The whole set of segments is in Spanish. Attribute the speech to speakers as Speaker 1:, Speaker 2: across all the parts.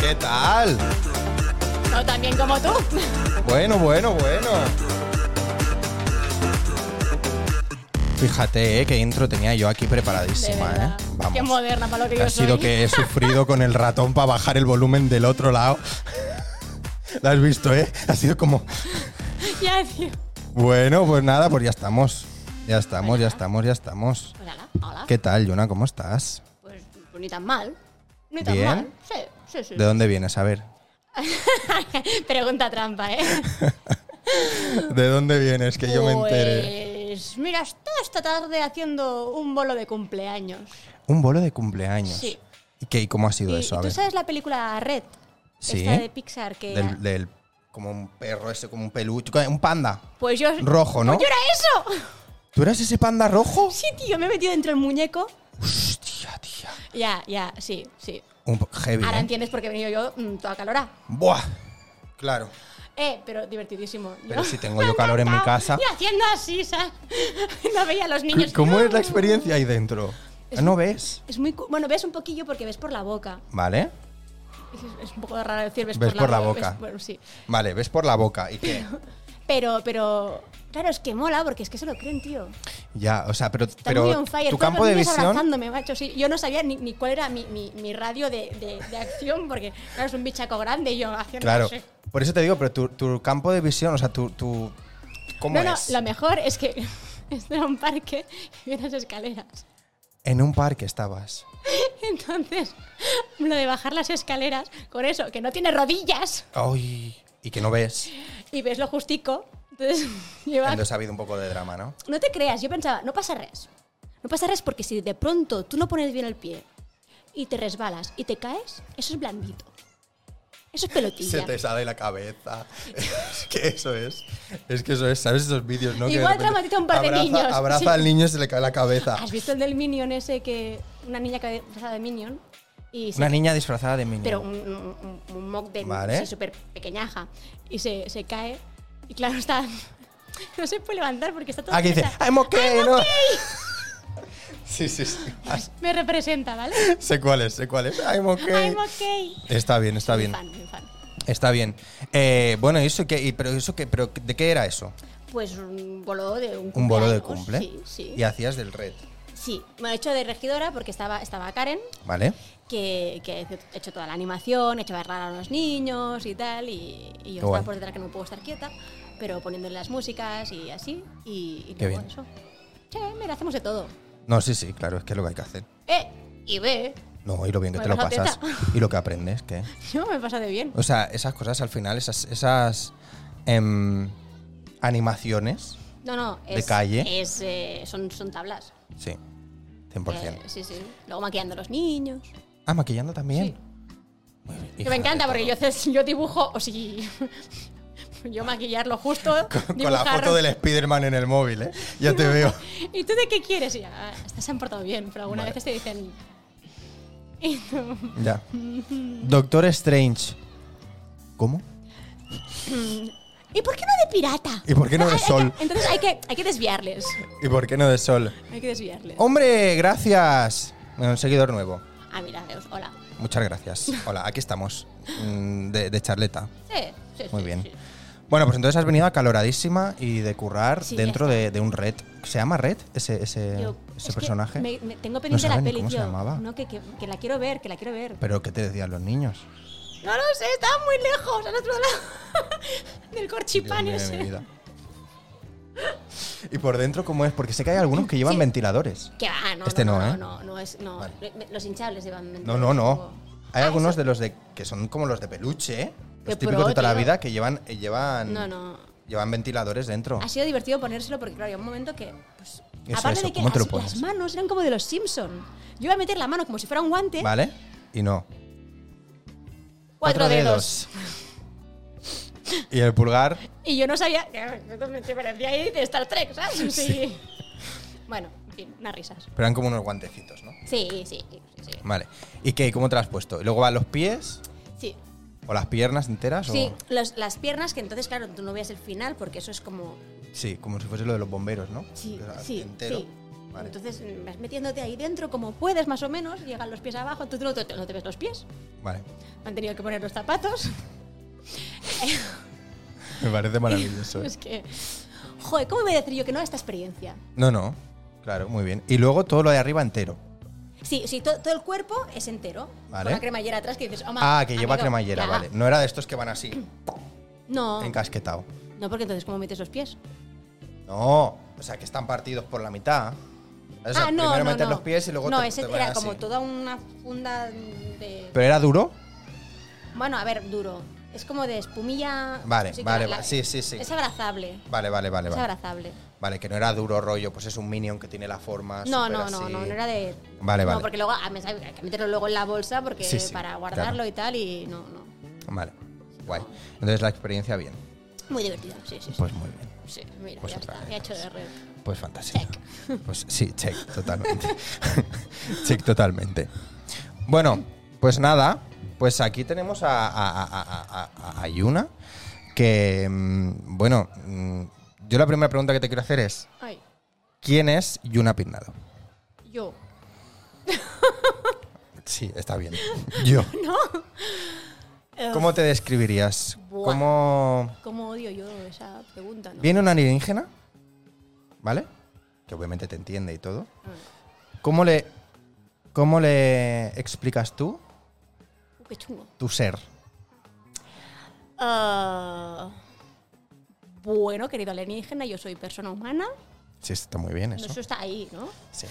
Speaker 1: ¿Qué tal?
Speaker 2: No tan bien como tú.
Speaker 1: Bueno, bueno, bueno. Fíjate, eh, qué intro tenía yo aquí
Speaker 2: De
Speaker 1: preparadísima,
Speaker 2: verdad.
Speaker 1: eh.
Speaker 2: Qué
Speaker 1: Vamos.
Speaker 2: moderna para lo que
Speaker 1: Ha
Speaker 2: yo soy.
Speaker 1: sido que he sufrido con el ratón para bajar el volumen del otro lado. Lo has visto, ¿eh? Ha sido como...
Speaker 2: ya, tío.
Speaker 1: Bueno, pues nada, pues ya estamos. Ya estamos, ya estamos, ya estamos.
Speaker 2: Pues ala, hola.
Speaker 1: ¿Qué tal, Yuna? ¿Cómo estás?
Speaker 2: Pues, pues ni tan mal. Ni tan
Speaker 1: Bien.
Speaker 2: mal. Sí, sí, sí.
Speaker 1: ¿De dónde vienes? A ver.
Speaker 2: Pregunta trampa, ¿eh?
Speaker 1: ¿De dónde vienes? Que yo me entere.
Speaker 2: Pues, mira, estaba esta tarde haciendo un bolo de cumpleaños.
Speaker 1: Un bolo de cumpleaños.
Speaker 2: Pues Sí.
Speaker 1: ¿Y qué? ¿Y cómo ha sido
Speaker 2: Y-
Speaker 1: eso?
Speaker 2: y
Speaker 1: A
Speaker 2: ¿Tú
Speaker 1: ver.
Speaker 2: sabes la película Red?
Speaker 1: Sí.
Speaker 2: Esta de Pixar que...
Speaker 1: Del, del- como un perro ese, como un peluche, un panda.
Speaker 2: Pues yo...
Speaker 1: Rojo, ¿no?
Speaker 2: Pues yo era eso!
Speaker 1: ¿Tú eras ese panda rojo?
Speaker 2: Sí, tío, me he metido dentro del muñeco.
Speaker 1: Hostia, tía.
Speaker 2: Ya, ya, sí, sí.
Speaker 1: Un po- heavy.
Speaker 2: Ahora
Speaker 1: ¿eh?
Speaker 2: entiendes por qué he venido yo mm, toda calora.
Speaker 1: Buah. Claro.
Speaker 2: Eh, pero divertidísimo.
Speaker 1: Pero
Speaker 2: Yo-
Speaker 1: si tengo yo
Speaker 2: Me ha
Speaker 1: calor en mi
Speaker 2: encantado.
Speaker 1: casa.
Speaker 2: Y haciendo así, ¿sabes? No veía a los niños.
Speaker 1: ¿Cómo es la experiencia ahí dentro?
Speaker 2: Es
Speaker 1: Ah, ¿No
Speaker 2: un-
Speaker 1: ves?
Speaker 2: Es muy... cu- Bueno, ves un poquillo porque ves por la boca.
Speaker 1: ¿Vale?
Speaker 2: Es, es un poco raro decir ves,
Speaker 1: Ves por la
Speaker 2: bo-
Speaker 1: boca.
Speaker 2: ves- bueno, sí.
Speaker 1: Vale, ves por la boca. ¿Y qué?
Speaker 2: Pero, pero... Claro, es que mola porque es que se lo creen, tío.
Speaker 1: Ya, o sea, pero,
Speaker 2: Está muy
Speaker 1: pero
Speaker 2: on fire.
Speaker 1: tu
Speaker 2: Todos
Speaker 1: campo
Speaker 2: los
Speaker 1: de
Speaker 2: niños
Speaker 1: visión.
Speaker 2: abrazándome, macho. Sí, yo no sabía ni, ni cuál era mi, mi- mi radio de, de- de acción porque, claro, es un bichaco grande y yo haciendo
Speaker 1: Claro.
Speaker 2: así.
Speaker 1: Por eso te digo, pero tu, tu campo de visión, o sea, tu. tu ¿Cómo
Speaker 2: no,
Speaker 1: es?
Speaker 2: no, lo mejor es que esto era un parque y unas escaleras.
Speaker 1: En un parque estabas.
Speaker 2: Entonces, lo de bajar las escaleras con eso, que no tiene rodillas
Speaker 1: Ay. Y que no ves.
Speaker 2: y ves lo justico. Entonces, lleva.
Speaker 1: Entonces ha habido un poco de drama, ¿no?
Speaker 2: No te creas, yo pensaba, no pasa res. No pasa res porque si de pronto tú no pones bien el pie y te resbalas y te caes, eso es blandito. Eso es pelotilla.
Speaker 1: sale la cabeza. Es que eso es. Es que eso es. ¿Sabes esos vídeos, no? Que de
Speaker 2: Igual
Speaker 1: repente
Speaker 2: traumatiza a un par de
Speaker 1: abraza-
Speaker 2: niños.
Speaker 1: Abraza
Speaker 2: Sí.
Speaker 1: al niño y se le cae la cabeza.
Speaker 2: ¿Has visto el del Minion ese que una niña que disfrazada de Minion? Y se
Speaker 1: Una niña disfrazada de minion.
Speaker 2: pero un, un, un- un mock de
Speaker 1: Vale.
Speaker 2: sí, súper pequeñaja y se, se cae y claro está no se puede levantar porque está todo
Speaker 1: Aquí Ah, dice,
Speaker 2: presa.
Speaker 1: ¡I'm okay! ¿no? sí, sí, sí. Ah,
Speaker 2: Pues me representa vale
Speaker 1: Sé cuál es, sé cuál es. I'm okay.
Speaker 2: I'm okay
Speaker 1: Está bien, está
Speaker 2: Muy
Speaker 1: bien.
Speaker 2: fan, muy fan.
Speaker 1: Está bien. Eh, bueno, ¿y eso qué? ¿Y pero eso qué? ¿Pero de qué era eso?
Speaker 2: pues un bolo de un
Speaker 1: ¿Un bolo de
Speaker 2: cumpleaños,
Speaker 1: cumple?
Speaker 2: sí sí
Speaker 1: Y hacías del red,
Speaker 2: sí me he hecho de regidora porque estaba estaba Karen
Speaker 1: ¿vale?
Speaker 2: que, que he hecho toda la animación, he hecho bailar a los niños y tal, y, y yo estaba
Speaker 1: guay.
Speaker 2: por detrás que no puedo estar quieta, pero poniéndole las músicas y así, y, y
Speaker 1: Qué
Speaker 2: luego
Speaker 1: bien.
Speaker 2: eso. Che, mira, hacemos de todo.
Speaker 1: No, sí, sí, claro, es que es lo que hay que hacer.
Speaker 2: Eh, y ve,
Speaker 1: No, y lo bien que te
Speaker 2: Bueno, pues
Speaker 1: lo
Speaker 2: la
Speaker 1: pasas.
Speaker 2: teta.
Speaker 1: Y lo que aprendes, ¿qué?
Speaker 2: yo me he pasado de bien.
Speaker 1: O sea, esas cosas al final, esas, esas em, animaciones,
Speaker 2: No, no,
Speaker 1: ¿De
Speaker 2: es,
Speaker 1: calle?
Speaker 2: es, eh, son, son tablas.
Speaker 1: sí, 100%.
Speaker 2: Eh, sí, sí. Luego maquillando a los niños.
Speaker 1: Ah, maquillando también.
Speaker 2: Sí.
Speaker 1: Muy bien,
Speaker 2: Que
Speaker 1: hija
Speaker 2: me
Speaker 1: de
Speaker 2: encanta porque
Speaker 1: todo.
Speaker 2: yo, haces- yo dibujo, o si. yo maquillarlo justo.
Speaker 1: Con la
Speaker 2: dibujar-
Speaker 1: foto del Spider-Man en el móvil, ¿eh? Ya te veo.
Speaker 2: ¿Y tú de qué quieres? Y, ah, estas se han portado bien, pero algunas
Speaker 1: Vale.
Speaker 2: veces te dicen.
Speaker 1: Ya. Doctor Strange. ¿Cómo?
Speaker 2: ¿Y por qué no de pirata? Ah,
Speaker 1: ¿Y por qué no de
Speaker 2: hay- hay
Speaker 1: sol?
Speaker 2: que- entonces hay que, hay que desviarles.
Speaker 1: ¿Y por qué no de sol?
Speaker 2: Hay que desviarles.
Speaker 1: Oh. Hombre, gracias. Un seguidor nuevo.
Speaker 2: Ah, mira, Zeus, hola.
Speaker 1: Muchas gracias. Hola, aquí estamos. mm, De, de charleta.
Speaker 2: Sí, sí,
Speaker 1: Muy
Speaker 2: sí,
Speaker 1: bien.
Speaker 2: sí.
Speaker 1: Bueno, pues entonces has venido acaloradísima y de currar
Speaker 2: Sí,
Speaker 1: dentro
Speaker 2: ya
Speaker 1: de, de un red. ¿Se llama red ese, ese,
Speaker 2: Yo-
Speaker 1: Eh, ese
Speaker 2: es que
Speaker 1: personaje?
Speaker 2: me- me tengo
Speaker 1: no
Speaker 2: pendiente
Speaker 1: sabes
Speaker 2: la
Speaker 1: ni
Speaker 2: peli,
Speaker 1: cómo
Speaker 2: tío.
Speaker 1: se llamaba.
Speaker 2: No, que, que, que la quiero ver, que la quiero ver.
Speaker 1: Pero ¿qué te decían los niños?
Speaker 2: No lo sé, está muy lejos, al otro lado del
Speaker 1: Dios
Speaker 2: corchipán
Speaker 1: mío de
Speaker 2: ese.
Speaker 1: mi vida. ¿Y por dentro cómo es? Porque sé que hay algunos que llevan
Speaker 2: Sí.
Speaker 1: ventiladores.
Speaker 2: Que va, no,
Speaker 1: Este
Speaker 2: no,
Speaker 1: no,
Speaker 2: no,
Speaker 1: ¿eh?
Speaker 2: no, no es, no.
Speaker 1: Vale.
Speaker 2: Me- me- Los hinchables llevan
Speaker 1: No, no, no.
Speaker 2: supongo.
Speaker 1: Hay
Speaker 2: Ah,
Speaker 1: algunos
Speaker 2: eso-
Speaker 1: de los de que son como los de peluche, ¿eh?
Speaker 2: Qué
Speaker 1: los típicos
Speaker 2: pro,
Speaker 1: de toda la
Speaker 2: tío.
Speaker 1: vida que llevan eh, llevan
Speaker 2: No, ¿Ah, no.
Speaker 1: llevan ventiladores dentro.
Speaker 2: Ha sido divertido ponérselo porque, claro, había un momento que. Pues,
Speaker 1: Eso,
Speaker 2: aparte
Speaker 1: eso,
Speaker 2: de que
Speaker 1: ¿cómo te lo
Speaker 2: las,
Speaker 1: pones?
Speaker 2: las manos eran como de los Simpson. Yo iba a meter la mano como si fuera un guante.
Speaker 1: ¿Vale? Y no.
Speaker 2: Cuatro
Speaker 1: dedos. y el pulgar
Speaker 2: Y yo no sabía. Me parecía ahí de Star Trek, ¿sabes? Sí.
Speaker 1: Sí.
Speaker 2: Bueno, en fin, unas risas.
Speaker 1: Pero eran como unos guantecitos, ¿no?
Speaker 2: Sí, sí, sí. sí.
Speaker 1: Vale. ¿Y qué? ¿Cómo te las has puesto? ¿Y luego van los pies?
Speaker 2: Sí,
Speaker 1: ¿O las piernas enteras? o-
Speaker 2: sí, los- las piernas, que entonces, claro, tú no veas el final porque eso es como.
Speaker 1: Sí, como si fuese lo de los bomberos, ¿no?
Speaker 2: Sí,
Speaker 1: Que era
Speaker 2: sí,
Speaker 1: Entero.
Speaker 2: sí.
Speaker 1: Vale.
Speaker 2: Entonces mm, vas metiéndote ahí dentro como puedes, más o menos, llegan los pies abajo, tú no te, no te ves los pies,
Speaker 1: Vale.
Speaker 2: me han tenido que poner los zapatos.
Speaker 1: Me parece maravilloso. ¿eh?
Speaker 2: es que, joder, ¿cómo voy a decir yo que no a esta experiencia?
Speaker 1: No, no. Claro, muy bien. Y luego todo lo de arriba entero.
Speaker 2: Sí, sí, to- todo el cuerpo es entero.
Speaker 1: Vale.
Speaker 2: Con la cremallera atrás que dices, "Oma,
Speaker 1: Ah, que lleva
Speaker 2: amigo,
Speaker 1: cremallera,
Speaker 2: ya".
Speaker 1: vale. No era de estos que van así,
Speaker 2: No,
Speaker 1: encasquetado.
Speaker 2: no, porque entonces, ¿cómo metes los pies?
Speaker 1: No, o sea, que están partidos por la mitad. O sea,
Speaker 2: ah, no,
Speaker 1: primero
Speaker 2: no,
Speaker 1: metes
Speaker 2: no.
Speaker 1: los pies y luego
Speaker 2: No,
Speaker 1: te,
Speaker 2: ese
Speaker 1: te van
Speaker 2: era
Speaker 1: así.
Speaker 2: como toda una funda de...
Speaker 1: ¿Pero era duro?
Speaker 2: Bueno, a ver, duro. Es como de espumilla...
Speaker 1: Vale,
Speaker 2: así que
Speaker 1: vale,
Speaker 2: la- la-
Speaker 1: va- sí, sí, sí.
Speaker 2: Es abrazable.
Speaker 1: Vale, vale, vale.
Speaker 2: Es
Speaker 1: Vale,
Speaker 2: abrazable.
Speaker 1: Vale, que no era duro rollo, pues es un minion que tiene la forma.
Speaker 2: No,
Speaker 1: súper
Speaker 2: no, no,
Speaker 1: así.
Speaker 2: no, no era de...
Speaker 1: Vale,
Speaker 2: no,
Speaker 1: vale.
Speaker 2: porque luego ah, me sabe- hay que meterlo luego en la bolsa porque
Speaker 1: Sí, sí,
Speaker 2: para
Speaker 1: claro.
Speaker 2: guardarlo y tal y no, no.
Speaker 1: Vale, guay. Entonces la experiencia bien.
Speaker 2: Muy divertido, sí, sí, sí.
Speaker 1: Pues muy bien.
Speaker 2: Sí, mira,
Speaker 1: pues
Speaker 2: ya
Speaker 1: otra
Speaker 2: está.
Speaker 1: vez.
Speaker 2: Me ha hecho de red.
Speaker 1: Pues fantástico. Pues sí, check, totalmente. check, totalmente. Bueno, pues nada, pues aquí tenemos a, a, a- a- a- a- a Yuna, que, mm, bueno, mm, yo la primera pregunta que te quiero hacer es,
Speaker 2: Ay,
Speaker 1: ¿quién es Yuna Pignado?
Speaker 2: yo.
Speaker 1: Sí, está bien. Yo. ¿Cómo te describirías?
Speaker 2: Buah.
Speaker 1: ¿Cómo
Speaker 2: ¿Cómo odio yo esa pregunta? ¿no?
Speaker 1: viene un alienígena? ¿Vale? Que obviamente te entiende y todo. ¿Cómo le, cómo le explicas tú
Speaker 2: Uh, qué chungo.
Speaker 1: tu ser?
Speaker 2: Ah, bueno, querido alienígena, yo soy persona humana.
Speaker 1: Sí, está muy bien
Speaker 2: Eso está ahí, ¿no?
Speaker 1: Sí.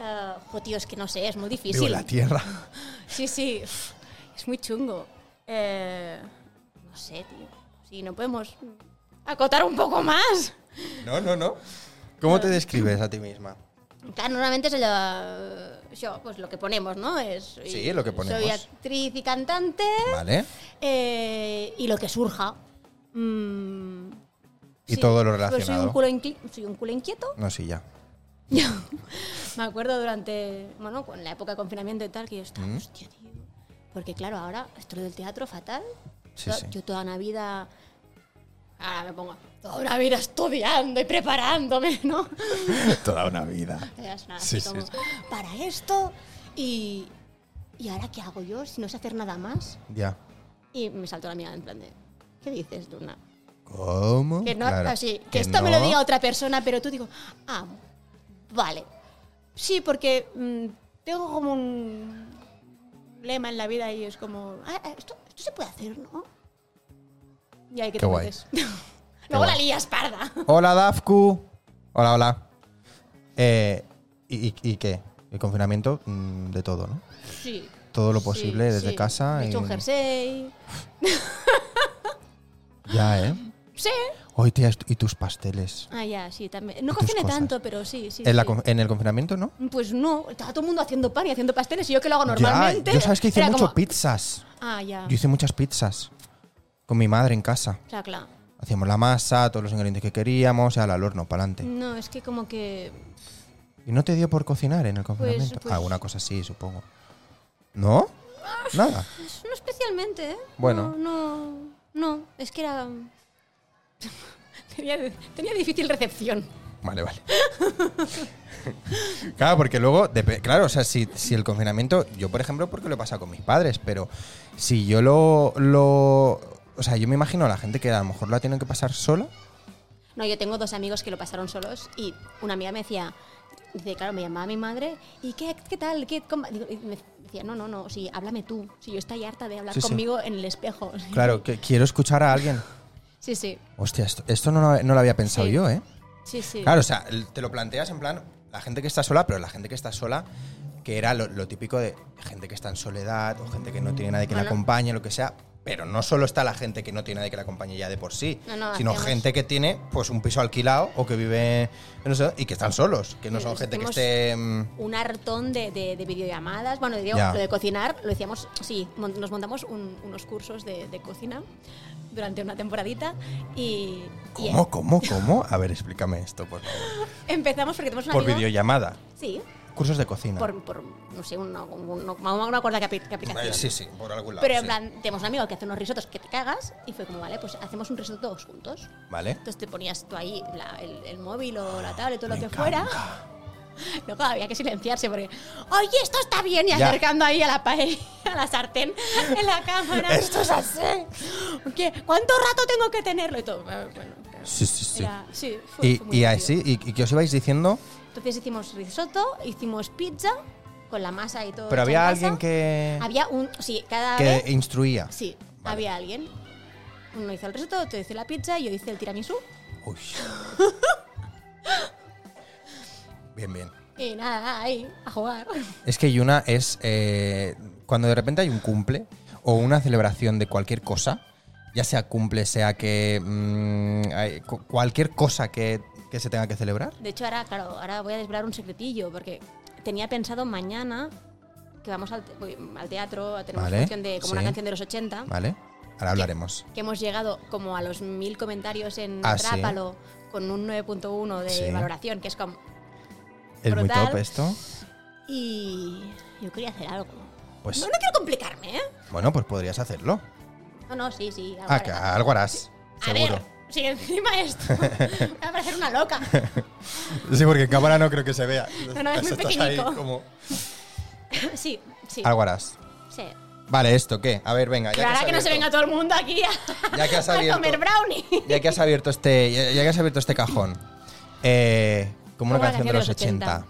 Speaker 2: Ah, jo, tío, es que no sé, es muy
Speaker 1: Digo,
Speaker 2: difícil.
Speaker 1: la tierra.
Speaker 2: Sí, sí, es muy chungo. Eh, no sé, tío. Si no podemos acotar un poco más.
Speaker 1: No, no, no. ¿Cómo te describes a ti misma?
Speaker 2: Claro, normalmente es el, yo, pues lo que ponemos, ¿no? Es, soy-
Speaker 1: Sí, lo que ponemos.
Speaker 2: Soy actriz y cantante
Speaker 1: Vale.
Speaker 2: eh, y lo que surja. Mm,
Speaker 1: Y todo lo
Speaker 2: pues soy,
Speaker 1: relacionado.
Speaker 2: un culo inqui- soy un culo inquieto.
Speaker 1: No, sí, ya.
Speaker 2: Me acuerdo durante, bueno, con la época de confinamiento y tal, que yo estaba,
Speaker 1: Mm.
Speaker 2: hostia, tío. Porque claro, ahora esto del teatro fatal.
Speaker 1: Sí,
Speaker 2: Toda-
Speaker 1: sí.
Speaker 2: Yo toda una vida, ahora me pongo, toda una vida estudiando y preparándome, ¿no?
Speaker 1: Toda una vida.
Speaker 2: Ya es nada,
Speaker 1: Sí,
Speaker 2: así
Speaker 1: sí,
Speaker 2: como,
Speaker 1: sí.
Speaker 2: para esto y, y ahora qué hago yo si no sé hacer nada más.
Speaker 1: Ya.
Speaker 2: Y me saltó la mirada en plan de, ¿qué dices, Luna?
Speaker 1: ¿Cómo?
Speaker 2: Que no,
Speaker 1: Uh, Claro.
Speaker 2: así, que, esto me lo
Speaker 1: no.
Speaker 2: diga otra persona, pero tú digo, ah, vale. Sí, porque mm, tengo como un lema en la vida y es como, ah, ah, esto, esto se puede hacer, ¿no? Y ahí
Speaker 1: Qué
Speaker 2: que te
Speaker 1: guay.
Speaker 2: metes. Luego la
Speaker 1: guay.
Speaker 2: lías parda.
Speaker 1: Hola, Dafku. Hola, hola. Eh, ¿y, y- y qué? El confinamiento mm, de todo, ¿no?
Speaker 2: Sí.
Speaker 1: Todo lo
Speaker 2: sí,
Speaker 1: posible desde
Speaker 2: sí.
Speaker 1: casa.
Speaker 2: Me he hecho
Speaker 1: y-
Speaker 2: un jersey.
Speaker 1: Ya, ¿eh?
Speaker 2: Sí.
Speaker 1: Hoy, tía, est- y tus pasteles.
Speaker 2: Ah, ya, sí, también. No
Speaker 1: Y tus
Speaker 2: cociné
Speaker 1: cosas.
Speaker 2: tanto, pero sí, sí.
Speaker 1: En, la
Speaker 2: sí.
Speaker 1: con- en el confinamiento, ¿no?
Speaker 2: Pues no, estaba todo el mundo haciendo pan y haciendo pasteles y yo que lo hago
Speaker 1: Ya,
Speaker 2: normalmente.
Speaker 1: yo sabes que hice
Speaker 2: era
Speaker 1: mucho
Speaker 2: como-
Speaker 1: pizzas.
Speaker 2: Ah, ya.
Speaker 1: Yo hice muchas pizzas con mi madre en casa.
Speaker 2: O sea, claro.
Speaker 1: Hacíamos la masa, todos los ingredientes que queríamos, y al al horno, para adelante.
Speaker 2: No, es que como que
Speaker 1: ¿Y no te dio por cocinar en el confinamiento?
Speaker 2: pues-
Speaker 1: Alguna cosa así, supongo. ¿No? Nada.
Speaker 2: pues, no especialmente, ¿eh?
Speaker 1: Bueno.
Speaker 2: No, no, no, es que era tenía, tenía difícil recepción.
Speaker 1: Vale, vale. claro, porque luego, depe- claro, o sea, si, si el confinamiento, yo por ejemplo, porque lo he pasado con mis padres, pero si yo lo, lo... O sea, yo me imagino a la gente que a lo mejor la tienen que pasar sola.
Speaker 2: No, yo tengo dos amigos que lo pasaron solos y una amiga me decía, dice, claro, me llamaba mi madre, ¿y qué, qué tal? ¿Qué, cómo va?". Digo, y me decía, no, no, no, sí, háblame tú, si yo estoy harta de hablar
Speaker 1: Sí, sí.
Speaker 2: conmigo en el espejo.
Speaker 1: Claro, que quiero escuchar a alguien.
Speaker 2: Sí, sí,
Speaker 1: Hostia, esto, esto no, lo, no lo había pensado
Speaker 2: Sí.
Speaker 1: yo, ¿eh?
Speaker 2: sí, sí.
Speaker 1: Claro, o sea, el- te lo planteas en plan, la gente que está sola, pero la gente que está sola, que era lo, lo típico de gente que está en soledad o gente que no tiene nadie que la
Speaker 2: Bueno.
Speaker 1: acompañe, lo que sea. Pero no solo está la gente que no tiene nadie que la acompañe ya de por sí,
Speaker 2: No, no,
Speaker 1: sino
Speaker 2: hacemos-
Speaker 1: gente que tiene pues un piso alquilado o que vive en eso, y que están solos, que no
Speaker 2: Sí,
Speaker 1: son
Speaker 2: les
Speaker 1: gente que
Speaker 2: hacemos-
Speaker 1: esté... mm,
Speaker 2: un hartón de, de- de videollamadas. Bueno, digo,
Speaker 1: Ya.
Speaker 2: lo de cocinar, lo decíamos, sí, mon- nos montamos un- unos cursos de, de cocina durante una temporadita y, y
Speaker 1: ¿Cómo, cómo, cómo? A ver, explícame esto, por favor.
Speaker 2: em-, empezamos porque tenemos una
Speaker 1: Por
Speaker 2: amiga-
Speaker 1: videollamada.
Speaker 2: Sí,
Speaker 1: Cursos de cocina.
Speaker 2: por, por, no sé, una, una, una, una cuerda que apli- que aplicación.
Speaker 1: Eh, sí, sí, por algún lado.
Speaker 2: Pero en
Speaker 1: sí.
Speaker 2: plan, tenemos un amigo que hace unos risotos que te cagas y fue como, vale, pues hacemos un risotto todos juntos.
Speaker 1: ¿Vale?
Speaker 2: Entonces te ponías tú ahí la- el, el móvil o la tablet o lo
Speaker 1: Ah, Me
Speaker 2: que
Speaker 1: encanta.
Speaker 2: fuera Luego había que silenciarse porque, oye, esto está bien, y
Speaker 1: Ya.
Speaker 2: acercando ahí a la paella, a la sartén, en la cámara.
Speaker 1: Esto es así.
Speaker 2: ¿Qué? ¿Cuánto rato tengo que tenerlo? Y todo. ah, Bueno, claro.
Speaker 1: Sí, sí, sí.
Speaker 2: Era- sí, fue-
Speaker 1: Y,
Speaker 2: fue muy
Speaker 1: y
Speaker 2: divertido.
Speaker 1: así, y, y que os ibais diciendo,
Speaker 2: Entonces hicimos risotto, hicimos pizza con la masa y todo.
Speaker 1: pero
Speaker 2: hecho en
Speaker 1: había
Speaker 2: casa.
Speaker 1: alguien que,
Speaker 2: Había un. Sí, cada
Speaker 1: que
Speaker 2: vez.
Speaker 1: instruía.
Speaker 2: Sí,
Speaker 1: Vale.
Speaker 2: había alguien. Uno hizo el risotto, otro hizo la pizza, yo hice el tiramisú.
Speaker 1: Uy. bien, bien.
Speaker 2: Y nada, ahí, a jugar.
Speaker 1: Es que Yuna es. eh, cuando de repente hay un cumple o una celebración de cualquier cosa, ya sea cumple, sea que. mm, hay cu- cualquier cosa que, que se tenga que celebrar.
Speaker 2: De hecho, ahora, claro, ahora voy a desvelar un secretillo, porque tenía pensado mañana que vamos al, te- voy al teatro, a tener
Speaker 1: Vale,
Speaker 2: una canción de, como una
Speaker 1: sí.
Speaker 2: canción de los 80,
Speaker 1: ¿Vale? Ahora hablaremos.
Speaker 2: que hemos llegado como a los mil comentarios en
Speaker 1: Ah, sí.
Speaker 2: Trápalo con un 9.1 de
Speaker 1: Sí.
Speaker 2: valoración, que es como...
Speaker 1: Es muy
Speaker 2: Brutal.
Speaker 1: top esto.
Speaker 2: Y yo quería hacer algo.
Speaker 1: Pues-
Speaker 2: No, no quiero complicarme, ¿eh?
Speaker 1: Bueno, pues podrías hacerlo.
Speaker 2: No, no, sí, sí. algo
Speaker 1: Ah,
Speaker 2: haré.
Speaker 1: que algo harás.
Speaker 2: A
Speaker 1: Seguro.
Speaker 2: ver, si encima esto me va a parecer una loca.
Speaker 1: Sí, porque en cámara no creo que se vea.
Speaker 2: No, no, es muy
Speaker 1: Estás ahí
Speaker 2: pequeñico.
Speaker 1: como-
Speaker 2: Sí, sí.
Speaker 1: Algo harás.
Speaker 2: sí.
Speaker 1: Vale, ¿esto qué? A ver, venga.
Speaker 2: Pero
Speaker 1: has
Speaker 2: ahora que no se venga
Speaker 1: abierto-
Speaker 2: todo el mundo aquí a,
Speaker 1: Ya que has
Speaker 2: a
Speaker 1: abierto.
Speaker 2: comer brownie.
Speaker 1: Ya que has abierto este, ya, ya que has abierto este cajón, eh, como una
Speaker 2: Como la
Speaker 1: canción de los 80.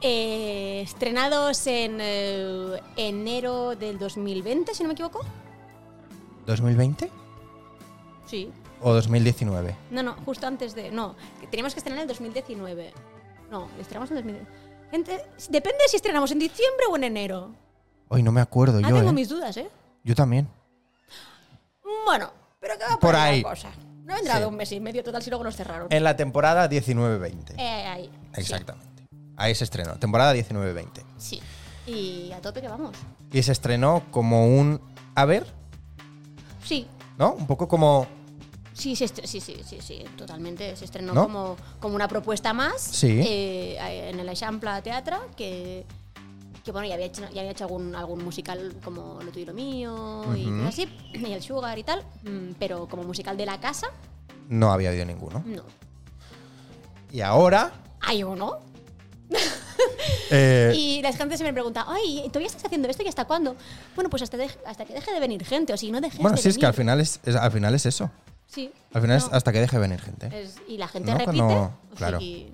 Speaker 2: Eh, estrenados en eh, enero del 2020, si no me equivoco.
Speaker 1: ¿2020
Speaker 2: Sí.
Speaker 1: o 2019?
Speaker 2: No, no, justo antes de... No, que teníamos que estrenar en el 2019. No, estrenamos en 2019. Gente, depende si estrenamos en diciembre o en enero.
Speaker 1: Hoy no me acuerdo
Speaker 2: Ah,
Speaker 1: yo.
Speaker 2: tengo
Speaker 1: eh.
Speaker 2: mis dudas, ¿eh?
Speaker 1: Yo también.
Speaker 2: Bueno, pero que va por,
Speaker 1: Por
Speaker 2: ahí la
Speaker 1: ahí.
Speaker 2: cosa. No vendrá
Speaker 1: Sí. Eh,
Speaker 2: de un mes y medio total si luego nos cerraron.
Speaker 1: En la temporada 19-20.
Speaker 2: Eh, ahí.
Speaker 1: Exactamente. Ahí se estrenó, temporada 19-20.
Speaker 2: Sí. sí. Y a tope que vamos.
Speaker 1: Y se estrenó como un a ver,
Speaker 2: Sí.
Speaker 1: ¿no? Un poco como
Speaker 2: Sí, se estre- sí, sí, sí, sí, totalmente. Se estrenó
Speaker 1: ¿No?
Speaker 2: como, como una propuesta más
Speaker 1: Sí.
Speaker 2: eh, en el Eixample Teatra, que, que bueno, ya había hecho, ya había hecho algún, algún musical como Lo tuyo y lo mío, y
Speaker 1: Ujú.
Speaker 2: cosas así, y el Sugar y tal, mm, pero como musical de la casa,
Speaker 1: no había habido ninguno.
Speaker 2: no.
Speaker 1: Y ahora
Speaker 2: Hay uno,
Speaker 1: eh,
Speaker 2: Y la gente se me pregunta, ay, ¿todavía estás haciendo esto y hasta cuándo? Bueno, pues hasta, de- hasta que deje de venir gente, o si no dejes
Speaker 1: bueno,
Speaker 2: de
Speaker 1: sí es que
Speaker 2: venir.
Speaker 1: al final es, es- al final es eso.
Speaker 2: Sí.
Speaker 1: Al final es
Speaker 2: este No,
Speaker 1: hasta que deje venir gente. ¿eh?
Speaker 2: es- y la gente
Speaker 1: No,
Speaker 2: repite.
Speaker 1: cuando-
Speaker 2: o sea
Speaker 1: claro.
Speaker 2: que-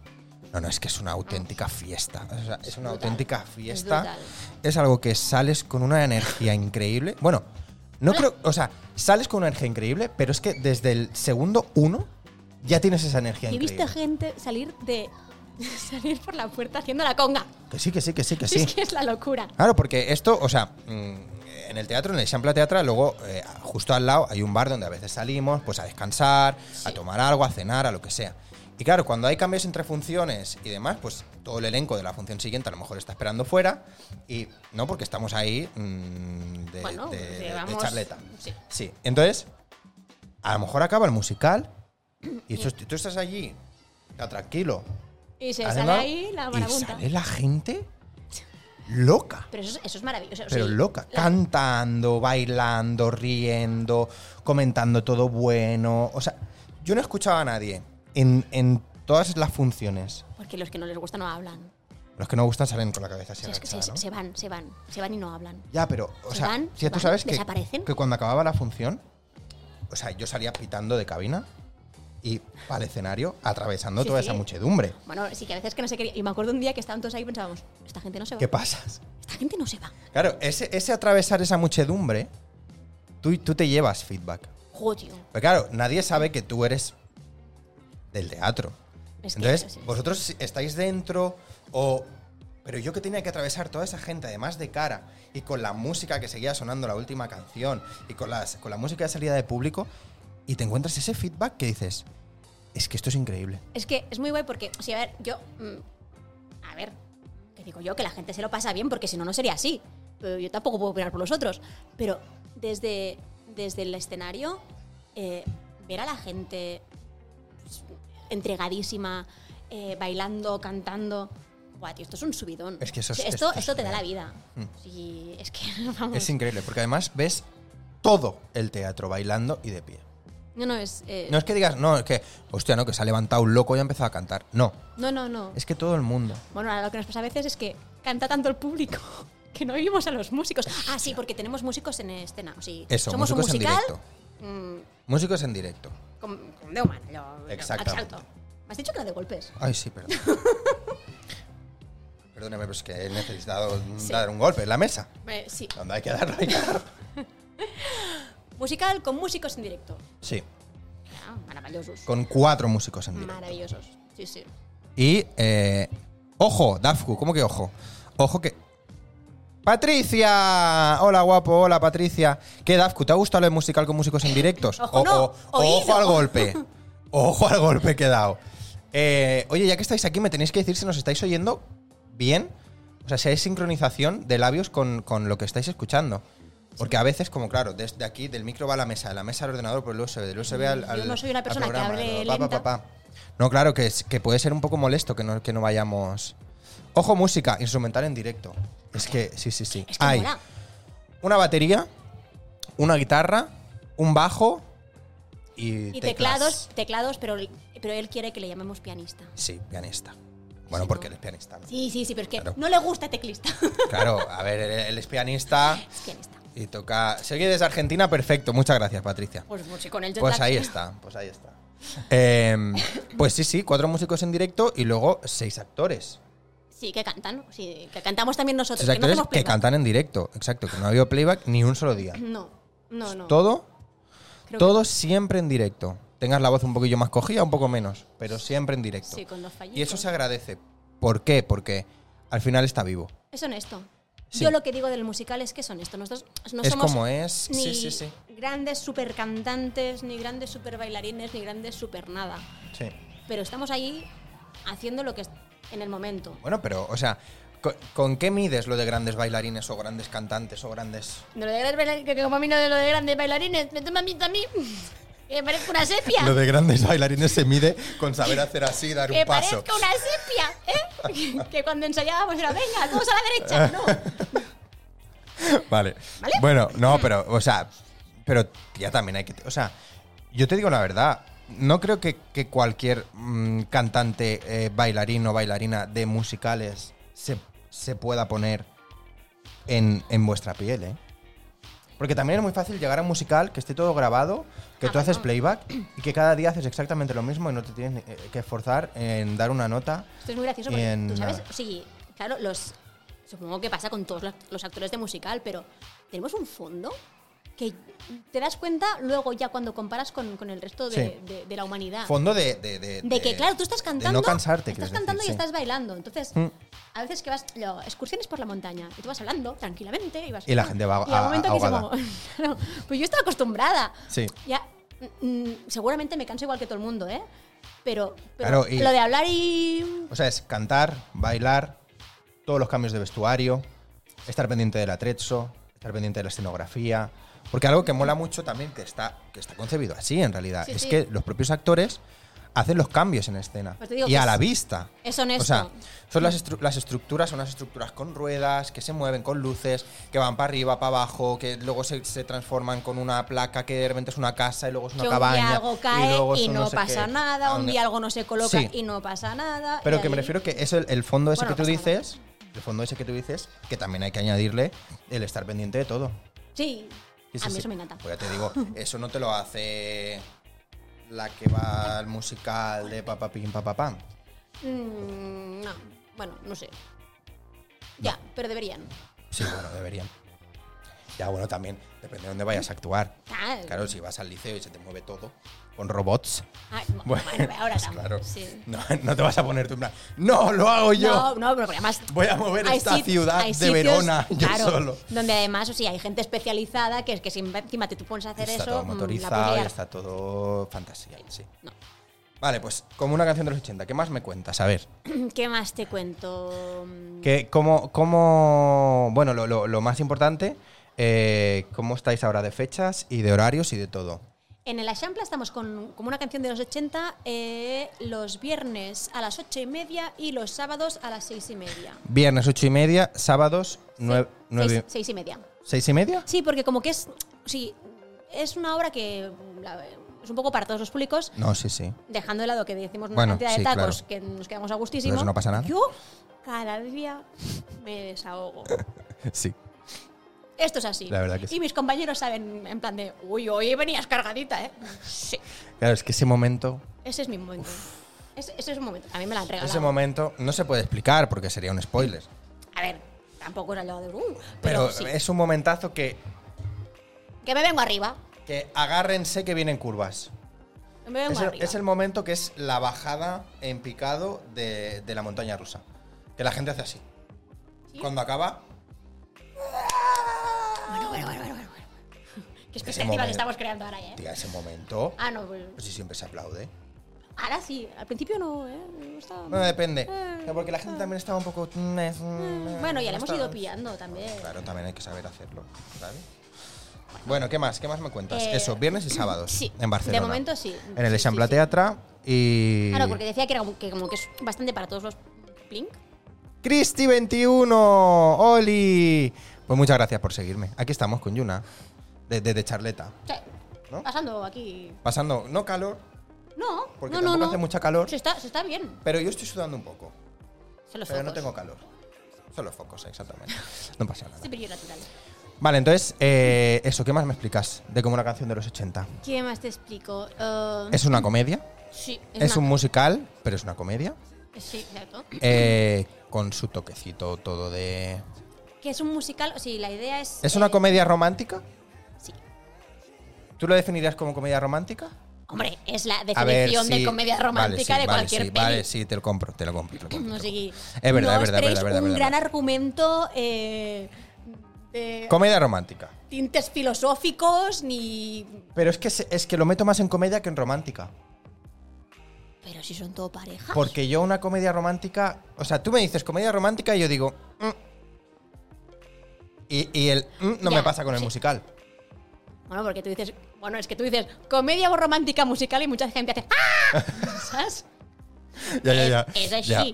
Speaker 1: No, no, es que es una auténtica fiesta. O sea, es una
Speaker 2: brutal,
Speaker 1: auténtica
Speaker 2: es
Speaker 1: fiesta.
Speaker 2: brutal.
Speaker 1: Es, algo que sales con una energía increíble. Bueno, no creo. O sea, sales con una energía increíble, pero es que desde el segundo uno ya tienes esa energía
Speaker 2: Yo he
Speaker 1: increíble.
Speaker 2: visto gente salir de salir por la puerta haciendo la conga.
Speaker 1: Que sí, que sí, que sí, que
Speaker 2: Es
Speaker 1: ¿Ah, sí.
Speaker 2: que es la locura.
Speaker 1: Claro, porque esto, o sea, mm, en el teatro, en el Champla Teatra, luego eh, justo al lado hay un bar donde a veces salimos pues a descansar, a tomar algo, a cenar, a lo que sea. Y claro, cuando hay cambios entre funciones y demás, pues todo el elenco de la función siguiente a lo mejor está esperando fuera y no porque estamos ahí mm, de,
Speaker 2: Bueno,
Speaker 1: de- de- de
Speaker 2: vamos-
Speaker 1: charleta.
Speaker 2: sí.
Speaker 1: Sí, entonces, a lo mejor acaba el musical y tú, tú estás allí, ya tranquilo.
Speaker 2: Y se
Speaker 1: haciendo algo,
Speaker 2: sale ahí la
Speaker 1: y
Speaker 2: marabunta.
Speaker 1: sale la gente loca.
Speaker 2: Pero eso, es- eso es maravilloso. o sea,
Speaker 1: Pero
Speaker 2: sí,
Speaker 1: loca,
Speaker 2: la-
Speaker 1: cantando, bailando, riendo, comentando todo bueno. O sea, yo no escuchaba a nadie en, en todas las funciones.
Speaker 2: porque los que no les gusta no hablan.
Speaker 1: Los que no gustan salen con la cabeza así
Speaker 2: O sea, es que se,
Speaker 1: agachada, ¿no?
Speaker 2: se van, se van, se van y no hablan.
Speaker 1: Ya, pero, o
Speaker 2: se
Speaker 1: sea,
Speaker 2: van,
Speaker 1: si
Speaker 2: se
Speaker 1: tú
Speaker 2: van,
Speaker 1: sabes que,
Speaker 2: desaparecen.
Speaker 1: que cuando acababa la función, o sea, yo salía pitando de cabina y para el escenario atravesando
Speaker 2: Sí,
Speaker 1: toda
Speaker 2: sí.
Speaker 1: esa muchedumbre.
Speaker 2: Bueno, sí que a veces que no se quería. Y me acuerdo un día que estaban todos ahí y pensábamos, esta gente no se va.
Speaker 1: ¿Qué pasas?
Speaker 2: Esta gente no se va.
Speaker 1: Claro, ese, ese atravesar esa muchedumbre, tú, tú te llevas feedback.
Speaker 2: Joder.
Speaker 1: Pero claro, nadie sabe que tú eres del teatro.
Speaker 2: Es que
Speaker 1: Entonces,
Speaker 2: eso sí.
Speaker 1: vosotros si estáis dentro o... Pero yo que tenía que atravesar toda esa gente, además de cara, y con la música que seguía sonando la última canción, y con, las, con la música de salida de público, y te encuentras ese feedback que dices, es que esto es increíble.
Speaker 2: Es que es muy guay porque, o sea, a ver, yo. mm, a ver, que digo yo que la gente se lo pasa bien porque si no, no sería así. Pero yo tampoco puedo opinar por los otros. Pero desde, desde el escenario, eh, ver a la gente pues, entregadísima, eh, bailando, cantando. Buah, tío, esto es un subidón.
Speaker 1: Es que eso es-
Speaker 2: O sea,
Speaker 1: esto
Speaker 2: esto,
Speaker 1: es Hmm.
Speaker 2: esto te da la
Speaker 1: surreal.
Speaker 2: vida. Sí, es que, vamos.
Speaker 1: Es increíble, porque además ves todo el teatro bailando y de pie.
Speaker 2: No, no, es. eh,
Speaker 1: No es que digas, no, es que, hostia, no, que se ha levantado un loco y ha empezado a cantar. No,
Speaker 2: no, no, no.
Speaker 1: es que todo el mundo.
Speaker 2: Bueno, ahora lo que nos pasa a veces es que canta tanto el público que no vimos a los músicos. Ah, sí, porque tenemos músicos en escena. O sí,
Speaker 1: Eso,
Speaker 2: somos un
Speaker 1: músicos en
Speaker 2: musical.
Speaker 1: directo.
Speaker 2: mm,
Speaker 1: Músicos en directo.
Speaker 2: con, con Neumann. lo- lo-
Speaker 1: Exactamente.
Speaker 2: Exacto. Me has dicho que era de golpes.
Speaker 1: Ay, sí, perdón. Perdóname, pero es que he necesitado dar un golpe en la mesa.
Speaker 2: Eh, sí.
Speaker 1: Donde hay que darlo, hay que darlo.
Speaker 2: Musical con músicos en directo.
Speaker 1: Sí,
Speaker 2: Ah, maravillosos.
Speaker 1: con cuatro músicos en directo.
Speaker 2: Maravillosos. Sí, sí.
Speaker 1: Y, eh, ojo, Dafku, ¿cómo que ojo? Ojo que... ¡Patricia! Hola, guapo, hola, Patricia. ¿Qué, Dafku, te ha gustado el musical con músicos en directos?
Speaker 2: Ojo, no, oído.
Speaker 1: ojo al golpe. Ojo al golpe que he dado. Eh, oye, ya que estáis aquí, me tenéis que decir si nos estáis oyendo bien. O sea, si hay sincronización de labios con, con lo que estáis escuchando. Porque a veces, como claro, desde aquí, del micro va a la mesa, de la mesa al ordenador por el USB, del USB al,
Speaker 2: Yo
Speaker 1: al-
Speaker 2: no soy una
Speaker 1: al
Speaker 2: persona que
Speaker 1: programa,
Speaker 2: hable
Speaker 1: luego, pa, pa,
Speaker 2: lenta.
Speaker 1: pa, pa. No, claro, que, es, que puede ser un poco molesto que no, que no vayamos. Ojo, música, instrumental en directo. Es que, sí, sí, sí.
Speaker 2: Es que
Speaker 1: Hay
Speaker 2: mola.
Speaker 1: una batería, una guitarra, un bajo y,
Speaker 2: Y
Speaker 1: teclas.
Speaker 2: teclados, teclados, pero, pero él quiere que le llamemos pianista.
Speaker 1: Sí, pianista. Bueno,
Speaker 2: Sí,
Speaker 1: porque
Speaker 2: ¿no?
Speaker 1: él es pianista. ¿no?
Speaker 2: Sí, sí, sí, pero es que
Speaker 1: Claro.
Speaker 2: no le gusta teclista.
Speaker 1: Claro, a ver, él, él es pianista
Speaker 2: es pianista.
Speaker 1: y toca. Se oye desde Argentina, perfecto. Muchas gracias, Patricia.
Speaker 2: Pues, pues, sí, con el jet
Speaker 1: Pues
Speaker 2: lag-
Speaker 1: ahí está, pues ahí está. Em, pues sí, sí, cuatro músicos en directo y luego seis actores.
Speaker 2: Sí, que cantan. Sí, que cantamos también nosotros.
Speaker 1: Seis
Speaker 2: Que no
Speaker 1: actores
Speaker 2: hacemos
Speaker 1: que
Speaker 2: playback.
Speaker 1: cantan en directo, exacto, que no ha habido playback ni un solo día.
Speaker 2: No, no, no.
Speaker 1: Todo,
Speaker 2: Creo que-
Speaker 1: todo siempre en directo. Tengas la voz un poquillo más cogida, un poco menos, pero siempre en directo.
Speaker 2: Sí, con los fallitos.
Speaker 1: Y eso se agradece. ¿Por qué? Porque al final está vivo.
Speaker 2: Es honesto.
Speaker 1: Sí.
Speaker 2: Yo lo que digo del musical es que es honesto. Nosotros no
Speaker 1: es
Speaker 2: somos
Speaker 1: como es.
Speaker 2: ni
Speaker 1: Sí, sí, sí.
Speaker 2: grandes super cantantes, ni grandes super bailarines, ni grandes super nada.
Speaker 1: Sí.
Speaker 2: Pero estamos ahí haciendo lo que es en el momento.
Speaker 1: Bueno, pero, o sea, co- ¿con, qué mides lo de grandes bailarines o grandes cantantes o grandes.
Speaker 2: No lo de grandes bailarines, que como a mí no de lo de grandes bailarines, me toma a mí también. Que parezco una sepia.
Speaker 1: de grandes bailarines se mide con saber hacer así, dar
Speaker 2: que parezco una sepia, ¿eh? que cuando ensayábamos era, venga, todos a la derecha. No.
Speaker 1: Vale.
Speaker 2: ¿Vale?
Speaker 1: Bueno, no, pero, o sea, pero ya también hay que. O sea, yo te digo la verdad. No creo que, que cualquier mm, cantante, eh, bailarín o bailarina de musicales se, se pueda poner en, en vuestra piel, ¿eh? Porque también es muy fácil llegar a un musical, que esté todo grabado, que
Speaker 2: Ah,
Speaker 1: tú haces
Speaker 2: bueno.
Speaker 1: playback y que cada día haces exactamente lo mismo y no te tienes ni- eh, que esforzar en dar una nota.
Speaker 2: Esto es muy gracioso
Speaker 1: Y
Speaker 2: porque
Speaker 1: en
Speaker 2: tú sabes,
Speaker 1: nada.
Speaker 2: sí, claro, los supongo que pasa con todos los- los actores de musical, pero tenemos un fondo que te das cuenta luego ya cuando comparas con, con el resto de,
Speaker 1: Sí.
Speaker 2: de- de la humanidad.
Speaker 1: Fondo de... De, de-
Speaker 2: de que,
Speaker 1: de-
Speaker 2: claro, tú estás
Speaker 1: de
Speaker 2: cantando.
Speaker 1: no cansarte,
Speaker 2: Estás
Speaker 1: quieres
Speaker 2: cantando
Speaker 1: decir,
Speaker 2: y
Speaker 1: sí.
Speaker 2: estás bailando. Entonces,
Speaker 1: Mm.
Speaker 2: a veces que vas, lo, excursiones por la montaña, y tú vas hablando tranquilamente y vas.
Speaker 1: Y la gente va
Speaker 2: y al
Speaker 1: a-
Speaker 2: momento que
Speaker 1: ahogada.
Speaker 2: se como, Pues yo estaba acostumbrada.
Speaker 1: Sí.
Speaker 2: Ya, mm, mm, seguramente me canso igual que todo el mundo, ¿eh? Pero, pero
Speaker 1: Claro, y-
Speaker 2: lo de hablar y.
Speaker 1: O sea, es cantar, bailar, todos los cambios de vestuario, estar pendiente del atrezzo, estar pendiente de la escenografía. Porque algo que mola mucho también, que está, que está concebido así en realidad,
Speaker 2: Sí,
Speaker 1: es
Speaker 2: sí.
Speaker 1: que los propios actores hacen los cambios en escena
Speaker 2: Pues te digo
Speaker 1: y
Speaker 2: que
Speaker 1: a
Speaker 2: es-
Speaker 1: la vista.
Speaker 2: es honesto.
Speaker 1: O sea, son las, estru- las estructuras, son las estructuras con ruedas, que se mueven con luces, que van para arriba, para abajo, que luego se, se transforman con una placa que de repente es una casa y luego es una
Speaker 2: que
Speaker 1: cabaña.
Speaker 2: un día algo cae
Speaker 1: y,
Speaker 2: y,
Speaker 1: luego es un
Speaker 2: no,
Speaker 1: sé
Speaker 2: pasa
Speaker 1: qué.
Speaker 2: nada, un
Speaker 1: Aún-
Speaker 2: día algo no se coloca
Speaker 1: Sí.
Speaker 2: y no pasa nada.
Speaker 1: Pero
Speaker 2: y
Speaker 1: que me
Speaker 2: ahí-
Speaker 1: refiero que eso, el fondo ese
Speaker 2: Bueno, pues
Speaker 1: que tú
Speaker 2: no pasa nada.
Speaker 1: dices, el fondo ese que tú dices, que también hay que añadirle el estar pendiente de todo.
Speaker 2: Sí,
Speaker 1: Sí, sí,
Speaker 2: a mí
Speaker 1: sí.
Speaker 2: eso me encanta.
Speaker 1: Pues ya te digo, eso no te lo hace la que va al musical de papá pim papá pam.
Speaker 2: Mm, no, bueno, no sé. Ya, pero deberían.
Speaker 1: Sí, bueno, deberían. Ya, bueno, también depende de dónde vayas a actuar.
Speaker 2: Ah,
Speaker 1: Claro, si vas al liceo y se te mueve todo con robots.
Speaker 2: ah,
Speaker 1: Bueno,
Speaker 2: bueno, ahora
Speaker 1: pues
Speaker 2: también.
Speaker 1: claro.
Speaker 2: sí.
Speaker 1: No, no te vas a poner tú en plan, no, lo hago yo.
Speaker 2: No, no, pero además.
Speaker 1: Voy a mover
Speaker 2: hay
Speaker 1: oh. esta
Speaker 2: sit-
Speaker 1: ciudad
Speaker 2: hay
Speaker 1: de
Speaker 2: sitios,
Speaker 1: Verona yo
Speaker 2: claro,
Speaker 1: solo.
Speaker 2: Donde además, o sea, hay gente especializada que es que si encima te tú pones a hacer
Speaker 1: está
Speaker 2: eso.
Speaker 1: todo
Speaker 2: mm, la
Speaker 1: motorizado y
Speaker 2: puedes liar.
Speaker 1: está todo fantasía, sí.
Speaker 2: No.
Speaker 1: Vale, pues como una canción de los 80, ¿qué más me cuentas? A ver,
Speaker 2: ¿Qué más te cuento?
Speaker 1: que cómo, cómo- bueno, lo, lo- lo más importante, eh, ¿cómo estáis ahora de fechas y de horarios y de todo?
Speaker 2: En el Ashampla estamos con, como una canción de los 80 eh, los viernes a las 8 y media y los sábados a las 6 y media.
Speaker 1: Viernes 8 y media, sábados 9,
Speaker 2: Seis- seis y media.
Speaker 1: 6 y media.
Speaker 2: Sí, porque como que es. Sí, es una obra que la- es un poco para todos los públicos,
Speaker 1: No, sí, sí.
Speaker 2: dejando de lado que decimos una
Speaker 1: Bueno,
Speaker 2: cantidad
Speaker 1: sí,
Speaker 2: de tacos
Speaker 1: claro.
Speaker 2: que nos quedamos a gustísimo.
Speaker 1: Pero eso no pasa nada.
Speaker 2: Yo cada día me desahogo.
Speaker 1: Sí.
Speaker 2: Esto es así.
Speaker 1: La verdad que sí.
Speaker 2: Y mis compañeros saben, en plan de, uy, hoy venías cargadita, ¿eh? Sí.
Speaker 1: Claro, es que ese momento,
Speaker 2: Ese es mi momento. Ese, ese es un momento. A mí me la han regalado.
Speaker 1: ese momento no se puede explicar porque sería un spoiler.
Speaker 2: A ver, tampoco era yo de... Uh, pero
Speaker 1: Pero
Speaker 2: sí.
Speaker 1: es un momentazo que,
Speaker 2: Que me vengo arriba.
Speaker 1: que agárrense que vienen curvas.
Speaker 2: Que me vengo
Speaker 1: Es el,
Speaker 2: arriba.
Speaker 1: es el momento que es la bajada en picado de, de la montaña rusa. Que la gente hace así.
Speaker 2: ¿Sí?
Speaker 1: Cuando acaba,
Speaker 2: Bueno, bueno, bueno, bueno, bueno. bueno. Qué expectativa
Speaker 1: momento.
Speaker 2: que estamos creando ahora, ¿eh?
Speaker 1: tía, ese momento,
Speaker 2: Ah, no, pues...
Speaker 1: pues si siempre se aplaude.
Speaker 2: Ahora sí. Al principio no, ¿eh? No estaba...
Speaker 1: Bueno, depende.
Speaker 2: Ah,
Speaker 1: No, Porque la gente también estaba un poco... mm,
Speaker 2: Eh, Mm. Bueno,
Speaker 1: Bueno,
Speaker 2: ya le hemos ido pillando también.
Speaker 1: Claro, también hay que saber hacerlo, ¿sabes? Bueno, ¿qué más? ¿Qué más me cuentas?
Speaker 2: Eh,
Speaker 1: Eso, viernes y sábados
Speaker 2: sí,
Speaker 1: en Barcelona.
Speaker 2: de momento sí.
Speaker 1: En el
Speaker 2: Sí,
Speaker 1: Eixample
Speaker 2: sí, sí.
Speaker 1: Teatra y...
Speaker 2: Claro, Ah, porque decía que, era como, que como que es bastante para todos los plink.
Speaker 1: Cristi21, Oli. Pues muchas gracias por seguirme. Aquí estamos con Yuna, desde Charleta.
Speaker 2: O sea,
Speaker 1: ¿No?
Speaker 2: pasando aquí.
Speaker 1: Pasando, no calor,
Speaker 2: No,
Speaker 1: Porque
Speaker 2: no, no,
Speaker 1: tampoco
Speaker 2: no.
Speaker 1: hace mucha calor.
Speaker 2: Se está, se está bien.
Speaker 1: pero yo estoy sudando un poco.
Speaker 2: Son los
Speaker 1: Pero no
Speaker 2: focos.
Speaker 1: tengo calor. Son los focos, exactamente. No pasa nada.
Speaker 2: Este brillo natural.
Speaker 1: Vale, entonces, eh, eso, ¿qué más me explicas de cómo una canción de los 80?
Speaker 2: ¿Qué más te explico? Eh,
Speaker 1: Es una comedia,
Speaker 2: sí,
Speaker 1: es, un musical, pero es una comedia.
Speaker 2: un. Sí, exacto.
Speaker 1: eh, con su toquecito todo de...
Speaker 2: Que es un musical. Sí, la idea es.
Speaker 1: ¿Es una
Speaker 2: eh,
Speaker 1: comedia romántica?
Speaker 2: Sí.
Speaker 1: ¿Tú lo definirías como comedia romántica?
Speaker 2: Hombre, es la
Speaker 1: A ver,
Speaker 2: definición de
Speaker 1: sí.
Speaker 2: comedia
Speaker 1: Vale,
Speaker 2: romántica
Speaker 1: sí, vale,
Speaker 2: de cualquier
Speaker 1: sí,
Speaker 2: peli.
Speaker 1: Vale, sí, te lo compro, te lo compro. te lo compro,
Speaker 2: No
Speaker 1: te
Speaker 2: sé
Speaker 1: lo
Speaker 2: qué.
Speaker 1: compro. Es verdad,
Speaker 2: No
Speaker 1: es verdad, es
Speaker 2: esperéis
Speaker 1: verdad, verdad,
Speaker 2: un
Speaker 1: verdad.
Speaker 2: gran argumento eh, de
Speaker 1: Comedia romántica.
Speaker 2: tintes filosóficos ni.
Speaker 1: Pero es que, se- es que lo meto más en comedia que en romántica.
Speaker 2: Pero si son todo parejas.
Speaker 1: Porque yo una comedia romántica... O sea, tú me dices comedia romántica y yo digo... "Mm". Y, y el "mm" no
Speaker 2: Ya,
Speaker 1: me pasa con el
Speaker 2: sí.
Speaker 1: musical.
Speaker 2: Bueno, porque tú dices. Bueno, es que tú dices comedia romántica musical y mucha gente hace. ¡Ah! ¿Sabes?
Speaker 1: Ya, ya, ya.
Speaker 2: Es así.
Speaker 1: Ya.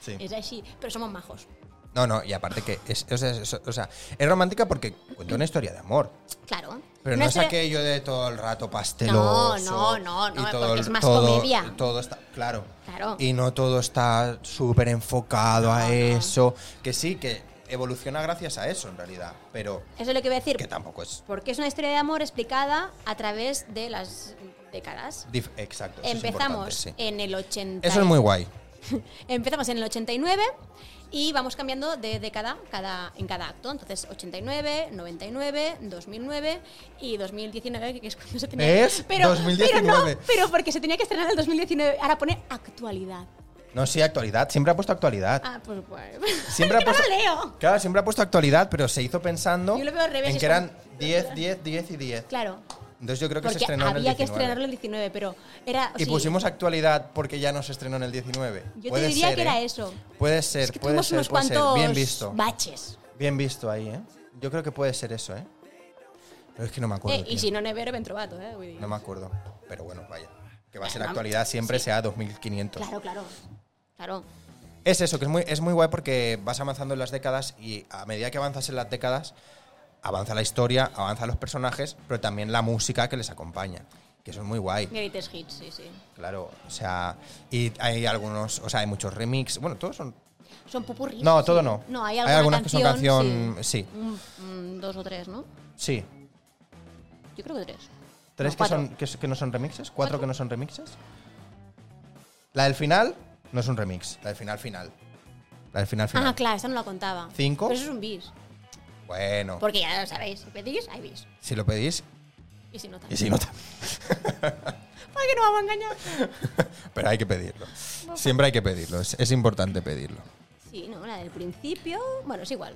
Speaker 1: Sí.
Speaker 2: Es así. Pero somos majos.
Speaker 1: No, no, y aparte que es, o sea, es, o sea, es romántica porque cuenta una historia de amor.
Speaker 2: Claro.
Speaker 1: Pero
Speaker 2: Una
Speaker 1: no es
Speaker 2: historia-
Speaker 1: aquello de todo el rato pasteloso.
Speaker 2: No, no, no,
Speaker 1: y
Speaker 2: no,
Speaker 1: todo
Speaker 2: porque
Speaker 1: el-
Speaker 2: es más
Speaker 1: todo-
Speaker 2: comedia.
Speaker 1: Todo está, claro.
Speaker 2: Claro.
Speaker 1: Y no todo está súper enfocado a
Speaker 2: No, no.
Speaker 1: eso. Que sí, que evoluciona gracias a eso en realidad. Pero
Speaker 2: Eso es lo que voy a decir.
Speaker 1: que tampoco es.
Speaker 2: Porque es una historia de amor explicada a través de las décadas.
Speaker 1: dif- Exacto. eso es
Speaker 2: Empezamos
Speaker 1: importante, sí.
Speaker 2: en el 80.
Speaker 1: Eso es muy guay.
Speaker 2: Empezamos en el 89 y vamos cambiando de década cada, en cada acto. Entonces, 89, 99, 2009 y 2019, que es cuando se tenía
Speaker 1: ¿Ves?
Speaker 2: Pero,
Speaker 1: 2019.
Speaker 2: Pero no, pero porque se tenía que estrenar en el 2019. Ahora pone actualidad.
Speaker 1: No, sí, actualidad. Siempre ha puesto actualidad.
Speaker 2: Ah, pues bueno.
Speaker 1: Siempre ha
Speaker 2: Que no
Speaker 1: puesto,
Speaker 2: lo leo.
Speaker 1: Claro, siempre ha puesto actualidad, pero se hizo pensando
Speaker 2: Yo lo veo al revés,
Speaker 1: en
Speaker 2: es
Speaker 1: que eran
Speaker 2: como-
Speaker 1: 10, 10, 10 y 10.
Speaker 2: Claro.
Speaker 1: Entonces yo creo que se
Speaker 2: Porque
Speaker 1: estrenó en el
Speaker 2: había que
Speaker 1: 19.
Speaker 2: estrenarlo el 19, pero era. o
Speaker 1: Y
Speaker 2: Ah, sí,
Speaker 1: pusimos actualidad porque ya no se estrenó en el 19.
Speaker 2: Yo te
Speaker 1: Puede
Speaker 2: diría
Speaker 1: ser,
Speaker 2: que era
Speaker 1: ¿eh?
Speaker 2: eso.
Speaker 1: Puede ser,
Speaker 2: Es que
Speaker 1: puede
Speaker 2: tuvimos
Speaker 1: ser,
Speaker 2: unos
Speaker 1: puede ser.
Speaker 2: cuantos
Speaker 1: Bien visto.
Speaker 2: baches.
Speaker 1: Bien visto ahí, ¿eh? Yo creo que puede ser eso, ¿eh? Pero es que no me acuerdo.
Speaker 2: Eh, y
Speaker 1: tío.
Speaker 2: si no, nevero, ben trovato, eh. vull dir.
Speaker 1: No me acuerdo. Pero bueno, vaya. Que va a ser
Speaker 2: Bueno,
Speaker 1: actualidad siempre
Speaker 2: sí.
Speaker 1: sea 2500.
Speaker 2: Claro, claro. Claro.
Speaker 1: Es eso, que es muy, es muy guay porque vas avanzando en las décadas y a medida que avanzas en las décadas, avanza la historia, avanzan los personajes, pero también la música que les acompaña. Que eso es muy guay.
Speaker 2: Greatest hits, sí, sí.
Speaker 1: Claro, o sea, y hay algunos, o sea, hay muchos remix. Bueno, todos son
Speaker 2: Son pupurris.
Speaker 1: No,
Speaker 2: sí.
Speaker 1: todo no.
Speaker 2: No,
Speaker 1: Hay
Speaker 2: hay, alguna
Speaker 1: algunas que son
Speaker 2: canción,
Speaker 1: canción- sí.
Speaker 2: Un- un mm, dos o tres, ¿no?
Speaker 1: Sí.
Speaker 2: Yo creo que tres.
Speaker 1: ¿Tres
Speaker 2: No,
Speaker 1: que,
Speaker 2: cuatro.
Speaker 1: son, que, s- que no son remixes? ¿Cuatro
Speaker 2: Cuatro.
Speaker 1: que no son remixes? La del final no es un remix. La del final final. La del final final.
Speaker 2: Ah, claro, esa no la contaba.
Speaker 1: Cinco.
Speaker 2: Pero eso es un bis.
Speaker 1: Bueno,
Speaker 2: Porque ya lo sabéis, si pedís, hay bis.
Speaker 1: si lo pedís,
Speaker 2: Y si no, también.
Speaker 1: y si no, tam-
Speaker 2: ¿Para qué no vamos a engañar?
Speaker 1: pero hay que pedirlo. Siempre hay que pedirlo. Es, es importante pedirlo.
Speaker 2: Sí, no, la del principio. Bueno, es igual.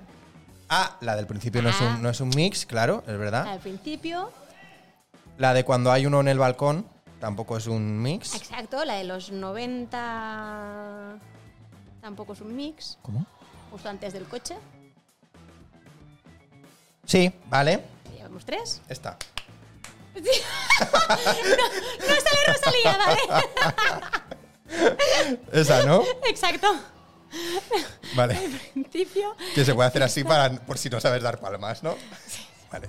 Speaker 1: Ah, la del principio no, es
Speaker 2: Ah.
Speaker 1: un, no es un mix, claro, es
Speaker 2: La
Speaker 1: verdad.
Speaker 2: del principio.
Speaker 1: La de cuando hay uno en el balcón tampoco es un mix.
Speaker 2: Exacto, la de los 90. Tampoco es un mix.
Speaker 1: ¿Cómo?
Speaker 2: Justo antes del coche.
Speaker 1: Sí, vale.
Speaker 2: Llevamos tres.
Speaker 1: Está.
Speaker 2: ¡No sale Rosalía, vale!
Speaker 1: Esa, ¿no?
Speaker 2: Exacto.
Speaker 1: Vale.
Speaker 2: principio,
Speaker 1: Que se puede hacer así para, por si no sabes dar palmas, ¿no? Vale.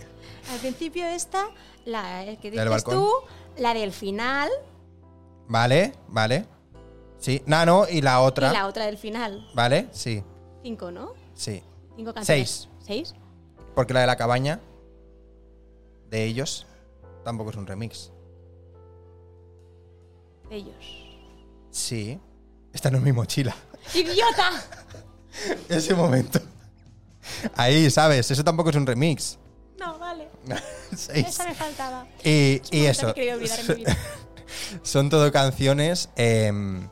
Speaker 2: al principio esta, la eh, que
Speaker 1: Del
Speaker 2: dices
Speaker 1: balcón.
Speaker 2: tú, la del final
Speaker 1: Vale, vale. Sí, Nano y la otra.
Speaker 2: y la otra del final.
Speaker 1: ¿Vale? Sí,
Speaker 2: Cinco, ¿no?
Speaker 1: sí.
Speaker 2: Cinco canciones.
Speaker 1: Seis.
Speaker 2: ¿Seis?
Speaker 1: Porque la de la cabaña de ellos tampoco es un remix.
Speaker 2: De ellos.
Speaker 1: Sí. Está en mi mochila.
Speaker 2: ¡Idiota!
Speaker 1: Ese momento. Ahí, ¿sabes? Eso tampoco es un remix.
Speaker 2: No, vale.
Speaker 1: Seis.
Speaker 2: Esa me faltaba.
Speaker 1: Y,
Speaker 2: Es
Speaker 1: y
Speaker 2: una cosa
Speaker 1: eso.
Speaker 2: que he querido olvidar en mi vida.
Speaker 1: Son todo canciones. em,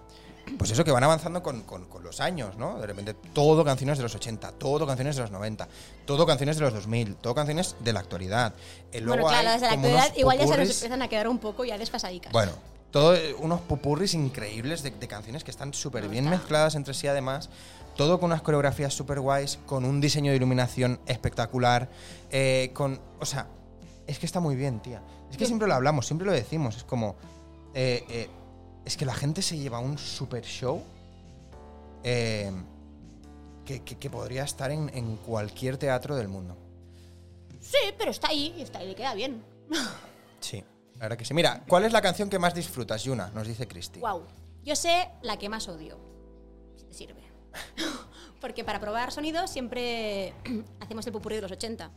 Speaker 1: pues eso que van avanzando con, con- con los años, ¿no? De repente, todo canciones de los 80, todo canciones de los 90, todo canciones de los 2000, todo canciones de la actualidad. Eh, luego
Speaker 2: Bueno, claro,
Speaker 1: hay
Speaker 2: desde la
Speaker 1: como unos
Speaker 2: actualidad igual ya se nos
Speaker 1: popurris-
Speaker 2: empiezan a quedar un poco ya desfasadicas.
Speaker 1: Bueno, todos unos pupurris increíbles de, de canciones que están súper bien
Speaker 2: Brutal.
Speaker 1: mezcladas entre sí además. Todo con unas coreografías súper guays, con un diseño de iluminación espectacular, eh, con... O sea, es que está muy bien, tía. Es que siempre lo hablamos, siempre lo decimos. Es como... eh, eh, es que la gente se lleva un super show eh, que, que- que podría estar en, en cualquier teatro del mundo.
Speaker 2: Sí, pero está ahí, y está ahí, le queda bien.
Speaker 1: Sí. La verdad que sí. Mira, ¿cuál es la canción que más disfrutas, Yuna? Nos dice Cristi.
Speaker 2: Wow. Yo sé la que más odio. Si te sirve. Porque para probar sonidos siempre hacemos el pupurri de los 80.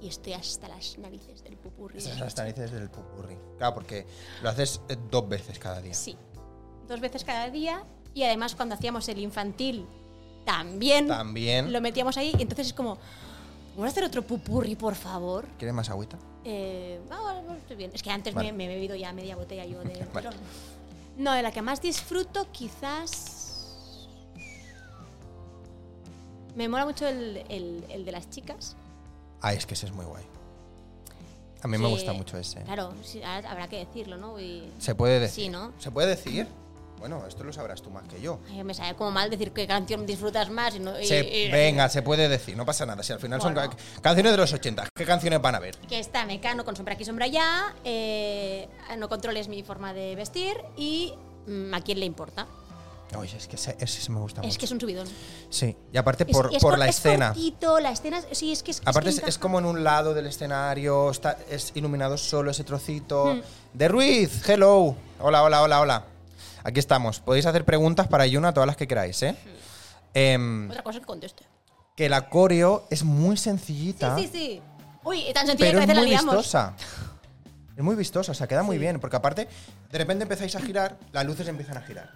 Speaker 2: Y estoy hasta las narices del pupurri.
Speaker 1: Esas son las narices del pupurri. Claro, porque lo haces eh, dos veces cada día.
Speaker 2: Sí. Dos veces cada día. Y además cuando hacíamos el infantil también,
Speaker 1: También.
Speaker 2: lo metíamos ahí. Y entonces es como, ¿puedo hacer otro pupurri, por favor?
Speaker 1: ¿Quieres más agüita?
Speaker 2: Eh, ah, vale, pues estoy bien. Es que antes
Speaker 1: Vale.
Speaker 2: me, me he bebido ya media botella yo de...
Speaker 1: Vale.
Speaker 2: No, de la que más disfruto quizás... Me mola mucho el, el- el de las chicas.
Speaker 1: Ah, es que ese es muy guay. A mí me
Speaker 2: que-
Speaker 1: gusta mucho ese.
Speaker 2: Claro, sí, ahora habrá que decirlo, ¿no? Y-
Speaker 1: Se puede decir.
Speaker 2: Sí, ¿no?
Speaker 1: Se puede decir. Bueno, esto lo sabrás tú más que yo.
Speaker 2: Ay, me sale como mal decir qué canción disfrutas más y no... y-
Speaker 1: Se-
Speaker 2: y-
Speaker 1: venga, se puede decir, no pasa nada. Si al final son
Speaker 2: Bueno.
Speaker 1: ca- canciones de los 80, ¿qué canciones van a ver?
Speaker 2: Que está Mecano con sombra aquí, sombra allá, eh, no controles mi forma de vestir y mm, a quién le importa.
Speaker 1: Oye, es que ese, ese sí me gusta
Speaker 2: Es
Speaker 1: mucho.
Speaker 2: que es un subidón.
Speaker 1: Sí, y aparte
Speaker 2: Es-
Speaker 1: por,
Speaker 2: es
Speaker 1: por
Speaker 2: cor-
Speaker 1: la
Speaker 2: es
Speaker 1: escena.
Speaker 2: cortito, la escena, es- sí, es que es,
Speaker 1: Aparte
Speaker 2: es
Speaker 1: es,
Speaker 2: que
Speaker 1: es
Speaker 2: encaja.
Speaker 1: como en un lado del escenario, está, es iluminado solo ese trocito.
Speaker 2: Hmm.
Speaker 1: De Ruiz, hello. Hola, hola, hola, hola. Aquí estamos. Podéis hacer preguntas para Yuna, todas las que queráis, ¿eh? Em,
Speaker 2: Otra cosa que conteste.
Speaker 1: que la coreo es muy
Speaker 2: Sí,
Speaker 1: sencillita,
Speaker 2: sí, sí. Uy, tan sencilla
Speaker 1: pero
Speaker 2: que a
Speaker 1: es
Speaker 2: veces la
Speaker 1: muy
Speaker 2: liamos.
Speaker 1: vistosa. Es muy vistosa, o sea, queda muy bien, porque aparte, de repente empezáis a girar, las luces empiezan a girar.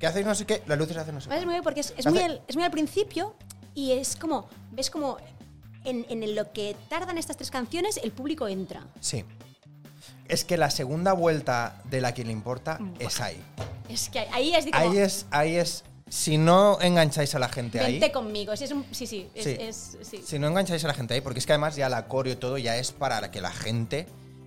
Speaker 1: Que hacéis no sé qué, las luces hacen no sé
Speaker 2: A veces
Speaker 1: qué.
Speaker 2: muy bien porque es, es
Speaker 1: Hace-
Speaker 2: muy al, es muy al principio y es como, ves como en, en lo que tardan estas tres canciones, el público entra.
Speaker 1: Sí. Es que la segunda vuelta de la que le importa es ahí.
Speaker 2: Es que ahí es de como,
Speaker 1: Ahí es, ahí es. Si no engancháis a la gente ahí.
Speaker 2: vente conmigo. Sí, es un- sí, sí, es-
Speaker 1: Sí.
Speaker 2: es- sí.
Speaker 1: Si no engancháis a la gente ahí, porque es que además ya la coreo y todo ya es para que la gente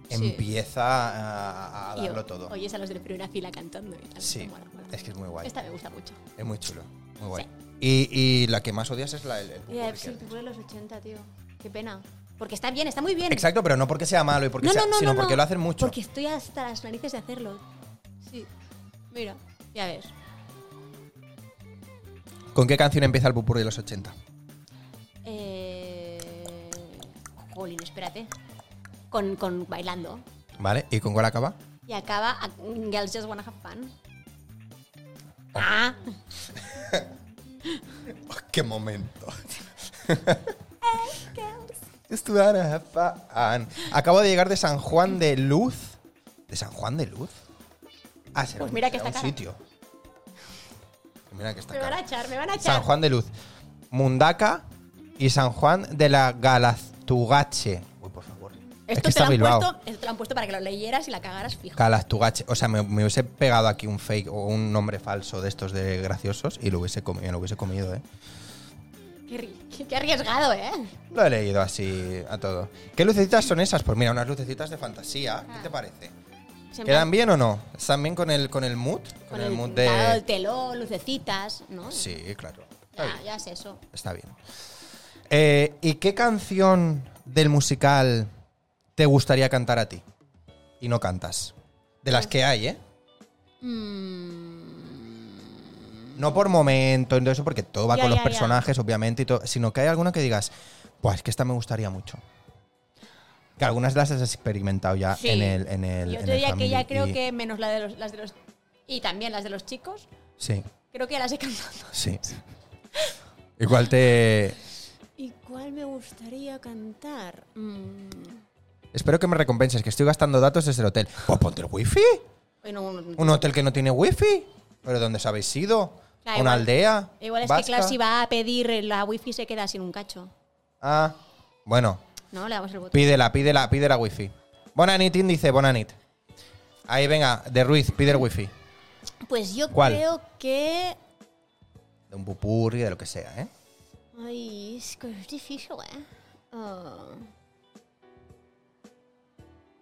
Speaker 2: Sí.
Speaker 1: empieza a, a
Speaker 2: Y
Speaker 1: darlo
Speaker 2: o-
Speaker 1: todo.
Speaker 2: Oyes a los de la primera fila cantando y tal.
Speaker 1: Sí,
Speaker 2: mola, mola.
Speaker 1: es que es muy guay.
Speaker 2: Esta me gusta mucho.
Speaker 1: Es muy chulo. Muy guay.
Speaker 2: Sí. Eh,
Speaker 1: Y, y la que más odias es la del. el pupurri que haces.
Speaker 2: de los 80, tío. Qué pena. Porque está bien, está muy bien.
Speaker 1: Exacto, pero no porque sea malo y porque sea- sino porque lo hacen mucho.
Speaker 2: Porque estoy hasta las narices de hacerlo. Sí. Mira, ya ves.
Speaker 1: ¿Con qué canción empieza el pupurri de los 80?
Speaker 2: Eh... Jolín, espérate. Con, con bailando.
Speaker 1: ¿Vale? ¿Y con cuál acaba?
Speaker 2: Y acaba a- Girls Just Wanna Have Fun.
Speaker 1: Oh,
Speaker 2: Ah,
Speaker 1: ¡Qué momento! Estudiar a Fan. Acabo de llegar de San Juan de Luz. ¿De San Juan de Luz? Ah, será
Speaker 2: Pues
Speaker 1: un-
Speaker 2: mira que
Speaker 1: será
Speaker 2: está
Speaker 1: un
Speaker 2: cara.
Speaker 1: sitio. Mira que está
Speaker 2: me van a
Speaker 1: cara.
Speaker 2: echar, me van a echar.
Speaker 1: San Juan de Luz. Mundaca y San Juan de la Galaztugache. Uy, por favor. es que
Speaker 2: Esto, te lo
Speaker 1: está
Speaker 2: han
Speaker 1: Bilbao.
Speaker 2: puesto, esto te lo han puesto para que lo leyeras y la cagaras fijo.
Speaker 1: Galaztugache. O sea, me, me hubiese pegado aquí un fake o un nombre falso de estos de graciosos y lo hubiese comido, lo hubiese comido, ¿eh?
Speaker 2: Qué, ri- qué- qué arriesgado, ¿eh?
Speaker 1: Lo he leído así a todo. ¿Qué lucecitas son esas? Pues mira, unas lucecitas de fantasía. ¿Qué
Speaker 2: Ah.
Speaker 1: te parece?
Speaker 2: Se me
Speaker 1: ¿Quedan bien o no? ¿Están bien con el, con el mood? Con, el, mood de.
Speaker 2: claro, el telón, lucecitas, ¿no?
Speaker 1: Sí, claro. Está
Speaker 2: Ya,
Speaker 1: bien.
Speaker 2: ya es eso.
Speaker 1: Está bien. Eh, ¿Y qué canción del musical te gustaría cantar a ti? Y no cantas. De las que hay, ¿eh?
Speaker 2: Mm.
Speaker 1: No por momento, y todo eso, porque todo va
Speaker 2: Ya,
Speaker 1: con los
Speaker 2: ya, ya.
Speaker 1: personajes, obviamente, y todo, sino que hay alguna que digas, pues que esta me gustaría mucho. Que algunas las has experimentado ya
Speaker 2: Sí.
Speaker 1: en el. En el
Speaker 2: Yo
Speaker 1: en
Speaker 2: te
Speaker 1: el
Speaker 2: diría que
Speaker 1: Family
Speaker 2: ya creo
Speaker 1: y-
Speaker 2: que menos la de los, las de los. Y también las de los chicos.
Speaker 1: Sí,
Speaker 2: Creo que ya las he cantado.
Speaker 1: sí. Igual te.
Speaker 2: ¿Y cuál me gustaría cantar? Mm,
Speaker 1: Espero que me recompenses, que estoy gastando datos desde el hotel. Pues ponte el wifi.
Speaker 2: bueno, un-
Speaker 1: Un hotel que no tiene wifi. ¿Pero dónde os habéis ido?
Speaker 2: Da
Speaker 1: ¿A ¿Una
Speaker 2: igual.
Speaker 1: aldea?
Speaker 2: igual es
Speaker 1: vasca?
Speaker 2: que Klaus iba a pedir la wifi y se queda sin un cacho.
Speaker 1: Ah, bueno,
Speaker 2: ¿No? Le damos el botón.
Speaker 1: pídela, pídela, pídela wifi. Bonanit dice Bonanit. Ahí venga, de Ruiz, pide el wifi.
Speaker 2: Pues yo
Speaker 1: ¿Cuál?
Speaker 2: creo que.
Speaker 1: De un pupurri, de lo que sea, ¿eh?
Speaker 2: Ay, es que es difícil, ¿eh? Ah.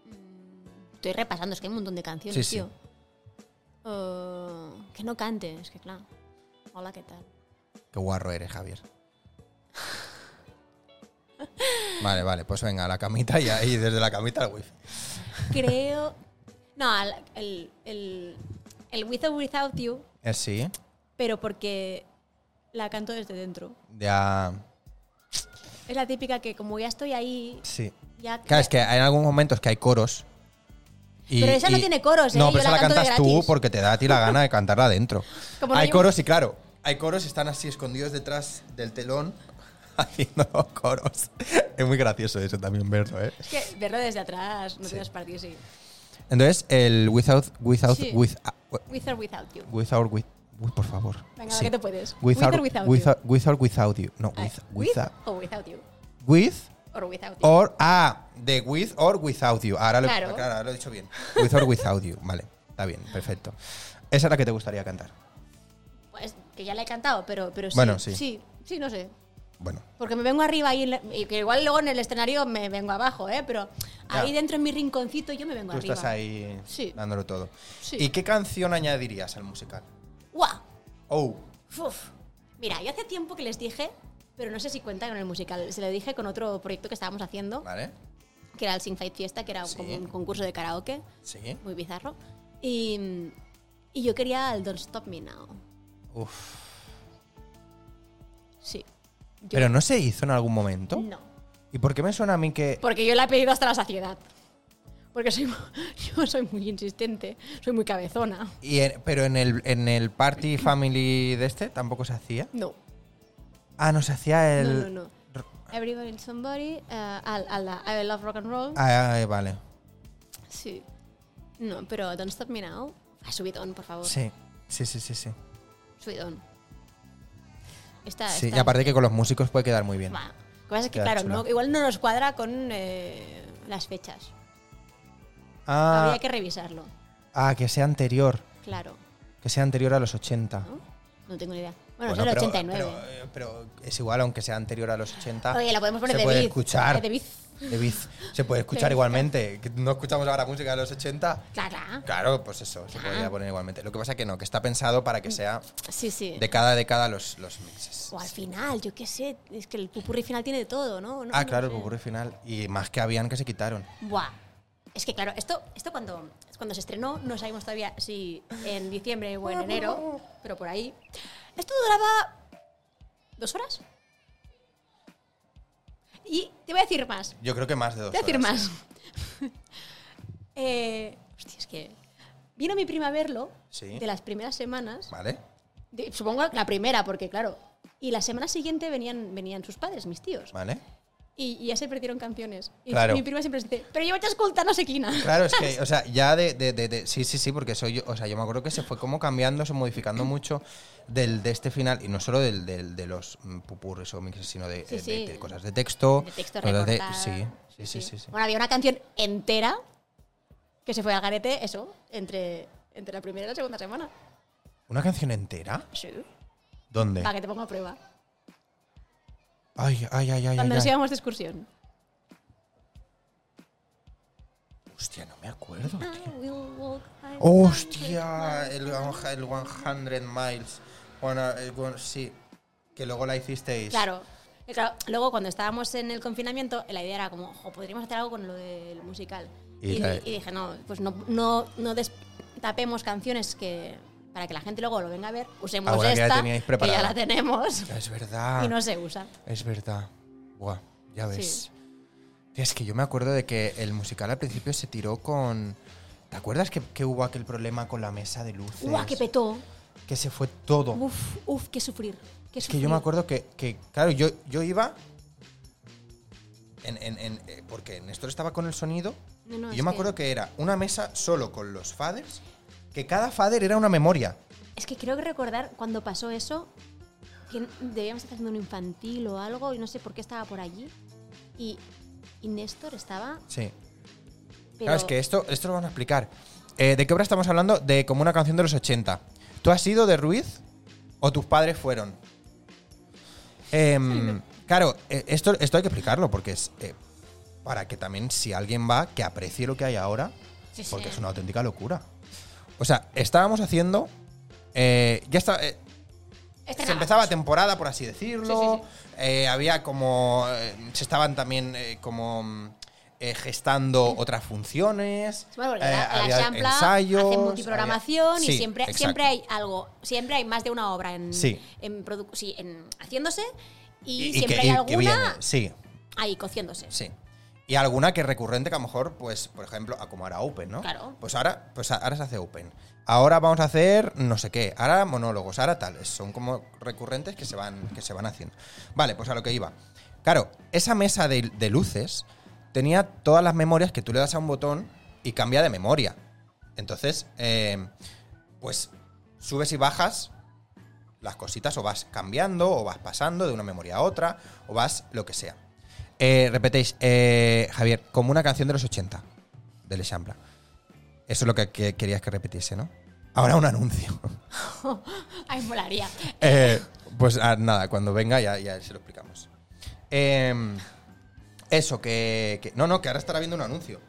Speaker 2: Mm, Estoy repasando, es que hay un montón de canciones,
Speaker 1: Sí, sí.
Speaker 2: tío. Ah, que no cante, es que claro. Hola, ¿qué tal?
Speaker 1: Qué guarro eres, Javier. Vale, vale, pues venga, a la camita y ahí desde la camita al wifi.
Speaker 2: Creo. No, al- el, el, el With or Without You,
Speaker 1: Eh, sí,
Speaker 2: pero porque la canto desde dentro.
Speaker 1: ya.
Speaker 2: Es la típica que, como ya estoy ahí,
Speaker 1: Sí.
Speaker 2: ya.
Speaker 1: Claro, es que hay algunos momentos que hay coros. y-
Speaker 2: Pero esa no
Speaker 1: y-
Speaker 2: tiene coros, ¿eh?
Speaker 1: No,
Speaker 2: Yo
Speaker 1: pero esa
Speaker 2: la
Speaker 1: la
Speaker 2: canto de
Speaker 1: cantas tú
Speaker 2: gratis.
Speaker 1: porque te da a ti la gana de cantarla adentro.
Speaker 2: Como no
Speaker 1: hay
Speaker 2: hay un-
Speaker 1: coros y claro, hay coros están así escondidos detrás del telón haciendo coros. Es muy gracioso eso también verlo, ¿eh?
Speaker 2: Es que verlo desde atrás, no
Speaker 1: Sí.
Speaker 2: te das partido, sí.
Speaker 1: Entonces, el without, without,
Speaker 2: Sí.
Speaker 1: with, ah,
Speaker 2: With or Without You.
Speaker 1: without, with, uy, por favor.
Speaker 2: Venga,
Speaker 1: Sí.
Speaker 2: ahora que te puedes.
Speaker 1: Without,
Speaker 2: with or without
Speaker 1: without, without, without you. No,
Speaker 2: you.
Speaker 1: with,
Speaker 2: Ah,
Speaker 1: without.
Speaker 2: with or without you.
Speaker 1: With
Speaker 2: Or without you.
Speaker 1: or ah, de with or without you. Ahora lo,
Speaker 2: Claro.
Speaker 1: ahora lo he dicho bien. With or without you. Vale, está bien, perfecto. Esa es la que te gustaría cantar.
Speaker 2: Pues que ya la he cantado, pero, pero sí.
Speaker 1: Bueno, sí.
Speaker 2: Sí, sí, no sé.
Speaker 1: Bueno,
Speaker 2: Porque me vengo arriba y, en la- y que igual luego en el escenario me vengo abajo, ¿eh? Pero
Speaker 1: Ya.
Speaker 2: ahí dentro en mi rinconcito yo me vengo
Speaker 1: tú
Speaker 2: arriba.
Speaker 1: estás ahí
Speaker 2: Sí.
Speaker 1: dándolo todo.
Speaker 2: Sí.
Speaker 1: ¿Y qué canción añadirías al musical?
Speaker 2: ¡Guau!
Speaker 1: Oh,
Speaker 2: Fuf. Mira, yo hace tiempo que les dije, pero no sé si cuenta con el musical. Se lo dije con otro proyecto que estábamos haciendo,
Speaker 1: vale.
Speaker 2: que era el Sing Fight Fiesta, que era
Speaker 1: Sí.
Speaker 2: como un concurso de karaoke,
Speaker 1: Sí.
Speaker 2: muy bizarro. Y, y yo quería el Don't Stop Me Now.
Speaker 1: Uf.
Speaker 2: Sí. Yo-
Speaker 1: Pero no se hizo en algún momento.
Speaker 2: No. Pues
Speaker 1: ¿Y por qué me suena a mí que
Speaker 2: Porque yo la he pedido hasta la saciedad. Porque soy, mu- yo soy muy insistente, soy muy cabezona.
Speaker 1: y en- pero en el en el party family de este tampoco se hacía?
Speaker 2: No,
Speaker 1: Ah, no se hacía el
Speaker 2: no, no, no. Everybody and Somebody, eh, al, a la I Love Rock and Roll.
Speaker 1: Ah, vale.
Speaker 2: Sí. No, pero Don't Stop Me Now. Ah, subidón, por favor.
Speaker 1: Sí. Sí, sí, sí, sí.
Speaker 2: Subidón. Esta,
Speaker 1: Sí, y
Speaker 2: esta-
Speaker 1: aparte que con los músicos puede quedar muy bien.
Speaker 2: Buah. Lo que pasa es que,
Speaker 1: Queda
Speaker 2: claro,
Speaker 1: chula.
Speaker 2: no- igual no nos cuadra con eh, las fechas.
Speaker 1: Ah,
Speaker 2: Habría que revisarlo,
Speaker 1: ah, que sea anterior.
Speaker 2: claro.
Speaker 1: Que sea anterior a los 80.
Speaker 2: ¿no? No tengo ni idea. Bueno,
Speaker 1: Bueno,
Speaker 2: es el
Speaker 1: pero-
Speaker 2: 89.
Speaker 1: Pero, eh, pero es igual, aunque sea anterior a los 80.
Speaker 2: Oye, la podemos poner
Speaker 1: se
Speaker 2: de
Speaker 1: puede
Speaker 2: Biz.
Speaker 1: escuchar.
Speaker 2: Eh, de Biz.
Speaker 1: De Biz. Se puede escuchar
Speaker 2: Biz,
Speaker 1: igualmente. Que No escuchamos ahora música de los 80.
Speaker 2: Claro, claro.
Speaker 1: Claro, pues eso, se
Speaker 2: Claro.
Speaker 1: podría poner igualmente. Lo que pasa que no, que está pensado para que sea
Speaker 2: Sí, sí.
Speaker 1: de cada década los, los mixes.
Speaker 2: o al final, yo qué sé. Es que el pupurri final tiene de todo, ¿no? No,
Speaker 1: Ah,
Speaker 2: no
Speaker 1: claro, el
Speaker 2: sé.
Speaker 1: concurso final. Y más que habían que se quitaron.
Speaker 2: Buah. Es que claro, esto, esto cuando, cuando se estrenó, no sabemos todavía si en diciembre o en enero, pero por ahí. Esto duraba dos horas. Y te voy a decir más.
Speaker 1: Yo creo que más de dos.
Speaker 2: Te voy a decir
Speaker 1: horas.
Speaker 2: más. Eh, hostia, es que vino mi prima a verlo
Speaker 1: Sí.
Speaker 2: de las primeras semanas.
Speaker 1: ¿Vale?
Speaker 2: De- supongo que la primera, porque claro. Y la semana siguiente venían, venían sus padres, mis tíos.
Speaker 1: ¿Vale?
Speaker 2: Y, y ya se perdieron canciones. Y
Speaker 1: Claro.
Speaker 2: mi prima siempre dice, pero yo me escolta no sé quina.
Speaker 1: Claro, es que, o sea, ya de, de- de- de- sí, sí, sí, porque soy yo, o sea, yo me acuerdo que se fue como cambiando, se modificando mucho del de este final, y no solo del, del- de los mm, pupurris o mixes, sino de,
Speaker 2: Sí,
Speaker 1: eh, de-
Speaker 2: sí.
Speaker 1: de cosas de texto.
Speaker 2: De texto
Speaker 1: cosas de-
Speaker 2: recortada.
Speaker 1: sí, sí, sí, sí, sí.
Speaker 2: Bueno, había una canción entera que se fue al garete, eso, entre, entre la primera y la segunda semana.
Speaker 1: ¿Una canción entera?
Speaker 2: Sí.
Speaker 1: ¿Dónde?
Speaker 2: Para que te ponga a prueba.
Speaker 1: Ay, ay, ay, ay, ay,
Speaker 2: Cuando nos
Speaker 1: ay.
Speaker 2: íbamos de excursión.
Speaker 1: Hostia, no me acuerdo. tío.
Speaker 2: I will walk, I
Speaker 1: Oh,
Speaker 2: will
Speaker 1: Hostia, el, one- el 100 miles. Bueno, el one- sí, que luego la hicisteis.
Speaker 2: Claro. Y claro, Luego, cuando estábamos en el confinamiento, la idea era como, "Jo, podríamos hacer algo con lo del musical.
Speaker 1: Y
Speaker 2: Y,
Speaker 1: la-
Speaker 2: y dije, no, pues no, no, no des- tapemos canciones que para que la gente luego lo venga a ver. Usemos
Speaker 1: Ahora que ya
Speaker 2: esta,
Speaker 1: teníais
Speaker 2: que
Speaker 1: preparada. Ah.
Speaker 2: ya la tenemos
Speaker 1: Es verdad.
Speaker 2: y no se usa.
Speaker 1: Es verdad. Buah, ya ves. Tía, es que yo me acuerdo de que el musical al principio se tiró con. ¿Te acuerdas que, que hubo aquel problema con la mesa de luces?
Speaker 2: ¡Uah, que petó!
Speaker 1: que se fue todo.
Speaker 2: Uf, uf, qué sufrir. qué
Speaker 1: Es que
Speaker 2: sufrir.
Speaker 1: yo me acuerdo que, que, claro, yo, yo iba. En, en- en- eh, porque Néstor estaba con el sonido.
Speaker 2: No, no,
Speaker 1: y
Speaker 2: es
Speaker 1: yo me acuerdo que era una mesa solo con los faders. Que cada fader era una memoria.
Speaker 2: Es que creo que recordar cuando pasó eso, que debíamos estar haciendo un infantil o algo, y no sé por qué estaba por allí. Y, y Néstor estaba.
Speaker 1: Sí.
Speaker 2: Pero,
Speaker 1: Claro, es que esto, esto lo van a explicar. Eh, ¿De qué obra estamos hablando? De como una canción de los 80. ¿Tú has sido de Ruiz o tus padres fueron? Em, claro, eh, esto, esto hay que explicarlo porque es eh, para que también si alguien va, que aprecie lo que hay ahora,
Speaker 2: Sí, sí.
Speaker 1: porque es una auténtica locura. O sea, estábamos haciendo... eh, ya está, eh, se
Speaker 2: Estrenábamos.
Speaker 1: empezaba temporada, por así decirlo.
Speaker 2: Este Sí,
Speaker 1: Eh, había como. eh, se estaban también eh, como. mm, eh, gestando otras funciones.
Speaker 2: Bueno, porque
Speaker 1: eh,
Speaker 2: la- la
Speaker 1: había
Speaker 2: Champla
Speaker 1: ensayos.
Speaker 2: hace multiprogramación
Speaker 1: había-
Speaker 2: y
Speaker 1: Sí,
Speaker 2: siempre,
Speaker 1: exacto.
Speaker 2: siempre hay algo, siempre hay más de una obra en,
Speaker 1: Sí.
Speaker 2: en, produ- sí, en haciéndose y,
Speaker 1: Y- y
Speaker 2: siempre
Speaker 1: que-
Speaker 2: hay
Speaker 1: y que viene,
Speaker 2: alguna
Speaker 1: Sí,
Speaker 2: ahí cociéndose.
Speaker 1: sí. Y alguna que es recurrente que a lo mejor, pues, por ejemplo, ah, como ahora Open, ¿no?
Speaker 2: Claro.
Speaker 1: Pues ahora, pues ahora se hace Open. Ahora vamos a hacer no sé qué. Ahora monólogos, ahora tales. Son como recurrentes que se van, que se van haciendo. Vale, pues a lo que iba. Claro, esa mesa de, de luces tenía todas las memorias que tú le das a un botón y cambia de memoria. Entonces, eh, pues subes y bajas las cositas o vas cambiando o vas pasando de una memoria a otra o vas lo que sea. Eh, repetéis, eh, Javier, como una canción de los 80 del Champla. Eso es lo que, que querías que repetiese, ¿no? Ahora un anuncio.
Speaker 2: Ay, molaría.
Speaker 1: Eh, pues ah, nada, cuando venga ya, ya se lo explicamos. Em, eso, que, que- No, no, que ahora estará viendo un anuncio.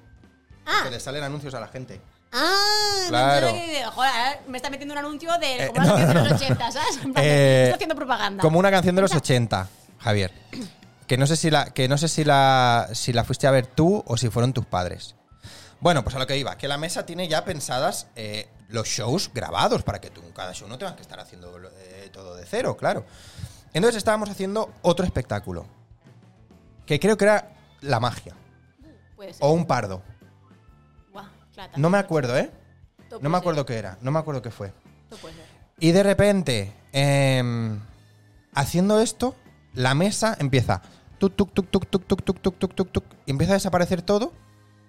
Speaker 2: Ah.
Speaker 1: Que le salen anuncios a la gente.
Speaker 2: Ah,
Speaker 1: Claro.
Speaker 2: no, que, joder, ahora me está metiendo un anuncio de
Speaker 1: Eh,
Speaker 2: como
Speaker 1: no,
Speaker 2: la canción de
Speaker 1: no,
Speaker 2: los
Speaker 1: no.
Speaker 2: 80, ¿sabes? En plan,
Speaker 1: Eh,
Speaker 2: estoy haciendo propaganda.
Speaker 1: Como una canción de los 80, Javier. Que no sé si la, que no sé si la, si la fuiste a ver tú o si fueron tus padres. Bueno, pues a lo que iba, que la mesa tiene ya pensadas eh, los shows grabados para que tú en cada show no tengas que estar haciendo eh, todo de cero, claro. Entonces estábamos haciendo otro espectáculo, que creo que era La Magia,
Speaker 2: Puede ser.
Speaker 1: o Un Pardo.
Speaker 2: Buah, claro,
Speaker 1: No me acuerdo, ¿eh? No
Speaker 2: todo puede
Speaker 1: me
Speaker 2: ser,
Speaker 1: acuerdo qué era, no me acuerdo qué fue.
Speaker 2: todo puede ser.
Speaker 1: Y de repente, em, haciendo esto, la mesa empieza tuk tuk tuk tuk tuk tuk tuk tuk tuk tuk tuk y empieza a desaparecer todo.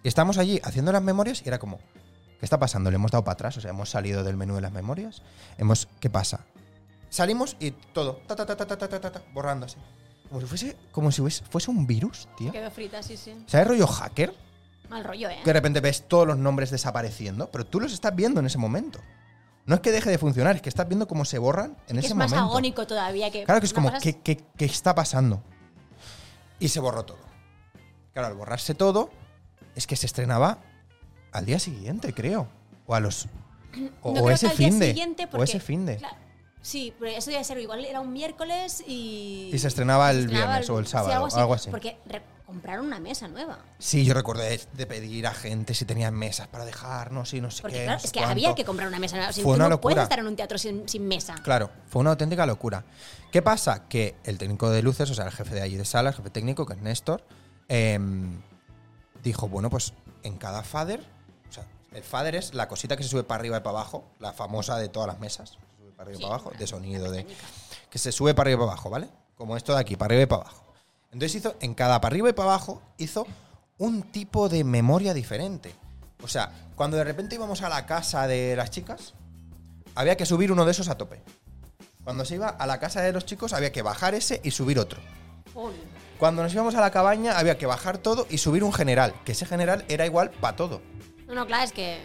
Speaker 1: Y estamos allí haciendo las memorias y era como, ¿qué está pasando? Le hemos dado para atrás, o sea, hemos salido del menú de las memorias. Hemos, ¿qué pasa? Salimos y todo, ta ta ta ta ta ta ta, ta, ta, borrándose. Como si fuese, como si fuese, fuese un virus, tío.
Speaker 2: Quedó frita, sí, sí.
Speaker 1: ¿Sabes rollo hacker?
Speaker 2: Mal rollo, ¿eh?
Speaker 1: que de repente ves todos los nombres desapareciendo, pero tú los estás viendo en ese momento. No es que deje de funcionar, es que estás viendo cómo se borran en
Speaker 2: Que
Speaker 1: ese
Speaker 2: es más
Speaker 1: momento.
Speaker 2: agónico todavía que.
Speaker 1: Claro que es
Speaker 2: una
Speaker 1: como,
Speaker 2: cosa es-
Speaker 1: ¿qué, qué, qué está pasando? Y se borró todo. Claro, al borrarse todo, es que se estrenaba al día siguiente, creo. O a los. O,
Speaker 2: No
Speaker 1: o
Speaker 2: creo
Speaker 1: ese
Speaker 2: que al día
Speaker 1: fin
Speaker 2: siguiente,
Speaker 1: de. O
Speaker 2: porque-
Speaker 1: ese fin de.
Speaker 2: Claro, sí, pero eso debe ser igual. Era un miércoles y.
Speaker 1: Y se estrenaba el
Speaker 2: estrenaba
Speaker 1: viernes o el
Speaker 2: sí,
Speaker 1: sábado, algo así.
Speaker 2: Porque re- compraron una mesa nueva.
Speaker 1: Sí, yo recuerdo de, de pedir a gente si tenían mesas para dejarnos y no sé
Speaker 2: Porque
Speaker 1: qué.
Speaker 2: claro,
Speaker 1: no sé
Speaker 2: es que había
Speaker 1: cuánto.
Speaker 2: que comprar una mesa nueva. O sea,
Speaker 1: Fue
Speaker 2: tú
Speaker 1: una
Speaker 2: no
Speaker 1: locura.
Speaker 2: puedes estar en un teatro sin, sin mesa.
Speaker 1: Claro, fue una auténtica locura. ¿Qué pasa? Que el técnico de luces, o sea, el jefe de allí de sala, el jefe técnico, que es Néstor, em, dijo, bueno, pues en cada fader, o sea, el fader es la cosita que se sube para arriba y para abajo, la famosa de todas las mesas, que se sube para arriba y
Speaker 2: Sí,
Speaker 1: para abajo,
Speaker 2: una-
Speaker 1: de sonido, de...
Speaker 2: pestañita.
Speaker 1: Que se sube para arriba y para abajo, ¿vale? Como esto de aquí, para arriba y para abajo. Entonces hizo, en cada para arriba y para abajo, hizo un tipo de memoria diferente. O sea, cuando de repente íbamos a la casa de las chicas, había que subir uno de esos a tope. Cuando se iba a la casa de los chicos había que bajar ese y subir otro.
Speaker 2: Uy,
Speaker 1: Cuando nos íbamos a la cabaña había que bajar todo y subir un general, que ese general era igual para todo.
Speaker 2: No, no, claro, es que.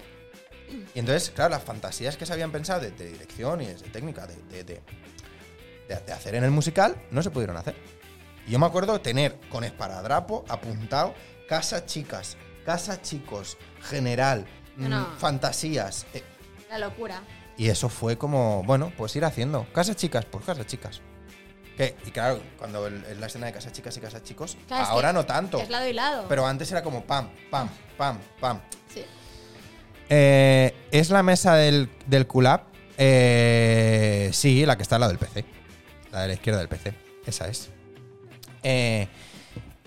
Speaker 1: Y entonces, claro, las fantasías que se habían pensado de, de dirección y de técnica, de, de- de- de- de hacer en el musical, no se pudieron hacer. Y yo me acuerdo tener con esparadrapo apuntado casa chicas, casa chicos, general,
Speaker 2: No,
Speaker 1: mm,
Speaker 2: no.
Speaker 1: fantasías. eh,
Speaker 2: La locura.
Speaker 1: y eso fue como, bueno, pues ir haciendo. Casa chicas, por casa chicas. Que, y claro, cuando el- en la escena de casa chicas y casa chicos,
Speaker 2: Claro, es
Speaker 1: ahora
Speaker 2: que
Speaker 1: no tanto.
Speaker 2: Es lado y lado.
Speaker 1: Pero antes era como pam, pam, pam, pam.
Speaker 2: Sí.
Speaker 1: Eh, ¿Es la mesa del, del QLab? Eh, sí, la que está al lado del PC. La de la izquierda del PC. Esa es. Eh,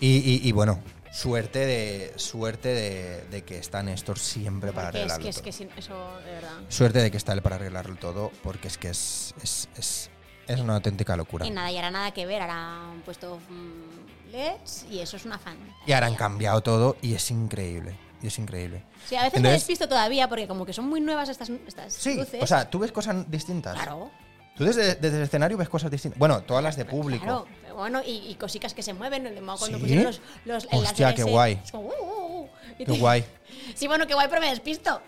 Speaker 1: y, y- y bueno, Suerte de, suerte de, de que está Néstor siempre para
Speaker 2: Porque es
Speaker 1: arreglarlo
Speaker 2: que, es
Speaker 1: todo.
Speaker 2: que sin eso, de verdad.
Speaker 1: Suerte de que está él para arreglarlo todo, porque es que es, es, es, es una auténtica locura.
Speaker 2: Y nada, y hará nada que ver, hará un puesto mm, LEDs y eso es una fan.
Speaker 1: Y ahora han cambiado todo y es increíble. Y es increíble.
Speaker 2: Sí, a veces me
Speaker 1: Entonces-
Speaker 2: despisto todavía porque como que son muy nuevas estas, estas
Speaker 1: Sí,
Speaker 2: luces.
Speaker 1: o sea, tú ves cosas distintas.
Speaker 2: claro,
Speaker 1: Tú desde, desde el escenario ves cosas distintas. Bueno, todas las de público.
Speaker 2: claro. Pero Bueno, y, y cositas que se mueven, el de Mao cuando
Speaker 1: ¿Sí?
Speaker 2: pusieron los, los el
Speaker 1: Hostia,
Speaker 2: láser
Speaker 1: qué
Speaker 2: ese,
Speaker 1: guay.
Speaker 2: es como, uh, uh, uh, y
Speaker 1: Qué
Speaker 2: te-
Speaker 1: guay.
Speaker 2: Sí, bueno, qué guay, pero me despisto.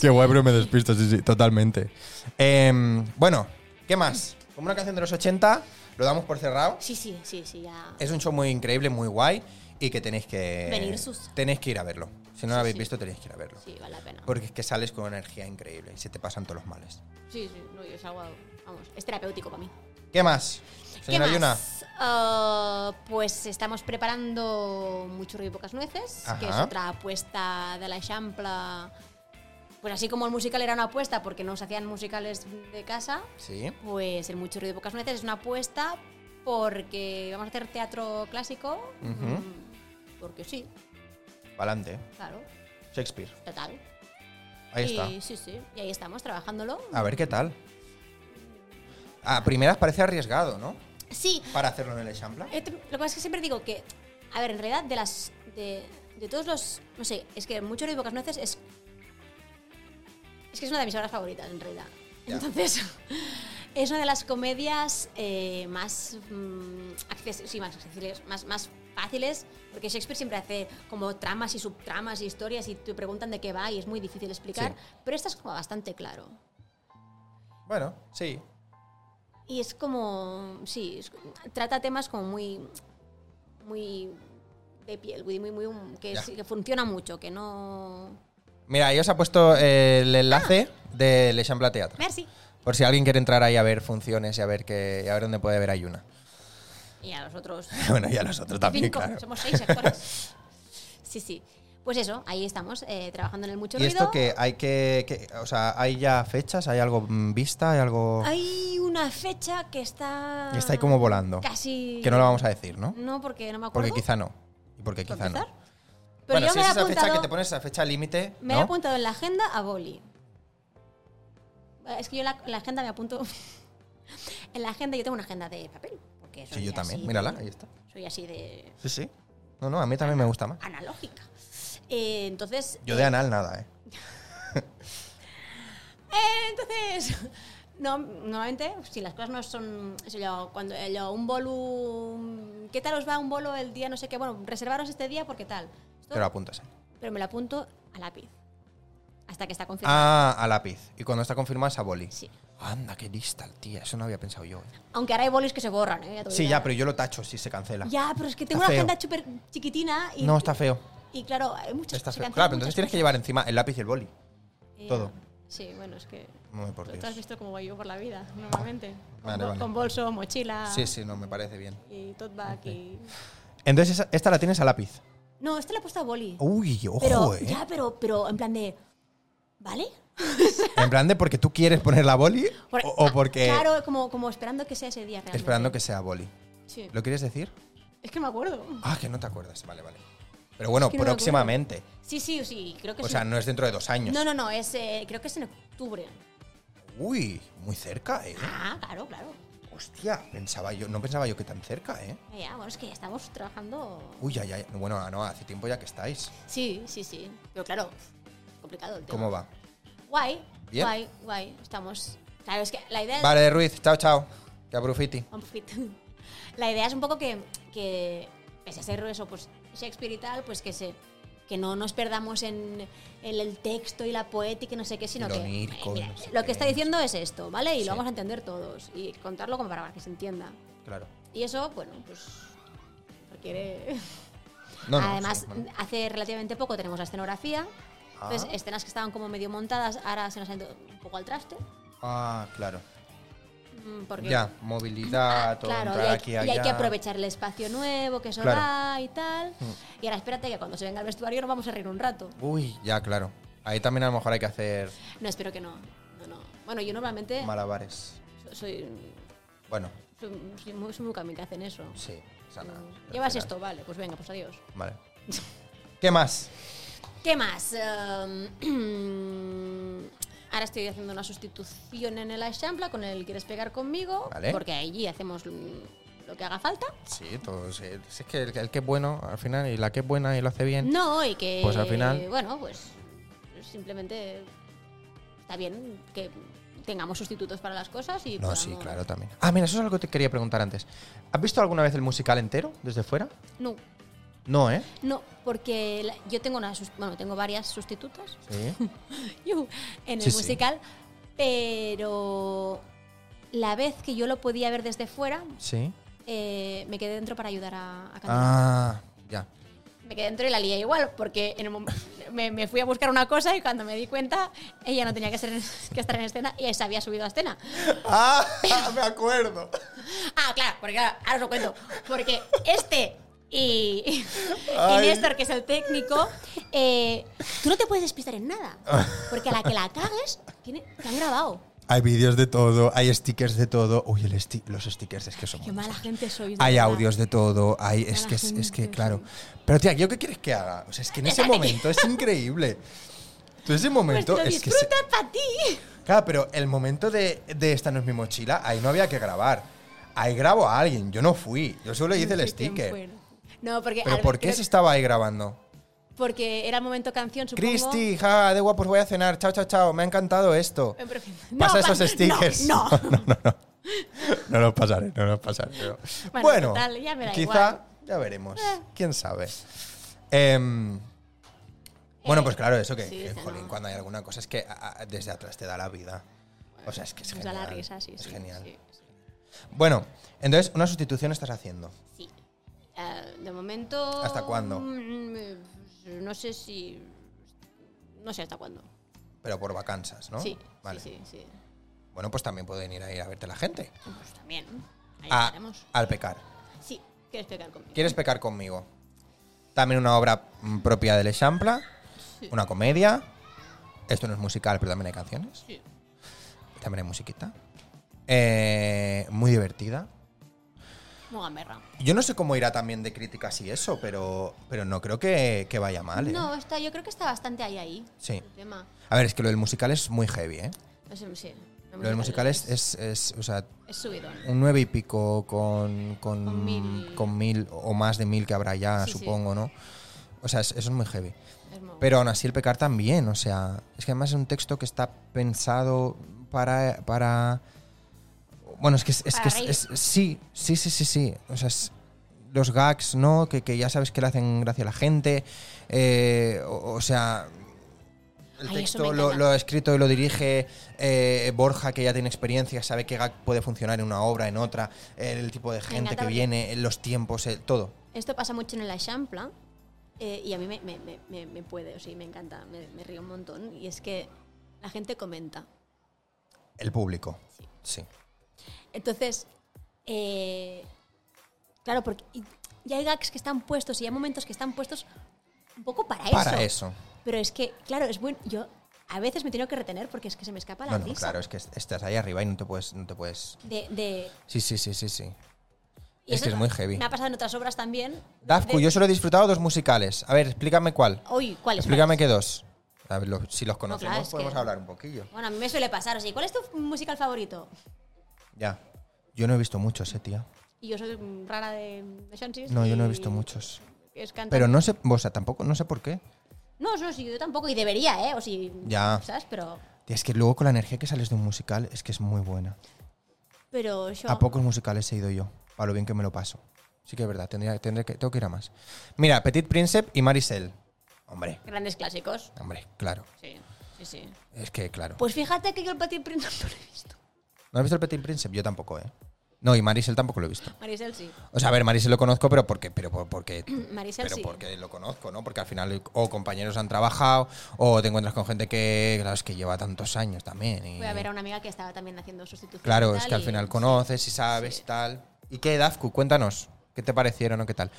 Speaker 1: Qué guay, pero me despisto, sí, sí, totalmente. Em, bueno, ¿qué más? Como una canción de los 80, lo damos por cerrado.
Speaker 2: Sí, sí, sí, sí, ya.
Speaker 1: Es un show muy increíble, muy guay y que tenéis que.
Speaker 2: Venir sus.
Speaker 1: Tenéis que ir a verlo. Si no
Speaker 2: Sí,
Speaker 1: lo habéis
Speaker 2: sí.
Speaker 1: visto, tenéis que ir a verlo.
Speaker 2: Sí, vale la pena.
Speaker 1: Porque es que sales con una energía increíble y se te pasan todos los males.
Speaker 2: Sí, sí, no, yo es algo, vamos, es terapéutico para mí.
Speaker 1: ¿Qué más?
Speaker 2: ¿Qué
Speaker 1: Señora Yuna.
Speaker 2: más? Ah, pues estamos preparando mucho ruido y pocas nueces, que es
Speaker 1: Ajá.
Speaker 2: otra apuesta de la Champla. Pues así como el musical era una apuesta porque no se hacían musicales de casa,
Speaker 1: Sí.
Speaker 2: pues el mucho ruido y pocas nueces es una apuesta porque vamos a hacer teatro clásico,
Speaker 1: Ujú.
Speaker 2: mm, porque sí,
Speaker 1: Pa'lante.
Speaker 2: claro,
Speaker 1: Shakespeare.
Speaker 2: total.
Speaker 1: Ahí
Speaker 2: y,
Speaker 1: está.
Speaker 2: Sí, sí, y ahí estamos trabajándolo.
Speaker 1: A ver qué tal. A primeras parece arriesgado, ¿no?
Speaker 2: Sí,
Speaker 1: Para hacerlo en el Echampla.
Speaker 2: Eh, te- Lo que pasa es que siempre digo que, a ver, en realidad de las de, de todos los, no sé, es que mucho de pocas nueces es es que es una de mis obras favoritas en realidad.
Speaker 1: Ya.
Speaker 2: Entonces es una de las comedias eh, más accesibles, sí, más accesibles, más más fáciles, porque Shakespeare siempre hace como tramas y subtramas y historias y te preguntan de qué va y es muy difícil explicar,
Speaker 1: Sí.
Speaker 2: pero esta es como bastante claro.
Speaker 1: Bueno, sí.
Speaker 2: Y es como, sí, es- trata temas como muy, muy de piel, muy, muy, muy- que,
Speaker 1: Ya.
Speaker 2: sí, que funciona mucho, que no...
Speaker 1: Mira, ahí os ha puesto eh, el enlace del Echampla Teatro.
Speaker 2: Merci.
Speaker 1: Por si alguien quiere entrar ahí a ver funciones y a ver, qué, y a ver dónde puede ver a Yuna.
Speaker 2: Y a los otros
Speaker 1: bueno, y a nosotros también,
Speaker 2: cinco,
Speaker 1: claro.
Speaker 2: somos seis actores. sí, sí. Pues eso, ahí estamos, eh, trabajando en el mucho
Speaker 1: ¿Y esto
Speaker 2: ruido.
Speaker 1: que hay que, que- O sea, ¿hay ya fechas? ¿Hay algo mm, vista? ¿Hay algo...?
Speaker 2: Hay una fecha que está...
Speaker 1: Está ahí como volando.
Speaker 2: Casi...
Speaker 1: Que no lo vamos a decir, ¿no?
Speaker 2: No, porque no me acuerdo.
Speaker 1: Porque quizá no. Y porque quizá no.
Speaker 2: empezar? Pero
Speaker 1: bueno,
Speaker 2: yo
Speaker 1: si
Speaker 2: me he
Speaker 1: es esa fecha
Speaker 2: apuntado-
Speaker 1: que te pones a fecha límite,
Speaker 2: Me
Speaker 1: ¿no?
Speaker 2: he apuntado en la agenda a boli. Eh, Es que yo la, la agenda me apunto. en la agenda yo tengo una agenda de papel. Porque soy
Speaker 1: Sí, yo
Speaker 2: así
Speaker 1: también.
Speaker 2: de-
Speaker 1: Mírala, ahí está.
Speaker 2: Soy así de
Speaker 1: Sí, sí. No, no, a mí también me gusta más.
Speaker 2: analógica. Eh, entonces.
Speaker 1: Yo de anal nada, ¿eh?
Speaker 2: eh, entonces. No, normalmente, si las cosas no son. si lo- cuando eh, lo- un bolo. ¿Qué tal os va un bolo el día? No sé qué. Bueno, reservaros este día porque tal. Esto-
Speaker 1: Pero apuntas ahí.
Speaker 2: pero me lo apunto a lápiz. Hasta que está confirmado.
Speaker 1: Ah, a lápiz. Y cuando está confirmada es a boli.
Speaker 2: Este Sí.
Speaker 1: Anda, qué lista el tía. Eso no había pensado yo. ¿eh?
Speaker 2: Aunque ahora hay bolis que se borran, ¿eh? te lo
Speaker 1: Sí,
Speaker 2: digo.
Speaker 1: ya, pero yo lo tacho si se cancela.
Speaker 2: Ya, pero es que tengo
Speaker 1: Está feo.
Speaker 2: una agenda súper chiquitina y,
Speaker 1: No, está feo.
Speaker 2: y claro, hay muchas
Speaker 1: Está
Speaker 2: se
Speaker 1: feo.
Speaker 2: cancelan
Speaker 1: Claro, pero entonces
Speaker 2: muchas
Speaker 1: tienes que llevar encima el lápiz y el boli.
Speaker 2: cosas. Ya.
Speaker 1: todo.
Speaker 2: Sí, bueno, es que
Speaker 1: Muy por
Speaker 2: tú has
Speaker 1: Dios.
Speaker 2: visto cómo voy yo por la vida normalmente. Con,
Speaker 1: Vale,
Speaker 2: bol-
Speaker 1: vale.
Speaker 2: con bolso, mochila
Speaker 1: Sí, sí, no, me parece bien.
Speaker 2: y tote bag y...
Speaker 1: Entonces esa- esta la tienes a lápiz.
Speaker 2: No, esta la he puesto a boli.
Speaker 1: Uy, ojo,
Speaker 2: pero,
Speaker 1: eh.
Speaker 2: Ya, pero, pero en plan de... ¿Vale?
Speaker 1: En plan de porque tú quieres poner la boli
Speaker 2: Por-
Speaker 1: o, o porque
Speaker 2: Claro, como, como esperando que sea ese día realmente.
Speaker 1: esperando que sea boli.
Speaker 2: Sí.
Speaker 1: ¿Lo quieres decir?
Speaker 2: Es que no me acuerdo.
Speaker 1: Ah, que no te acuerdas. Vale, vale. Pero bueno,
Speaker 2: Es que no me acuerdo.
Speaker 1: próximamente.
Speaker 2: Sí, sí, sí, creo que
Speaker 1: O
Speaker 2: es
Speaker 1: sea,
Speaker 2: en-
Speaker 1: no es dentro de dos años.
Speaker 2: No, no, no, es, eh, creo que es en octubre.
Speaker 1: Uy, muy cerca, eh.
Speaker 2: Ah, claro, claro.
Speaker 1: Hostia, pensaba yo, no pensaba yo que tan cerca, eh.
Speaker 2: Ya, Ya, bueno, es que ya estamos trabajando...
Speaker 1: Uy, ya, ya, ya. Bueno, ah, no, hace tiempo ya que estáis.
Speaker 2: Sí, sí, sí. Pero claro, complicado el tema.
Speaker 1: ¿Cómo va?
Speaker 2: Guay,
Speaker 1: Bien.
Speaker 2: guay, guay. Estamos. Claro, es que la idea.
Speaker 1: Vale, de Ruiz, chao, chao. Que aprofiti.
Speaker 2: Un poquito. La idea es un poco que, que pese a ser eso, pues Shakespeare y tal, pues que se que no nos perdamos en, en el texto y la poética y no sé qué, sino
Speaker 1: Lo
Speaker 2: que
Speaker 1: onírico,
Speaker 2: mira,
Speaker 1: no sé
Speaker 2: lo
Speaker 1: qué.
Speaker 2: que está diciendo es esto, ¿vale? Y
Speaker 1: Sí.
Speaker 2: lo vamos a entender todos y contarlo como para que se entienda.
Speaker 1: Claro.
Speaker 2: Y eso, bueno, pues requiere
Speaker 1: No, no,
Speaker 2: Además,
Speaker 1: sí, bueno.
Speaker 2: hace relativamente poco tenemos la escenografía. Entonces,
Speaker 1: Ah.
Speaker 2: escenas que estaban como medio montadas, ahora se nos han ido un poco al traste.
Speaker 1: Ah, claro.
Speaker 2: mm, Porque,
Speaker 1: Ya, movilidad, todo
Speaker 2: claro, y
Speaker 1: entrar
Speaker 2: hay,
Speaker 1: aquí,
Speaker 2: y hay
Speaker 1: allá.
Speaker 2: que aprovechar el espacio nuevo que eso
Speaker 1: Claro. Mm.
Speaker 2: da y tal. Y ahora espérate que cuando se venga al vestuario nos vamos a reír un rato.
Speaker 1: Uy, ya, claro. Ahí también a lo mejor hay que hacer
Speaker 2: No, espero que no. no, no. Bueno, yo normalmente
Speaker 1: malabares.
Speaker 2: so- soy...
Speaker 1: Bueno,
Speaker 2: Soy, soy muy, soy muy kamikaze en eso.
Speaker 1: Sí, o sea, nada, al
Speaker 2: Mm, Llevas
Speaker 1: final.
Speaker 2: esto, vale, pues venga, pues adiós.
Speaker 1: Vale. ¿Qué más?
Speaker 2: ¿Qué más? Em, ahora estoy haciendo una sustitución en el Aixampla con el Quieres pegar conmigo,
Speaker 1: Vale.
Speaker 2: porque allí hacemos mm, lo que haga falta.
Speaker 1: Sí, todo. sí, Es que el, el que es bueno, al final, y la que es buena y lo hace bien.
Speaker 2: No, y que.
Speaker 1: Pues al final-
Speaker 2: Bueno, pues simplemente está bien que tengamos sustitutos para las cosas y.
Speaker 1: No, sí,
Speaker 2: podamos-
Speaker 1: claro, también. Ah, mira, eso es algo que te quería preguntar antes. ¿Has visto alguna vez el musical entero desde fuera?
Speaker 2: No,
Speaker 1: No, ¿eh?
Speaker 2: no, porque la- yo tengo una. sus- Bueno, tengo varias sustitutas
Speaker 1: Sí.
Speaker 2: yujú, en el
Speaker 1: Sí, sí.
Speaker 2: musical, pero la vez que yo lo podía ver desde fuera,
Speaker 1: Sí.
Speaker 2: eh, me quedé dentro para ayudar a, a cantar.
Speaker 1: Ah, ya.
Speaker 2: Me quedé dentro y la lié igual, porque en el mom- me, me fui a buscar una cosa y cuando me di cuenta, ella no tenía que, ser, que estar en escena y se había subido a escena.
Speaker 1: ¡Ah! Me acuerdo.
Speaker 2: Ah, claro, porque claro, ahora os lo cuento. Porque este y, y
Speaker 1: Ay.
Speaker 2: Néstor, que es el técnico, eh, tú no te puedes despistar en nada. Porque a la que la cagues, tiene- te han grabado.
Speaker 1: Hay vídeos de todo, hay stickers de todo. Uy, el sti- los stickers es que son.
Speaker 2: Qué
Speaker 1: muy-
Speaker 2: mala gente sois. de
Speaker 1: Hay
Speaker 2: verdad.
Speaker 1: audios de todo, hay, es
Speaker 2: Mala
Speaker 1: que es, es que
Speaker 2: gente,
Speaker 1: claro. Pero tía, ¿yo qué quieres que haga? O sea, es que en ese momento es increíble. Tú ese
Speaker 2: Pues
Speaker 1: momento
Speaker 2: lo
Speaker 1: es que se-
Speaker 2: disfruta para ti.
Speaker 1: Claro, pero el momento de, de esta no es mi mochila, ahí no había que grabar. Ahí grabo a alguien, yo no fui, yo solo hice
Speaker 2: No
Speaker 1: el
Speaker 2: sé quién
Speaker 1: sticker.
Speaker 2: fue. No, porque.
Speaker 1: Pero
Speaker 2: al-
Speaker 1: ¿por qué
Speaker 2: creo-
Speaker 1: se estaba ahí grabando?
Speaker 2: Porque era el momento canción, supongo.
Speaker 1: Cristi, ja, de guapos voy a cenar, chao, chao, chao, me ha encantado esto.
Speaker 2: En profe-
Speaker 1: Pasa
Speaker 2: No,
Speaker 1: esos
Speaker 2: pa-
Speaker 1: stickers.
Speaker 2: No, no.
Speaker 1: no, no, no. No los pasaré, no los pasaré. pero-
Speaker 2: Bueno,
Speaker 1: Bueno,
Speaker 2: total, ya me da
Speaker 1: quizá
Speaker 2: igual.
Speaker 1: ya veremos.
Speaker 2: Eh.
Speaker 1: ¿Quién sabe? Em, bueno,
Speaker 2: Eh,
Speaker 1: pues claro, eso que,
Speaker 2: sí,
Speaker 1: que,
Speaker 2: esa
Speaker 1: jolín,
Speaker 2: no.
Speaker 1: cuando hay alguna cosa es que a- a- desde atrás te da la vida. O sea, es que es
Speaker 2: Nos da
Speaker 1: genial.
Speaker 2: la risa, sí.
Speaker 1: es
Speaker 2: sí,
Speaker 1: genial.
Speaker 2: sí, sí.
Speaker 1: Bueno, entonces, una sustitución estás haciendo.
Speaker 2: Sí. Ah, de momento.
Speaker 1: ¿Hasta cuándo?
Speaker 2: mm, eh, No sé si. No sé hasta cuándo.
Speaker 1: Pero por vacanzas, ¿no?
Speaker 2: Sí,
Speaker 1: Vale.
Speaker 2: sí, sí, sí.
Speaker 1: Bueno, pues también pueden ir ahí a verte la gente.
Speaker 2: Pues también. Ahí
Speaker 1: A-
Speaker 2: estaremos.
Speaker 1: al pecar.
Speaker 2: Sí, quieres pecar conmigo.
Speaker 1: Ah. ¿Quieres pecar conmigo? También una obra mm, propia del Echampla,
Speaker 2: Sí.
Speaker 1: una comedia. Esto no es musical, pero también hay canciones.
Speaker 2: Sí.
Speaker 1: También hay musiquita. Eh, muy divertida.
Speaker 2: Muy gamberra.
Speaker 1: Yo no sé cómo irá también de críticas y eso, pero, pero no creo que, que vaya mal. ¿eh?
Speaker 2: No, está, yo creo que está bastante ahí, ahí.
Speaker 1: Sí.
Speaker 2: El tema.
Speaker 1: A ver, es que lo del musical es muy heavy, ¿eh?
Speaker 2: No sé, sí. el
Speaker 1: Lo del musical es, es, es, o sea,
Speaker 2: Es subidón.
Speaker 1: un nueve y pico con, con,
Speaker 2: Con mil.
Speaker 1: con mil o más de mil que habrá ya,
Speaker 2: Sí, sí.
Speaker 1: supongo, ¿no? O sea, es- eso es muy heavy.
Speaker 2: Es muy
Speaker 1: Pero aún así el pecar también, o sea, es que además es un texto que está pensado para... para bueno, es que es, es
Speaker 2: Para
Speaker 1: que es-
Speaker 2: reír.
Speaker 1: es- sí, sí, sí, sí, sí. O sea, es- los gags, ¿no? Que, que ya sabes que le hacen gracia a la gente. eh, o, o sea, el
Speaker 2: Ay, eso
Speaker 1: texto
Speaker 2: me
Speaker 1: lo,
Speaker 2: encanta.
Speaker 1: lo ha escrito y lo dirige eh, Borja, que ya tiene experiencia, sabe qué gag puede funcionar en una obra, en otra, el tipo de gente
Speaker 2: encanta
Speaker 1: que
Speaker 2: porque-
Speaker 1: viene, los tiempos, eh, todo.
Speaker 2: Esto pasa mucho en la champla eh, y a mí me, me- me- me- me puede, o sea, me encanta, me, me río un montón. Y es que la gente comenta.
Speaker 1: El público.
Speaker 2: Sí.
Speaker 1: Sí.
Speaker 2: Entonces, eh, claro, porque y- y hay gags que están puestos y hay momentos que están puestos un poco para,
Speaker 1: Para eso.
Speaker 2: Pero es que, claro, es bueno. Yo a veces me tengo que retener porque es que se me escapa la
Speaker 1: No, no,
Speaker 2: risa.
Speaker 1: claro, es que est- estás ahí arriba y no te puedes, no te puedes.
Speaker 2: De, de-
Speaker 1: Sí, sí, sí, sí, sí.
Speaker 2: y
Speaker 1: Es que
Speaker 2: eso
Speaker 1: es muy heavy.
Speaker 2: Me ha pasado en otras obras también.
Speaker 1: Dafku,
Speaker 2: De-
Speaker 1: yo solo he disfrutado dos musicales. A ver, explícame cuál.
Speaker 2: Uy, ¿cuál es?
Speaker 1: Explícame qué dos. A ver, lo- si los conocemos,
Speaker 2: pues. claro, es
Speaker 1: podemos
Speaker 2: que-
Speaker 1: hablar un poquillo.
Speaker 2: Bueno, a mí me suele pasar. O sea, ¿cuál es tu musical favorito?
Speaker 1: Ya. Yo no he visto muchos, eh, tía.
Speaker 2: Y yo soy mm, rara de, de Xanxis
Speaker 1: No, yo no he
Speaker 2: y
Speaker 1: visto muchos.
Speaker 2: Es cantante.
Speaker 1: Pero no sé, o sea, tampoco, no sé por qué.
Speaker 2: No, no, sí, yo tampoco. Y debería, ¿eh? O si.
Speaker 1: Ya.
Speaker 2: ¿Sabes? Pero.
Speaker 1: Tía, es que luego con la energía que sales de un musical es que es muy buena.
Speaker 2: Pero yo.
Speaker 1: A pocos musicales he ido yo, para lo bien que me lo paso. Sí que es verdad, tendría, tendré que, tengo que ir a más. Mira, Petit Príncipe y Marisel. Hombre,
Speaker 2: Grandes clásicos.
Speaker 1: hombre, claro.
Speaker 2: Sí, sí, sí.
Speaker 1: Es que, claro.
Speaker 2: Pues fíjate que yo el Petit Prince no lo he visto.
Speaker 1: ¿No has visto el Petit Príncipe? Yo tampoco, ¿eh? No, y Marisel tampoco lo he visto.
Speaker 2: Marisel sí.
Speaker 1: O sea, a ver, Marisel lo conozco, pero porque, pero por- porque,
Speaker 2: Mm, Marisel
Speaker 1: pero
Speaker 2: sí.
Speaker 1: porque lo conozco, ¿no? Porque al final o compañeros han trabajado o te encuentras con gente que, claro, es que lleva tantos años también. y-
Speaker 2: Voy a ver a una amiga que estaba también haciendo sustitución.
Speaker 1: Claro,
Speaker 2: y
Speaker 1: es
Speaker 2: tal,
Speaker 1: que al
Speaker 2: y-
Speaker 1: final conoces y sabes y tal. ¿Y qué, Dafku? Cuéntanos. ¿Qué te parecieron o qué tal?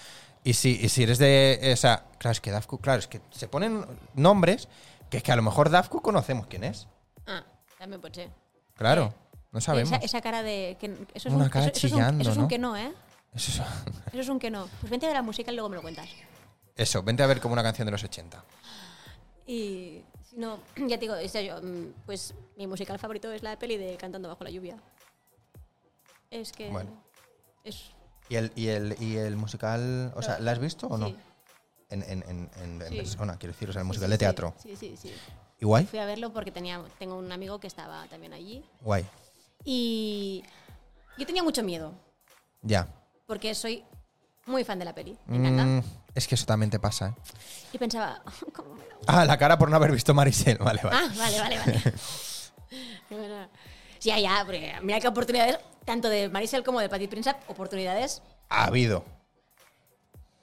Speaker 1: Y si, y si eres de. eh, O sea, claro, es que Dafku, claro, es que se ponen nombres que es que a lo mejor Dafku conocemos quién es.
Speaker 2: Ah, también pues sí.
Speaker 1: Claro. No sabemos.
Speaker 2: Esa, esa cara de. que- eso es
Speaker 1: Una
Speaker 2: un,
Speaker 1: cara
Speaker 2: eso- eso es un-
Speaker 1: chillando,
Speaker 2: Eso es un
Speaker 1: ¿no?
Speaker 2: que no, ¿eh?
Speaker 1: Eso,
Speaker 2: Eso es un que no. Pues vente a ver la música y luego me lo cuentas.
Speaker 1: eso, vente a ver como una canción de los 80.
Speaker 2: Y. si No, ya te digo, o sea, yo, mm, pues mi musical favorito es la peli de Cantando Bajo la Lluvia. Es que.
Speaker 1: Bueno.
Speaker 2: Es.
Speaker 1: ¿Y el, y el, y el musical, o sea,
Speaker 2: No.
Speaker 1: ¿la has visto o no?
Speaker 2: Sí.
Speaker 1: En, en, en, en- en
Speaker 2: Sí.
Speaker 1: persona, quiero decir, o sea, el
Speaker 2: sí,
Speaker 1: musical
Speaker 2: sí,
Speaker 1: de
Speaker 2: sí.
Speaker 1: teatro.
Speaker 2: Sí, sí, sí.
Speaker 1: ¿Y guay?
Speaker 2: Fui a verlo porque tenía, tengo un amigo que estaba también allí.
Speaker 1: Guay.
Speaker 2: Y. Yo tenía mucho miedo.
Speaker 1: Ya.
Speaker 2: Porque soy muy fan de la peli. Me encanta.
Speaker 1: Mm, es que eso también te pasa. ¿eh?
Speaker 2: Y pensaba, "Oh, ¿cómo me lo
Speaker 1: Ah, la cara por no haber visto Marisel. Vale, vale.
Speaker 2: Ah, vale, vale, vale. Bueno, ya, ya, porque mira qué oportunidades, tanto de Marisel como de Patty Princep, oportunidades.
Speaker 1: Ha habido.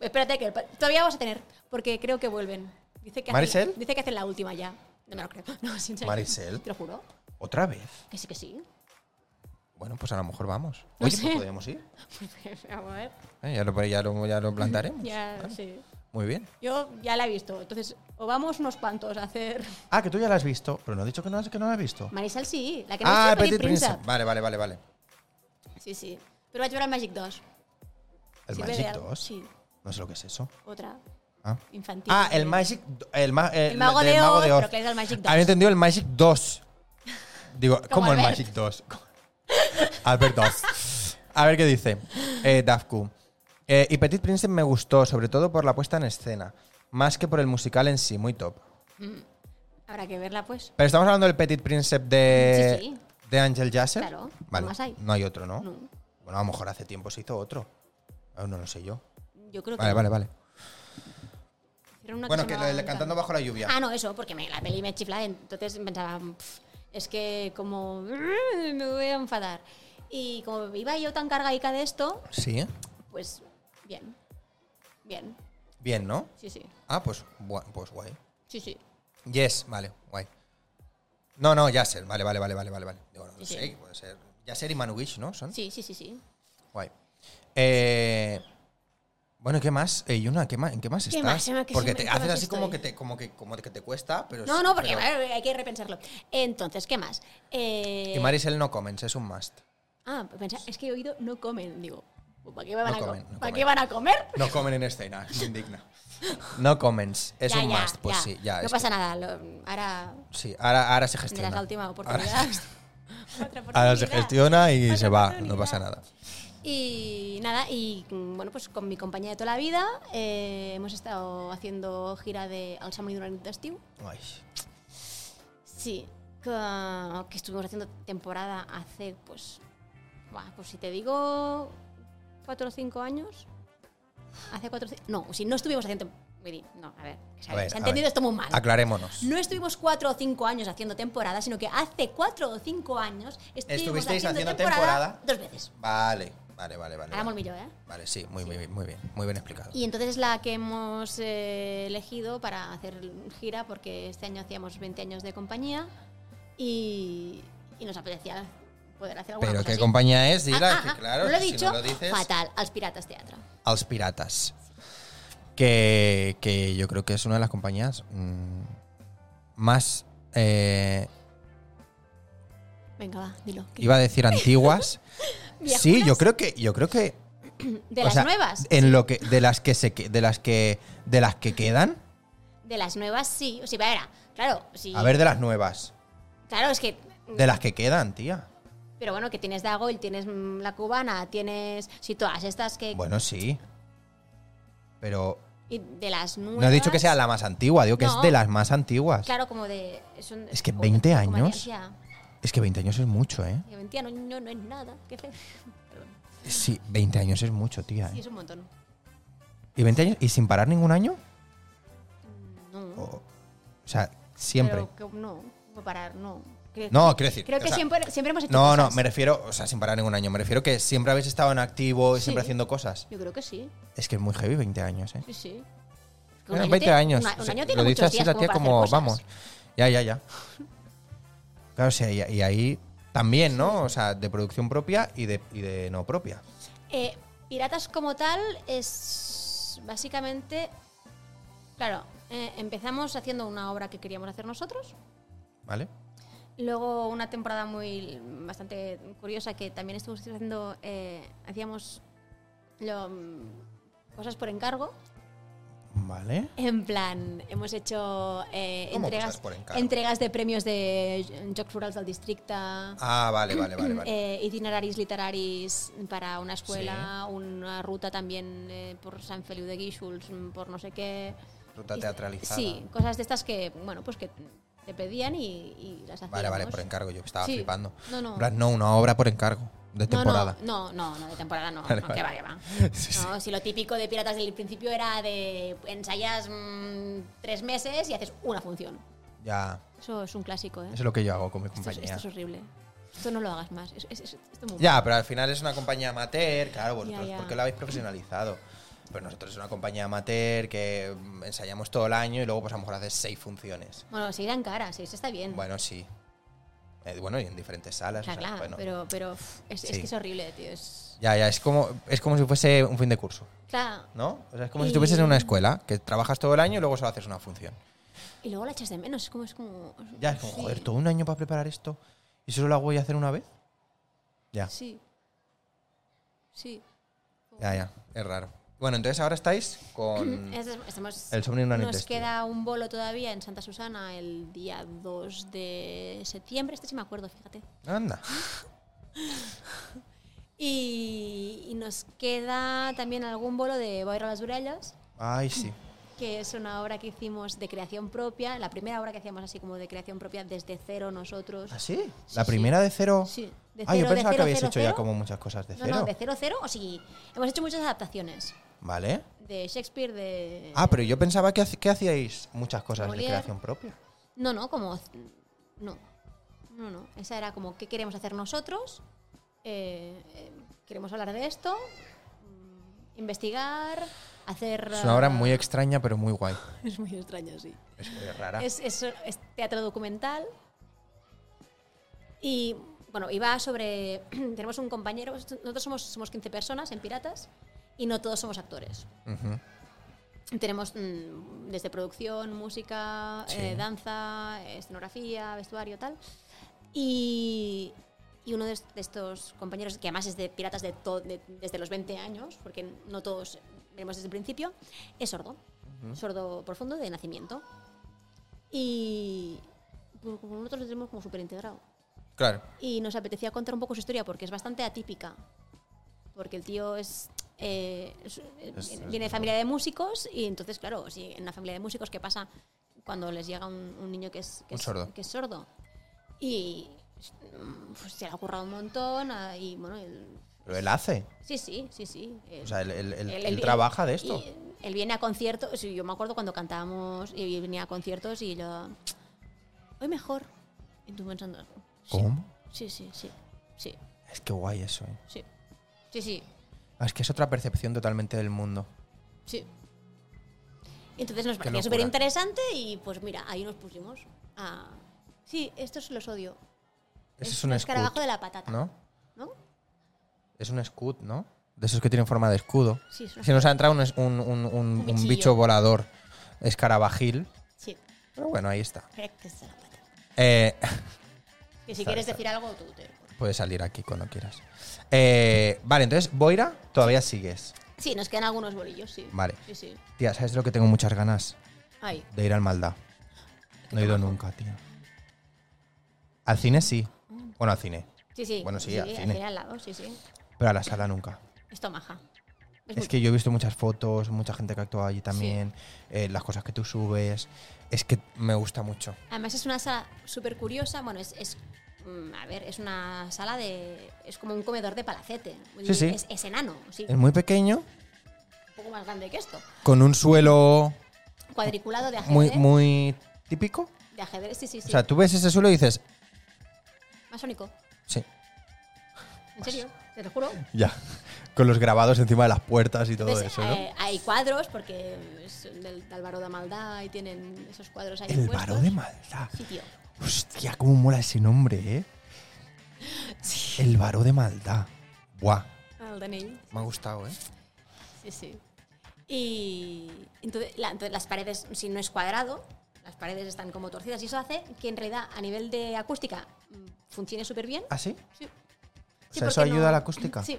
Speaker 2: Espérate, que el pa- todavía vas a tener, porque creo que vuelven. Dice que hacen-
Speaker 1: ¿Marisel?
Speaker 2: dice que hacen la última ya. No me lo creo. No, sin serio.
Speaker 1: ¿Marisel?
Speaker 2: Te lo juro.
Speaker 1: ¿Otra vez?
Speaker 2: Que sí, que sí.
Speaker 1: Bueno, pues a lo mejor vamos.
Speaker 2: No
Speaker 1: Oye,
Speaker 2: sé.
Speaker 1: pues podríamos ir.
Speaker 2: Vamos a ver.
Speaker 1: Eh, ya, lo, ya, lo, ya lo plantaremos.
Speaker 2: Ya, sí.
Speaker 1: Muy bien.
Speaker 2: Yo ya la he visto. Entonces, o vamos unos cuantos a hacer.
Speaker 1: Ah, que tú ya la has visto, pero no he dicho que no, has- que no la has visto.
Speaker 2: Marisel sí, la que no
Speaker 1: Ah,
Speaker 2: es de Petit
Speaker 1: Petit Prince.
Speaker 2: Princep.
Speaker 1: Vale, vale, vale, vale.
Speaker 2: Sí, sí. Pero va a llevar al Magic 2.
Speaker 1: El
Speaker 2: Siempre
Speaker 1: Magic
Speaker 2: de algo-
Speaker 1: 2.
Speaker 2: sí.
Speaker 1: No sé lo que es eso.
Speaker 2: Otra
Speaker 1: Ah,
Speaker 2: infantil.
Speaker 1: Ah, el Magic. El, ma- el
Speaker 2: El Mago
Speaker 1: del
Speaker 2: de
Speaker 1: Mago
Speaker 2: Oz,
Speaker 1: de Oz.
Speaker 2: pero que es el Magic 2.
Speaker 1: Había entendido el Magic 2. Digo, ¿cómo, el
Speaker 2: Albert.
Speaker 1: Magic 2? Albert 2. A ver qué dice eh, Dafku. Eh, y Petit Prince me gustó, sobre todo por la puesta en escena, más que por el musical en sí, muy top.
Speaker 2: Habrá que verla, pues.
Speaker 1: Pero estamos hablando del Petit Prince de,
Speaker 2: Sí, sí.
Speaker 1: de Angel Jasser.
Speaker 2: Claro, ¿qué
Speaker 1: Vale.
Speaker 2: más hay?
Speaker 1: No hay otro, ¿no?
Speaker 2: No.
Speaker 1: Bueno, a lo mejor hace tiempo se hizo otro. Aún no lo sé yo.
Speaker 2: Yo creo que.
Speaker 1: Vale, vale, vale.
Speaker 2: hicieron una
Speaker 1: Bueno,
Speaker 2: se
Speaker 1: que lo
Speaker 2: llamaba
Speaker 1: de cantando bajo la lluvia.
Speaker 2: Ah, no, eso, porque me, la peli me chifla, entonces pensaba, "Pf, es que como. Me voy a enfadar. Y como iba yo tan cargadica de esto,
Speaker 1: Sí. ¿eh?
Speaker 2: pues. Bien. Bien.
Speaker 1: Bien, ¿no?
Speaker 2: Sí, sí.
Speaker 1: Ah, pues, gua- pues guay.
Speaker 2: Sí, sí.
Speaker 1: Yes, vale, guay. No, no, Yasser, vale, vale, vale, vale, vale, vale. Digo, no, no
Speaker 2: Sí,
Speaker 1: sé,
Speaker 2: sí.
Speaker 1: puede ser. Yasser y Manugish, ¿no? Son.
Speaker 2: Sí, sí, sí, sí.
Speaker 1: Guay. Eh, bueno, ¿qué más? Eh, Yuna, ¿qué más, ¿en qué más
Speaker 2: ¿Qué
Speaker 1: estás?
Speaker 2: más? Se me- que
Speaker 1: Porque
Speaker 2: se me-
Speaker 1: te
Speaker 2: ¿qué
Speaker 1: haces
Speaker 2: más
Speaker 1: así como que
Speaker 2: estoy?
Speaker 1: te, como que, como que te cuesta, pero.
Speaker 2: No, no, porque
Speaker 1: Pues, pero-
Speaker 2: a ver, hay que repensarlo. Entonces, ¿qué más? Eh,
Speaker 1: Y Marisel no comments, es un must.
Speaker 2: Ah, pensaba, es que he oído no comen. Digo, ¿para qué, me van
Speaker 1: No
Speaker 2: a, co-
Speaker 1: comen, no
Speaker 2: ¿para
Speaker 1: comen.
Speaker 2: qué van a comer?
Speaker 1: No comen en escena, es indigna. No comments, es
Speaker 2: Ya,
Speaker 1: un
Speaker 2: ya,
Speaker 1: must, pues
Speaker 2: ya.
Speaker 1: sí, ya.
Speaker 2: No
Speaker 1: es
Speaker 2: pasa
Speaker 1: que-
Speaker 2: nada. lo- ahora
Speaker 1: Sí, ahora, ahora se
Speaker 2: tendrás
Speaker 1: gestiona.
Speaker 2: la última oportunidad.
Speaker 1: Ahora,
Speaker 2: Otra
Speaker 1: ahora se
Speaker 2: oportunidad.
Speaker 1: gestiona y
Speaker 2: Otra
Speaker 1: se va, no
Speaker 2: oportunidad.
Speaker 1: pasa nada.
Speaker 2: Y nada, y mm, bueno, pues con mi compañía de toda la vida eh, hemos estado haciendo gira de Alzheimer durante Estiu.
Speaker 1: Ay,
Speaker 2: Sí, que, que estuvimos haciendo temporada hace, pues, buah, pues si te digo, cuatro o cinco años. Hace cuatro o cinco... No, si no estuvimos haciendo... Miri, No, a ver, que se,
Speaker 1: A ver, a
Speaker 2: se ha entendido
Speaker 1: ver.
Speaker 2: esto muy mal.
Speaker 1: aclarémonos.
Speaker 2: No estuvimos cuatro o cinco años haciendo temporada, sino que hace cuatro o cinco años estuvimos
Speaker 1: Estuvisteis
Speaker 2: haciendo,
Speaker 1: haciendo
Speaker 2: temporada,
Speaker 1: temporada.
Speaker 2: dos veces.
Speaker 1: Vale, vale, vale, vale.
Speaker 2: Ahora
Speaker 1: vale.
Speaker 2: Molmillo, ¿eh?
Speaker 1: Vale, sí, muy, muy, muy bien, muy bien explicado.
Speaker 2: Y entonces es la que hemos eh, elegido para hacer gira, porque este año hacíamos 20 años de compañía y, y nos apetecía poder hacer alguna
Speaker 1: Pero
Speaker 2: cosa
Speaker 1: qué
Speaker 2: así.
Speaker 1: compañía es, dila,
Speaker 2: Ah, ah,
Speaker 1: que
Speaker 2: ah,
Speaker 1: claro,
Speaker 2: no lo he
Speaker 1: si
Speaker 2: dicho,
Speaker 1: no lo dices,
Speaker 2: fatal, als piratas teatro.
Speaker 1: als piratas. Que, que yo creo que es una de las compañías mm, más, eh,
Speaker 2: Venga, va, dilo. ¿qué?
Speaker 1: iba a decir antiguas. sí, yo creo que, yo creo que,
Speaker 2: De
Speaker 1: o
Speaker 2: las
Speaker 1: sea,
Speaker 2: nuevas.
Speaker 1: en lo que, de las que se, que- de las que, de las que quedan.
Speaker 2: De las nuevas sí, o sea, era, claro, sí.
Speaker 1: A ver, de las nuevas,
Speaker 2: Claro, es que
Speaker 1: de las que quedan, tía.
Speaker 2: pero bueno, que tienes Dagoil, tienes mm, la cubana, tienes sí todas estas que
Speaker 1: Bueno, sí, pero
Speaker 2: y de las nuevas.
Speaker 1: no he dicho que sea la más antigua, digo que es
Speaker 2: No.
Speaker 1: de las más antiguas.
Speaker 2: Claro, como de son-
Speaker 1: Es que
Speaker 2: como-
Speaker 1: 20
Speaker 2: como
Speaker 1: años.
Speaker 2: Ya,
Speaker 1: Es que 20 años es mucho, ¿eh?
Speaker 2: ya, 20 años no, no es nada, qué fe. Perdón.
Speaker 1: Sí, 20 años es mucho, tía.
Speaker 2: Sí,
Speaker 1: ¿eh?
Speaker 2: es un montón.
Speaker 1: ¿Y 20 años? ¿Y sin parar ningún año?
Speaker 2: No.
Speaker 1: O, o sea, Oh, siempre.
Speaker 2: Pero que no, no parar, no. Creo-
Speaker 1: No, quiero decir,
Speaker 2: Creo
Speaker 1: o
Speaker 2: que
Speaker 1: sea,
Speaker 2: siempre, siempre hemos hecho
Speaker 1: No, no,
Speaker 2: cosas.
Speaker 1: me refiero, o sea, sin parar ningún año, me refiero que siempre habéis estado en activo y
Speaker 2: Sí.
Speaker 1: siempre haciendo cosas.
Speaker 2: Yo creo que sí.
Speaker 1: Es que es muy heavy 20 años, ¿eh?
Speaker 2: Sí, sí. Que un
Speaker 1: Bueno,
Speaker 2: año
Speaker 1: 20
Speaker 2: tiene-
Speaker 1: años.
Speaker 2: una- Un,
Speaker 1: o sea,
Speaker 2: año tiene
Speaker 1: lo dice
Speaker 2: muchos
Speaker 1: así
Speaker 2: días
Speaker 1: la tía
Speaker 2: para hacer
Speaker 1: como,
Speaker 2: cosas.
Speaker 1: vamos. Ya, ya, ya. Claro, o sea, y, y ahí también, ¿no? O sea, de producción propia y de, y de no propia.
Speaker 2: Eh, Piratas como tal es básicamente... Claro, eh, empezamos haciendo una obra que queríamos hacer nosotros.
Speaker 1: ¿Vale?
Speaker 2: Luego una temporada muy bastante curiosa que también estuvimos haciendo, eh, hacíamos lo, mm, cosas por encargo.
Speaker 1: Vale.
Speaker 2: En plan, hemos hecho eh,
Speaker 1: ¿Cómo
Speaker 2: entregas,
Speaker 1: cosas por encargo?
Speaker 2: entregas de premios de Jocs Rurals del Districte,
Speaker 1: Ah, vale, vale, vale. vale.
Speaker 2: eh, itineraris literaris para una escuela, una ruta también eh, por San Feliu de Guíxols, mm, por no sé qué.
Speaker 1: Ruta
Speaker 2: Y-
Speaker 1: teatralizada.
Speaker 2: Sí, cosas de estas que, bueno, pues que te pedían y, y las hacíamos.
Speaker 1: Vale, vale, por encargo. Yo estaba
Speaker 2: Sí.
Speaker 1: flipando.
Speaker 2: No, no.
Speaker 1: En plan, no, una obra por encargo. De temporada.
Speaker 2: No, no, no, no, de temporada no.
Speaker 1: Vale,
Speaker 2: no,
Speaker 1: vale.
Speaker 2: Que va, que va.
Speaker 1: Sí,
Speaker 2: No, si lo típico de Piratas del principio era de ensayas mm, tres meses y haces una función.
Speaker 1: Ya.
Speaker 2: Eso es un clásico, ¿eh?
Speaker 1: Eso es lo que yo hago con mi
Speaker 2: Esto es,
Speaker 1: compañía.
Speaker 2: esto es horrible. Esto no lo hagas más. Es- es- es- esto es muy
Speaker 1: Ya, pero al final es una compañía amateur, claro, vosotros
Speaker 2: ya.
Speaker 1: porque lo habéis profesionalizado. Pero nosotros es una compañía amateur que mm, ensayamos todo el año y luego pues a lo mejor haces seis funciones.
Speaker 2: Bueno, sí dan cara, sí, eso está bien.
Speaker 1: Bueno, sí. Eh, bueno, y en diferentes
Speaker 2: o
Speaker 1: salas.
Speaker 2: sea,
Speaker 1: o sea,
Speaker 2: claro,
Speaker 1: bueno.
Speaker 2: pero, pero uf, es, es
Speaker 1: Sí.
Speaker 2: que es horrible, tío. Es,
Speaker 1: Ya, ya, es como, es como si fuese un fin de curso,
Speaker 2: claro.
Speaker 1: ¿no? O sea, es como si
Speaker 2: Y-
Speaker 1: estuvieses en una escuela, que trabajas todo el año y luego solo haces una función.
Speaker 2: Y luego la echas de menos, es como... Es como
Speaker 1: Ya, es como,
Speaker 2: sí,
Speaker 1: joder, todo un año para preparar esto y solo lo hago y hacer una vez. Ya,
Speaker 2: Sí. Sí.
Speaker 1: ya, ya, es raro. Bueno, entonces ahora estáis con
Speaker 2: Es- estamos-
Speaker 1: Mm. el sombrero
Speaker 2: nos
Speaker 1: intestino.
Speaker 2: queda un bolo todavía en Santa Susana el día 2 de septiembre. Este sí me acuerdo, fíjate.
Speaker 1: Anda.
Speaker 2: Y, y nos queda también algún bolo de Boiro a las Urellas,
Speaker 1: Ay, sí.
Speaker 2: que es una obra que hicimos de creación propia, la primera obra que hacíamos así como de creación propia desde cero nosotros.
Speaker 1: ¿Ah, sí? ¿La
Speaker 2: Sí,
Speaker 1: primera de cero?
Speaker 2: Sí, de
Speaker 1: ah, yo
Speaker 2: cero, de
Speaker 1: pensaba que
Speaker 2: cero,
Speaker 1: habías
Speaker 2: cero,
Speaker 1: hecho ya
Speaker 2: cero.
Speaker 1: como muchas cosas de
Speaker 2: No,
Speaker 1: cero.
Speaker 2: no, de cero cero, o sí. Hemos hecho muchas adaptaciones
Speaker 1: Vale.
Speaker 2: de Shakespeare, de...
Speaker 1: Ah, pero yo pensaba que, haci- que hacíais muchas cosas de
Speaker 2: Molière.
Speaker 1: creación propia.
Speaker 2: No, no, como... No, no, no. Esa era como, ¿qué queremos hacer nosotros? Eh, eh, queremos hablar de esto, mm, investigar, hacer...
Speaker 1: Es una obra
Speaker 2: eh,
Speaker 1: muy extraña, pero muy guay.
Speaker 2: Es muy extraño, sí.
Speaker 1: Es muy rara.
Speaker 2: Es, es- es teatro documental. Y bueno, iba sobre. Tenemos un compañero, nosotros somos, somos 15 personas en Piratas y no todos somos actores.
Speaker 1: Ujú.
Speaker 2: Tenemos mm, desde producción, música,
Speaker 1: Sí.
Speaker 2: eh, danza, escenografía, vestuario, tal. Y, y uno de, est- de estos compañeros, que además es de Piratas de to- de- desde los 20 años, porque no todos veremos desde el principio, es sordo. Sordo profundo de nacimiento. Y pues, como nosotros lo tenemos como súper integrado.
Speaker 1: Claro.
Speaker 2: Y nos apetecía contar un poco su historia porque es bastante atípica. Porque el tío es. eh, es-
Speaker 1: Es- es
Speaker 2: viene de
Speaker 1: duro.
Speaker 2: familia de músicos y entonces, claro, si en una familia de músicos, ¿qué pasa cuando les llega un, un niño que es, que
Speaker 1: Un
Speaker 2: es-
Speaker 1: sordo.
Speaker 2: que es sordo? Y mm, pues, se le ha currado un montón ah, y bueno, él-
Speaker 1: Pero él hace.
Speaker 2: sí, sí, sí, sí. él-
Speaker 1: O sea, él, él- él-
Speaker 2: él-
Speaker 1: él
Speaker 2: él-
Speaker 1: trabaja de esto.
Speaker 2: y él viene a conciertos, sí, yo me acuerdo cuando cantábamos y venía a conciertos y yo, hoy mejor. Y tú pensando, sí,
Speaker 1: ¿Cómo?
Speaker 2: Sí, sí, sí, sí,
Speaker 1: Es que guay eso, ¿eh?
Speaker 2: sí, sí, sí,
Speaker 1: Ah, Es que es otra percepción totalmente del mundo.
Speaker 2: sí. Entonces nos parecía
Speaker 1: locura.
Speaker 2: súper interesante y pues mira, ahí nos pusimos a... Sí, estos los odio.
Speaker 1: Ese es un
Speaker 2: escarabajo
Speaker 1: escudo,
Speaker 2: de la patata.
Speaker 1: ¿no?
Speaker 2: ¿No?
Speaker 1: Es un escudo, ¿no? De esos que tienen forma de escudo.
Speaker 2: Sí, es un
Speaker 1: Se nos ha entrado un, es- un- un- un- un
Speaker 2: bichillo.
Speaker 1: bicho volador escarabajil.
Speaker 2: Sí,
Speaker 1: Pero bueno, ahí está.
Speaker 2: rectas de la patata.
Speaker 1: Eh,
Speaker 2: Que si
Speaker 1: Está,
Speaker 2: quieres
Speaker 1: está.
Speaker 2: decir algo, tú te...
Speaker 1: puedes salir aquí cuando quieras. Eh, vale, entonces, Boira, todavía sigues.
Speaker 2: Sí, nos quedan algunos bolillos, sí.
Speaker 1: Vale.
Speaker 2: Sí, sí.
Speaker 1: Tía, ¿sabes lo que tengo muchas ganas?
Speaker 2: Ahí.
Speaker 1: De ir al Maldá. No he ido nunca, tía. Al cine sí. Bueno, al cine.
Speaker 2: Sí, sí.
Speaker 1: Bueno, sí, al
Speaker 2: al
Speaker 1: cine.
Speaker 2: cine al lado, sí, sí.
Speaker 1: Pero a la sala nunca.
Speaker 2: Esto maja. Es
Speaker 1: Es
Speaker 2: muy-
Speaker 1: que yo he visto muchas fotos, mucha gente que ha actuado allí también, eh, las cosas que tú subes. Es que me gusta mucho.
Speaker 2: Además es una sala súper curiosa. Bueno, es, es, mm, a ver, es una sala de... Es como un comedor de palacete.
Speaker 1: Sí, sí.
Speaker 2: Es, es enano, sí.
Speaker 1: Es muy pequeño,
Speaker 2: Un poco más grande que esto.
Speaker 1: con un suelo
Speaker 2: Cuadriculado de
Speaker 1: muy,
Speaker 2: ajedrez.
Speaker 1: muy típico.
Speaker 2: De ajedrez, sí, sí, sí.
Speaker 1: O sea, tú ves ese suelo y dices,
Speaker 2: Masónico.
Speaker 1: sí,
Speaker 2: ¿En serio? Te lo juro.
Speaker 1: ya. Con los grabados encima de las puertas y todo
Speaker 2: Entonces,
Speaker 1: eso, ¿no?
Speaker 2: eh, hay cuadros porque es del, del Baró de Maldá y tienen esos cuadros ahí
Speaker 1: El
Speaker 2: puestos.
Speaker 1: Baró de Maldad.
Speaker 2: Sí, tío.
Speaker 1: Hostia, cómo mola ese nombre, ¿eh? El Baró de Maldad. Buah.
Speaker 2: Aldanell.
Speaker 1: Me ha gustado, ¿eh?
Speaker 2: Sí, sí. Y entonces, la- entonces las paredes, si no es cuadrado, las paredes están como torcidas y eso hace que en realidad a nivel de acústica mm, funcione súper bien.
Speaker 1: ¿Ah, sí?
Speaker 2: Sí.
Speaker 1: O sea, eso
Speaker 2: porque
Speaker 1: ayuda a la acústica.
Speaker 2: Sí,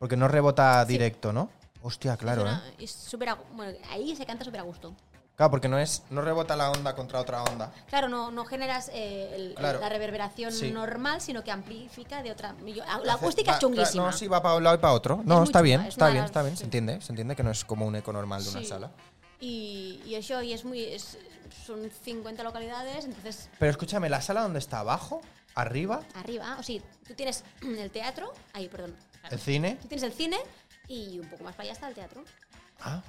Speaker 1: Porque no rebota
Speaker 2: Sí.
Speaker 1: directo, ¿no? Hostia, claro, ¿eh?
Speaker 2: suena- es súper a- bueno, ahí se canta súper a gusto.
Speaker 1: Claro, porque no es no rebota la onda contra otra onda.
Speaker 2: Claro, no, no generas eh, el-
Speaker 1: Claro.
Speaker 2: la reverberación
Speaker 1: Sí.
Speaker 2: normal, sino que amplifica de otra. yo- la
Speaker 1: Hace-
Speaker 2: acústica
Speaker 1: va-
Speaker 2: es chunguísima.
Speaker 1: No, sí, va para un lado y para otro. No,
Speaker 2: muy
Speaker 1: está bien,
Speaker 2: chunga, es
Speaker 1: está
Speaker 2: una
Speaker 1: bien,
Speaker 2: de
Speaker 1: está
Speaker 2: las-
Speaker 1: bien. Se
Speaker 2: sí.
Speaker 1: entiende, se entiende que no es como un eco normal de una
Speaker 2: Sí.
Speaker 1: sala.
Speaker 2: Y, y eso, y es muy. es- son 50 localidades, entonces
Speaker 1: Pero escúchame, la sala donde está abajo, arriba,
Speaker 2: arriba, o sí, tú tienes el teatro, ahí, perdón.
Speaker 1: el cine.
Speaker 2: Tú tienes el cine y un poco más para allá está el teatro.
Speaker 1: Ah,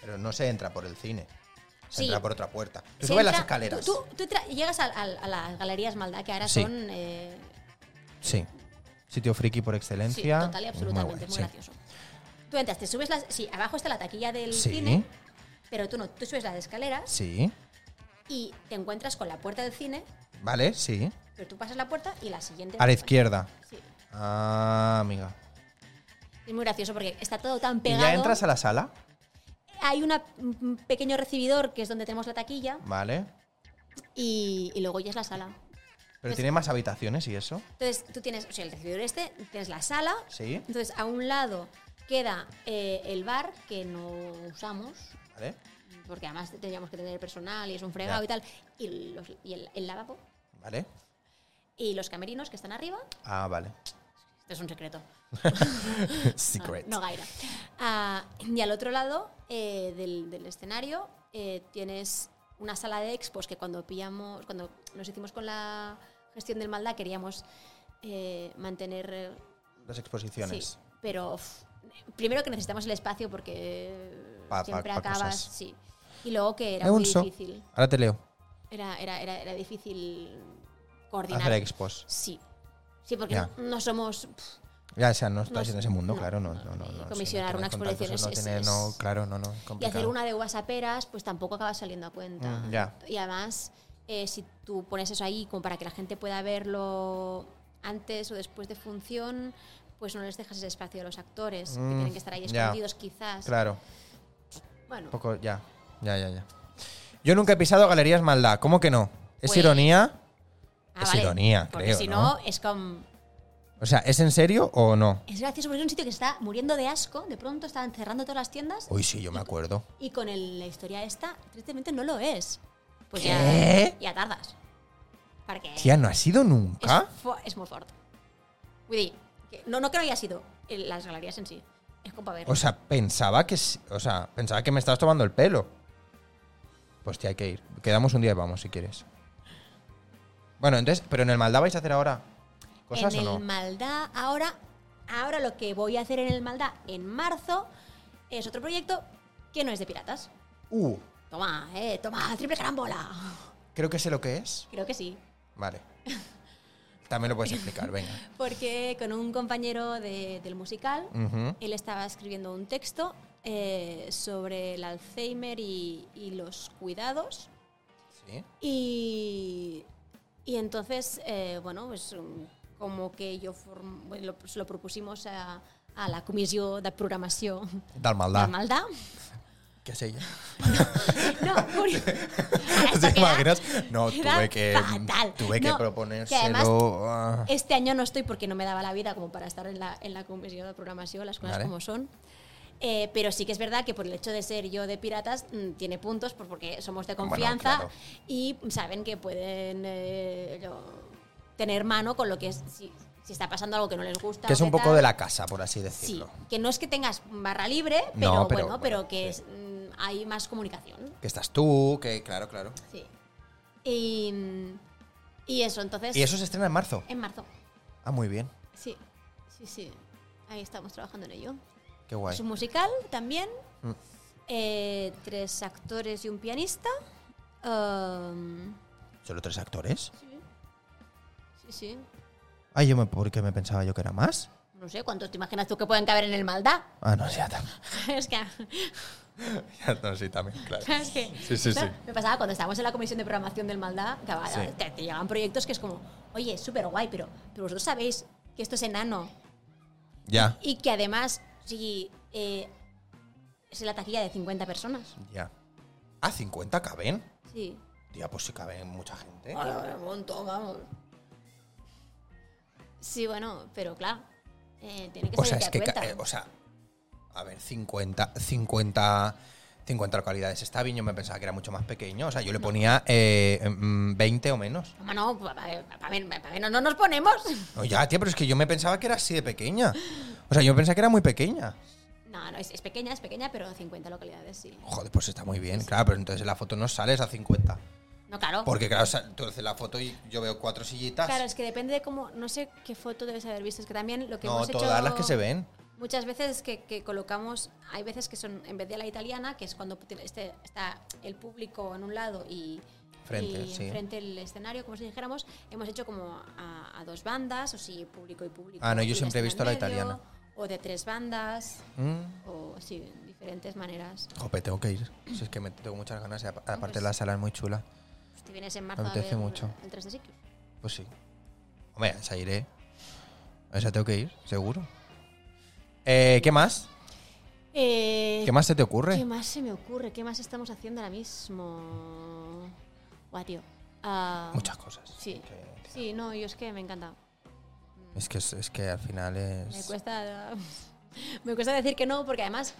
Speaker 1: pero no se entra por el cine. Se
Speaker 2: Sí.
Speaker 1: entra por otra puerta. Tú
Speaker 2: Se
Speaker 1: subes las
Speaker 2: entra-
Speaker 1: escaleras.
Speaker 2: Tú, tú- tú tra- llegas al- al- a, las galerías Maldá, que ahora
Speaker 1: Sí.
Speaker 2: son. eh,
Speaker 1: Sí. Sitio friki por
Speaker 2: sí,
Speaker 1: excelencia.
Speaker 2: total y absolutamente,
Speaker 1: guay,
Speaker 2: es muy
Speaker 1: sí.
Speaker 2: gracioso. Tú entras, te subes las. Sí, abajo está la taquilla del
Speaker 1: Sí.
Speaker 2: cine, pero tú no, tú subes las escaleras
Speaker 1: Sí.
Speaker 2: y te encuentras con la puerta del cine,
Speaker 1: Vale, sí.
Speaker 2: pero tú pasas la puerta y la siguiente.
Speaker 1: A la izquierda.
Speaker 2: Sí.
Speaker 1: Ah, amiga.
Speaker 2: Es muy gracioso porque está todo tan
Speaker 1: ¿Y
Speaker 2: pegado.
Speaker 1: ya entras a la sala?
Speaker 2: Hay una- un pequeño recibidor que es donde tenemos la taquilla
Speaker 1: Vale.
Speaker 2: y, y luego ya es la sala.
Speaker 1: Pero
Speaker 2: Pues-
Speaker 1: tiene más habitaciones y eso.
Speaker 2: Entonces tú tienes, o sea, el recibidor este, tienes la sala.
Speaker 1: Sí.
Speaker 2: Entonces a un lado queda eh, el bar que no usamos
Speaker 1: Vale.
Speaker 2: porque además tendríamos que tener personal y es un fregado
Speaker 1: Ya.
Speaker 2: y tal. Y, los- y el, el lavabo
Speaker 1: Vale.
Speaker 2: y los camerinos que están arriba.
Speaker 1: Ah, vale.
Speaker 2: Esto es un secreto.
Speaker 1: Secret.
Speaker 2: No, no Gaira. Ah, y al otro lado eh, del, del escenario eh, tienes una sala de expos que cuando pillamos, cuando nos hicimos con la gestión del Malda queríamos eh, mantener. eh,
Speaker 1: Las
Speaker 2: sí,
Speaker 1: exposiciones.
Speaker 2: pero uf, primero que necesitamos el espacio porque
Speaker 1: Pa- pa-
Speaker 2: siempre
Speaker 1: pa
Speaker 2: acabas.
Speaker 1: cosas.
Speaker 2: Sí. Y luego que era
Speaker 1: Es
Speaker 2: muy
Speaker 1: un show.
Speaker 2: difícil.
Speaker 1: Ahora te leo.
Speaker 2: Era, era, era, era difícil coordinar.
Speaker 1: Hacer expos.
Speaker 2: Sí. Sí, porque
Speaker 1: Ya.
Speaker 2: no, no somos. pf,
Speaker 1: Ya, o sea, no estás
Speaker 2: No,
Speaker 1: en ese mundo,
Speaker 2: no,
Speaker 1: claro, no,
Speaker 2: no,
Speaker 1: no, no.
Speaker 2: y
Speaker 1: no,
Speaker 2: comisionar
Speaker 1: si no
Speaker 2: una
Speaker 1: tienes contactos,
Speaker 2: exposición
Speaker 1: no
Speaker 2: es-
Speaker 1: tiene-
Speaker 2: es-
Speaker 1: no, claro, no, no,
Speaker 2: y
Speaker 1: complicado.
Speaker 2: hacer una de guasaperas, pues tampoco acaba saliendo a cuenta.
Speaker 1: Mm, ya.
Speaker 2: Y además, eh, si tú pones eso ahí como para que la gente pueda verlo antes o después de función, pues no les dejas ese espacio a los actores, que
Speaker 1: Mm,
Speaker 2: tienen que estar ahí
Speaker 1: ya.
Speaker 2: escondidos quizás.
Speaker 1: Claro,
Speaker 2: Bueno,
Speaker 1: un poco, ya, ya, ya, ya. Yo nunca he pisado Galerías Maldad, ¿cómo que no? ¿Es
Speaker 2: Pues-
Speaker 1: ironía?
Speaker 2: ah,
Speaker 1: es
Speaker 2: vale,
Speaker 1: ironía,
Speaker 2: porque
Speaker 1: creo,
Speaker 2: si
Speaker 1: ¿no?
Speaker 2: no, es como...
Speaker 1: O sea, ¿es en serio o no?
Speaker 2: Es gracioso porque es un sitio que está muriendo de asco, de pronto están cerrando todas las tiendas
Speaker 1: Uy, sí, yo me acuerdo.
Speaker 2: y con el- la historia esta, tristemente no lo es. Pues
Speaker 1: ¿Qué?
Speaker 2: ya, ya tardas. Porque...
Speaker 1: Tía, ¿no has ido
Speaker 2: Eh, Es,
Speaker 1: nunca?
Speaker 2: fu- es muy fuerte. Vull dir, que no, no creo que haya sido el- las galerías en sí. Es como para ver.
Speaker 1: O sea, pensaba que, sí- o sea, pensaba que me estabas tomando el pelo. Pues tía, hay que ir. Quedamos un día y vamos, si quieres. Bueno, entonces, ¿pero en el Maldá vais a hacer ahora cosas
Speaker 2: en
Speaker 1: o no?
Speaker 2: el Maldá, ahora, ahora lo que voy a hacer en el Maldá en marzo es otro proyecto que no es de piratas.
Speaker 1: Uh,
Speaker 2: Toma, eh, toma, triple carambola.
Speaker 1: creo que sé lo que es.
Speaker 2: Creo que sí.
Speaker 1: Vale. También lo puedes explicar, venga.
Speaker 2: Porque con un compañero de- del musical,
Speaker 1: Ujú.
Speaker 2: él estaba escribiendo un texto eh, sobre el Alzheimer y- y los cuidados.
Speaker 1: Sí.
Speaker 2: Y, y entonces, eh, bueno, pues um, como que yo form- bueno, lo, se lo propusimos a, a la Comissió de Programació
Speaker 1: Del
Speaker 2: de
Speaker 1: Maldá.
Speaker 2: Maldà.
Speaker 1: ¿Qué sé yo?
Speaker 2: No,
Speaker 1: ¿Te
Speaker 2: ¿Te
Speaker 1: imaginas? No,
Speaker 2: queda
Speaker 1: tuve que,
Speaker 2: fatal.
Speaker 1: tuve que
Speaker 2: No, que además-
Speaker 1: proponérselo. ah.
Speaker 2: Este año no estoy porque no me daba la vida como para estar en la, en la Comissió de Programació, las cosas
Speaker 1: Vale.
Speaker 2: como son. Eh, pero sí que es verdad que por el hecho de ser yo de piratas mm, tiene puntos pues porque somos de
Speaker 1: Bueno,
Speaker 2: confianza
Speaker 1: claro.
Speaker 2: y saben que pueden eh, lo- tener mano con lo que es, si, si está pasando algo que no les gusta.
Speaker 1: Que
Speaker 2: o
Speaker 1: es un
Speaker 2: qué
Speaker 1: poco
Speaker 2: tal.
Speaker 1: de la casa, por así
Speaker 2: Sí,
Speaker 1: decirlo.
Speaker 2: que no es que tengas barra libre, pero,
Speaker 1: No, pero
Speaker 2: bueno,
Speaker 1: bueno,
Speaker 2: pero que
Speaker 1: sí.
Speaker 2: es, mm, hay más comunicación.
Speaker 1: Que estás tú, que claro, claro.
Speaker 2: Sí. Y, mm, y eso, entonces...
Speaker 1: Y eso se estrena en marzo.
Speaker 2: En marzo.
Speaker 1: Ah, muy bien.
Speaker 2: Sí, sí, sí. Ahí estamos trabajando en ello.
Speaker 1: Qué guay.
Speaker 2: Es un musical también.
Speaker 1: Mm.
Speaker 2: eh, tres actores y un pianista. um,
Speaker 1: ¿Solo tres actores?
Speaker 2: sí, sí.
Speaker 1: Ay, yo me, porque me pensaba yo que era más.
Speaker 2: No sé, ¿cuántos te imaginas tú que pueden caber en el maldad?
Speaker 1: Ah, no, sí, ya también.
Speaker 2: es que,
Speaker 1: Ya, no, sí, también, claro.
Speaker 2: es que-
Speaker 1: Sí, sí, sí.
Speaker 2: Me pasaba cuando estábamos en la comisión de programación del maldad, que va-
Speaker 1: Sí.
Speaker 2: te, te llegaban proyectos que es como, oye, es súper guay, pero, pero vosotros sabéis que esto es enano.
Speaker 1: Ya,
Speaker 2: Y que además, sí, eh, es en la taquilla de 50 personas.
Speaker 1: ya. Ah, 50 caben.
Speaker 2: Sí.
Speaker 1: Tía, pues sí cabe mucha gente.
Speaker 2: Ah, un montón, vamos. Sí, bueno, pero claro. eh, tiene que
Speaker 1: O
Speaker 2: ser
Speaker 1: sea,
Speaker 2: el
Speaker 1: es que.
Speaker 2: que
Speaker 1: ca-
Speaker 2: acueta.
Speaker 1: eh, o sea, a ver, 50, 50, 50 localidades. Esta viña me pensaba que era mucho más pequeño. O sea, yo le ponía eh, mm, 20 o menos.
Speaker 2: Mamá, no, eh, para menos no nos ponemos.
Speaker 1: No, ya, tía, pero es que yo me pensaba que era así de pequeña. O sea, yo pensaba que era muy pequeña.
Speaker 2: No, no, es, es pequeña, es pequeña, pero 50 localidades sí.
Speaker 1: Joder, pues está muy bien, claro, pero entonces en la foto no sales a 50.
Speaker 2: No, claro.
Speaker 1: Porque, claro, sa- tú haces la foto y yo veo cuatro sillitas.
Speaker 2: Claro, es que depende de cómo. No sé qué foto debes haber visto. Es que también lo que
Speaker 1: no,
Speaker 2: hemos hecho.
Speaker 1: todas las que se ven.
Speaker 2: Muchas veces que, que colocamos, hay veces que son, en vez de la italiana, que es cuando tiene- este- está el público en un lado y,
Speaker 1: Frente,
Speaker 2: y
Speaker 1: sí.
Speaker 2: frente el escenario, como si dijéramos, hemos hecho como a, a dos bandas, o si público y público.
Speaker 1: Ah, no, yo
Speaker 2: y la
Speaker 1: siempre he
Speaker 2: escena
Speaker 1: visto la
Speaker 2: en medio,
Speaker 1: italiana.
Speaker 2: O de tres bandas,
Speaker 1: Mm.
Speaker 2: o sí, diferentes maneras.
Speaker 1: Jope, tengo que ir. Si es que me tengo muchas ganas. y apa- Aparte,
Speaker 2: pues-
Speaker 1: la sala es muy chula.
Speaker 2: Si vienes en marzo a
Speaker 1: apetece
Speaker 2: ver
Speaker 1: mucho.
Speaker 2: el 3 de ciclo.
Speaker 1: Pues sí. Hombre, a esa iré. A esa tengo que ir, seguro. Eh, ¿Qué más?
Speaker 2: Eh,
Speaker 1: ¿Qué más se te
Speaker 2: ¿Qué
Speaker 1: ocurre?
Speaker 2: más se me ocurre? ¿Qué más estamos haciendo ahora mismo? Guau, tío. Ah,
Speaker 1: Muchas cosas.
Speaker 2: Sí.
Speaker 1: Que-
Speaker 2: Sí, no, yo es que me encanta.
Speaker 1: Es que, es, es que al final
Speaker 2: Me
Speaker 1: es.
Speaker 2: cuesta, me cuesta decir que no, porque además.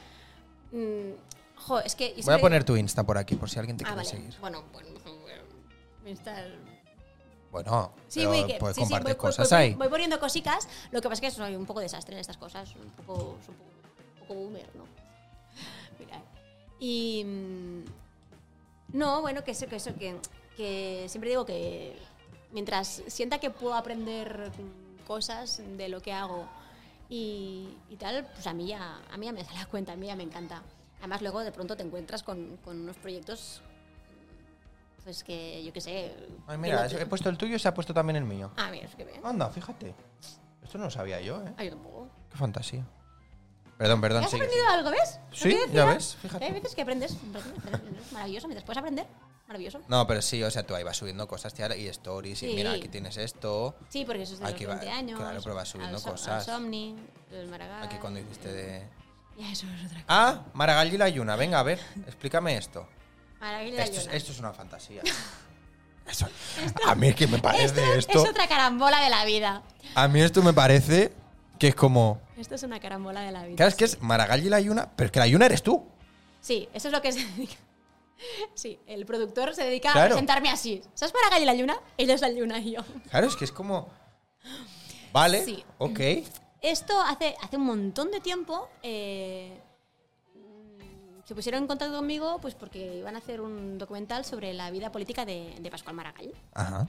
Speaker 2: mm, jo, es que.
Speaker 1: Voy a poner tu Insta por aquí, por si alguien te
Speaker 2: Ah,
Speaker 1: quiere
Speaker 2: vale.
Speaker 1: seguir.
Speaker 2: Bueno, bueno. me está-
Speaker 1: Bueno,
Speaker 2: Sí,
Speaker 1: pero
Speaker 2: voy que-
Speaker 1: puedes
Speaker 2: sí, sí,
Speaker 1: compartir
Speaker 2: voy- voy-
Speaker 1: cosas
Speaker 2: voy-
Speaker 1: ahí.
Speaker 2: Voy poniendo cositas. Lo que pasa es que soy un poco desastre en estas cosas. Un poco, soy un poco, un poco boomer, ¿no? Mira. Y. mm, No, bueno, que eso, que eso, que, que siempre digo que mientras sienta que puedo aprender mm, cosas de lo que hago y, y tal, pues a mí, ya, a mí ya me da la cuenta, a mí ya me encanta. Además, luego de pronto te encuentras con, con unos proyectos, pues que yo qué sé.
Speaker 1: Ay,
Speaker 2: que
Speaker 1: mira,
Speaker 2: no
Speaker 1: he
Speaker 2: te-
Speaker 1: puesto el tuyo y se ha puesto también el mío.
Speaker 2: Ah, mira, es que bien.
Speaker 1: Anda, fíjate. Esto no lo sabía yo, ¿eh?
Speaker 2: Ah, yo tampoco.
Speaker 1: Qué fantasía. Perdón, perdón,
Speaker 2: ¿Has
Speaker 1: sigue,
Speaker 2: aprendido algo, ves? ¿Lo
Speaker 1: Sí,
Speaker 2: que decía? ¿Eh?
Speaker 1: ya ves,
Speaker 2: Que Hay
Speaker 1: fíjate.
Speaker 2: veces que aprendes, aprendes, aprendes, maravilloso, mientras puedes aprender, maravilloso.
Speaker 1: No, pero sí, o sea, tú ahí vas subiendo cosas, tía, y stories, y
Speaker 2: Sí.
Speaker 1: mira, aquí tienes esto.
Speaker 2: Sí, porque eso es de
Speaker 1: Aquí
Speaker 2: los
Speaker 1: va-
Speaker 2: 20 años.
Speaker 1: claro, pero vas subiendo
Speaker 2: al so-
Speaker 1: cosas.
Speaker 2: Al Somni, el Maragall.
Speaker 1: Aquí cuando hiciste de.
Speaker 2: Ya, eso es otra cosa.
Speaker 1: Ah, Maragall y la Yuna, venga, a ver, explícame esto.
Speaker 2: Maragall y la
Speaker 1: Esto es,
Speaker 2: Llorona.
Speaker 1: esto es una fantasía. Eso- a mí es que me parece
Speaker 2: Esto
Speaker 1: esto.
Speaker 2: es otra carambola de la vida.
Speaker 1: A mí esto me parece que es como.
Speaker 2: Esto es una carambola de la vida.
Speaker 1: Claro, es que
Speaker 2: sí.
Speaker 1: es Maragall y la Yuna, pero es que la Yuna eres tú.
Speaker 2: Sí, eso es lo que se dedica. Sí, el productor se dedica a
Speaker 1: Claro.
Speaker 2: presentarme así. ¿Sabes Maragall y la Lluna? Ella es la Lluna y yo.
Speaker 1: Claro, es que es como. Vale,
Speaker 2: Sí.
Speaker 1: ok.
Speaker 2: Esto hace, hace un montón de tiempo eh, mm, se pusieron en contacto conmigo pues porque iban a hacer un documental sobre la vida política de, de Pascual Maragall.
Speaker 1: Ajá.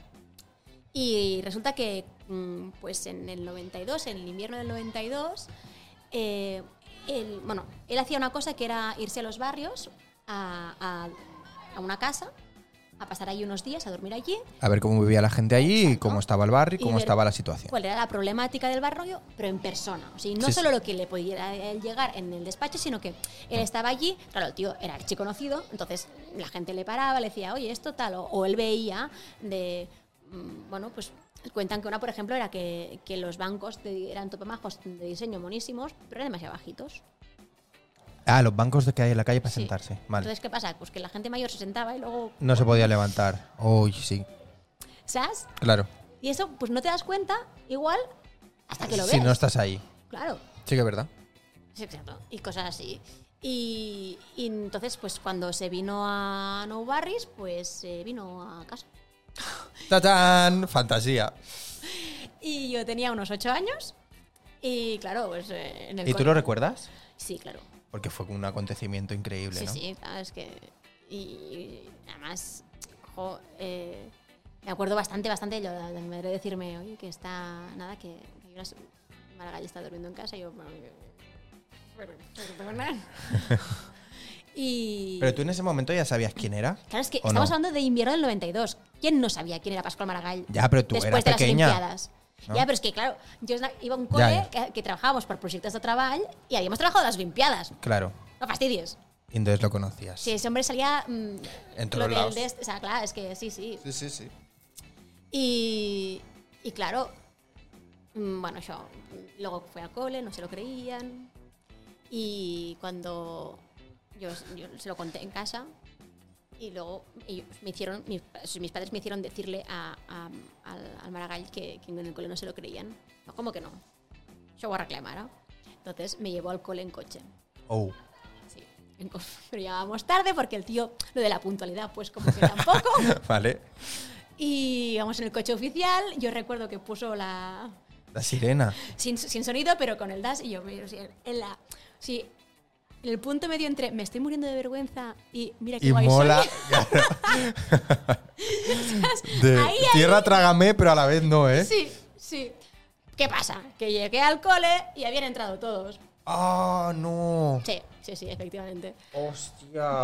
Speaker 2: Y resulta que mm, pues en el 92, en el invierno del 92, eh, él, bueno, él hacía una cosa que era irse a los barrios, a, a- a una casa, a pasar allí unos días, a dormir allí,
Speaker 1: A ver cómo vivía la gente allí, cómo estaba el barrio y
Speaker 2: Y
Speaker 1: cómo
Speaker 2: ver-
Speaker 1: estaba la situación.
Speaker 2: cuál era la problemática del barrio, pero en persona. O sea, no
Speaker 1: Sí,
Speaker 2: solo lo que le pudiera él llegar en el despacho, sino que él
Speaker 1: Ah.
Speaker 2: estaba allí, claro, el tío era archiconocido, entonces la gente le paraba, le decía, oye, esto tal, o, o él veía de, mm, bueno, pues cuentan que una, por ejemplo, era que, que los bancos de- eran topamajos de diseño monísimos, pero eran demasiado bajitos.
Speaker 1: Ah, los bancos de que hay en la calle para
Speaker 2: Sí.
Speaker 1: sentarse. Vale.
Speaker 2: Entonces, ¿qué pasa? Pues que la gente mayor se sentaba y luego,
Speaker 1: no se podía levantar. Uy, sí.
Speaker 2: ¿sabes?
Speaker 1: Claro.
Speaker 2: Y eso, pues no te das cuenta, igual, hasta que lo
Speaker 1: si
Speaker 2: ves.
Speaker 1: no estás ahí.
Speaker 2: Claro.
Speaker 1: Sí que es verdad.
Speaker 2: Sí, exacto. Y cosas así. Y, y entonces, pues cuando se vino a No Barris, pues se vino a casa.
Speaker 1: ¡Tatán! Fantasía.
Speaker 2: Y yo tenía unos ocho años. Y claro, pues eh, en el
Speaker 1: ¿Y tú
Speaker 2: cole-
Speaker 1: lo recuerdas?
Speaker 2: Sí, claro.
Speaker 1: Porque fue un acontecimiento increíble,
Speaker 2: Sí,
Speaker 1: ¿no?
Speaker 2: sí, claro, es que. Y, y además, jo, eh, me acuerdo bastante, bastante de, lo- de mi madre decirme, oye, que está. Nada, que, que hay una. Maragall está durmiendo en casa. Y yo, bueno, bueno, perdona. y.
Speaker 1: Pero tú en ese momento ya sabías quién era.
Speaker 2: Claro, es que
Speaker 1: ¿o
Speaker 2: estamos
Speaker 1: no?
Speaker 2: hablando de invierno del 92. ¿Quién no sabía quién era Pascual Maragall?
Speaker 1: Ya, pero tú
Speaker 2: después
Speaker 1: eras
Speaker 2: de las
Speaker 1: pequeña,
Speaker 2: Olimpiadas.
Speaker 1: ¿no?
Speaker 2: Ya, pero es que, claro, yo es- iba a un cole
Speaker 1: ya.
Speaker 2: que, que trabajábamos por proyectos de trabajo y habíamos trabajado las Olimpiadas.
Speaker 1: Claro.
Speaker 2: No fastidies.
Speaker 1: Y entonces lo conocías.
Speaker 2: Si ese hombre salía. mm,
Speaker 1: En
Speaker 2: lo
Speaker 1: todos
Speaker 2: del
Speaker 1: lados.
Speaker 2: des- este, o sea, claro, es que sí, sí.
Speaker 1: sí, sí. sí.
Speaker 2: Y, y claro, mm, bueno, yo mm, luego fui al cole, no se lo creían. Y cuando yo, yo se lo conté en casa, Y luego ellos me hicieron, mis, mis padres me hicieron decirle a, a- al, al Maragall que, que en el cole no se lo creían. No, ¿Cómo que no? Yo voy a reclamar. ¿ah? Entonces me llevó al cole en coche.
Speaker 1: Oh.
Speaker 2: Sí, en co- pero llegábamos tarde porque el tío, lo de la puntualidad, pues como que tampoco.
Speaker 1: Vale.
Speaker 2: Y vamos en el coche oficial. Yo recuerdo que puso la.
Speaker 1: La sirena.
Speaker 2: Sin, sin sonido, pero con el dash. Y yo me. o sea, en la. Sí. en el punto medio entre me estoy muriendo de vergüenza y mira qué
Speaker 1: Y
Speaker 2: guay
Speaker 1: mola.
Speaker 2: soy.
Speaker 1: De
Speaker 2: Ahí, ahí.
Speaker 1: tierra trágame, pero a la vez no, ¿eh?
Speaker 2: Sí, sí. ¿Qué pasa? Que llegué al cole y habían entrado todos.
Speaker 1: ¡Ah, no!
Speaker 2: Sí, sí, sí, efectivamente.
Speaker 1: ¡Hostia!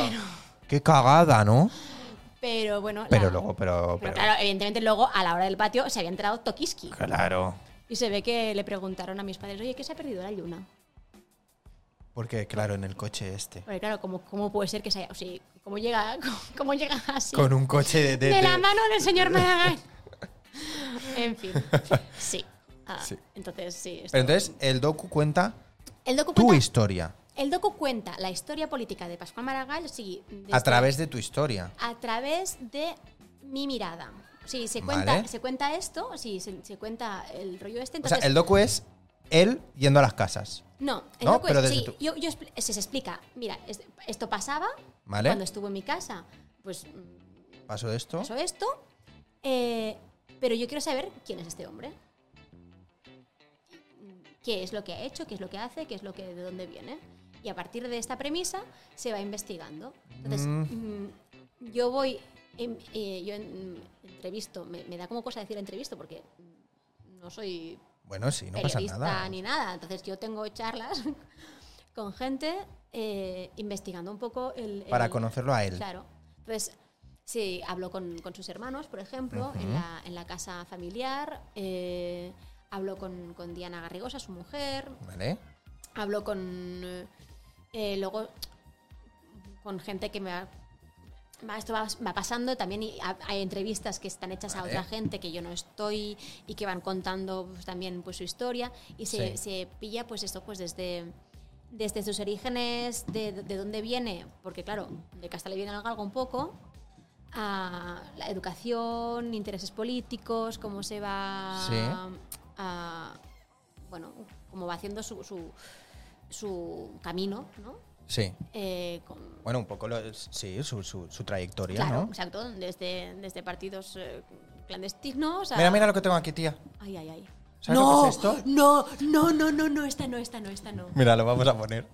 Speaker 1: ¡Qué cagada, ¿no?
Speaker 2: Pero bueno. la-
Speaker 1: Pero luego, pero.
Speaker 2: Pero
Speaker 1: pero-
Speaker 2: claro, evidentemente luego a la hora del patio se había entrado Tokiski.
Speaker 1: Claro.
Speaker 2: Y se ve que le preguntaron a mis padres, oye, ¿qué se ha perdido la luna?
Speaker 1: Porque, claro, en el coche este.
Speaker 2: Porque claro, ¿cómo, cómo puede ser que se haya... O sea, ¿cómo llega, cómo, llega así?
Speaker 1: Con un coche de. de-
Speaker 2: de la
Speaker 1: de-
Speaker 2: mano del señor Maragall. en fin, sí. Ah,
Speaker 1: Sí.
Speaker 2: Entonces, sí. esto-
Speaker 1: Pero entonces, el docu cuenta
Speaker 2: el, docu
Speaker 1: tu
Speaker 2: cuenta,
Speaker 1: historia.
Speaker 2: el docu cuenta la historia política de Pascual Maragall, sí. desde-
Speaker 1: A través de tu historia.
Speaker 2: a través de mi mirada. Sí, se cuenta,
Speaker 1: Vale.
Speaker 2: se cuenta esto, sí, se, se cuenta el rollo este.
Speaker 1: O sea,
Speaker 2: Entonces,
Speaker 1: el docu es él yendo a las casas.
Speaker 2: No, el
Speaker 1: No,
Speaker 2: docu es-
Speaker 1: pero desde
Speaker 2: sí,
Speaker 1: tu-
Speaker 2: yo, yo expli- se, se explica. Mira, es- esto pasaba
Speaker 1: ¿Vale?
Speaker 2: cuando estuvo en mi casa. Pues mm,
Speaker 1: Pasó esto.
Speaker 2: pasó esto, eh, pero yo quiero saber quién es este hombre. ¿Qué es lo que ha hecho? ¿Qué es lo que hace? ¿Qué es lo que de dónde viene? Y a partir de esta premisa se va investigando. Entonces, mm, yo voy, em, eh, yo en- entrevisto, me, me da como cosa decir entrevisto porque mm, no soy
Speaker 1: Bueno, sí, no pasa
Speaker 2: periodista
Speaker 1: nada.
Speaker 2: ni nada. Entonces yo tengo charlas con gente eh, investigando un poco el...
Speaker 1: Para
Speaker 2: el-
Speaker 1: conocerlo a él.
Speaker 2: Claro. Entonces, sí, habló con, con sus hermanos, por ejemplo, en, la, en la casa familiar. eh, habló con, con Diana Garrigosa, su mujer.
Speaker 1: ¿Vale?
Speaker 2: Habló con. eh, eh, luego. con gente que me va. va- Esto va, va pasando también y ha- hay entrevistas que están hechas
Speaker 1: Vale.
Speaker 2: a otra gente que yo no estoy y que van contando pues, también pues, su historia y
Speaker 1: Sí.
Speaker 2: se, se pilla pues esto pues desde, desde sus orígenes, de, de dónde viene, porque claro, de Castilla viene algo un poco, a la educación, intereses políticos, cómo se va
Speaker 1: Sí.
Speaker 2: a- bueno, cómo va haciendo su, su, su camino, ¿no?
Speaker 1: Sí.
Speaker 2: Eh, con-
Speaker 1: Bueno, un poco lo- sí, su, su- su trayectoria,
Speaker 2: claro,
Speaker 1: ¿no?
Speaker 2: exacto, desde, desde partidos eh, clandestinos a...
Speaker 1: Mira, mira lo que tengo aquí, tía.
Speaker 2: Ay, ay, ay.
Speaker 1: ¿Sabes
Speaker 2: no,
Speaker 1: lo que es esto?
Speaker 2: no, no, no, no, no, esta no, esta no, esta no.
Speaker 1: Mira, lo vamos a poner.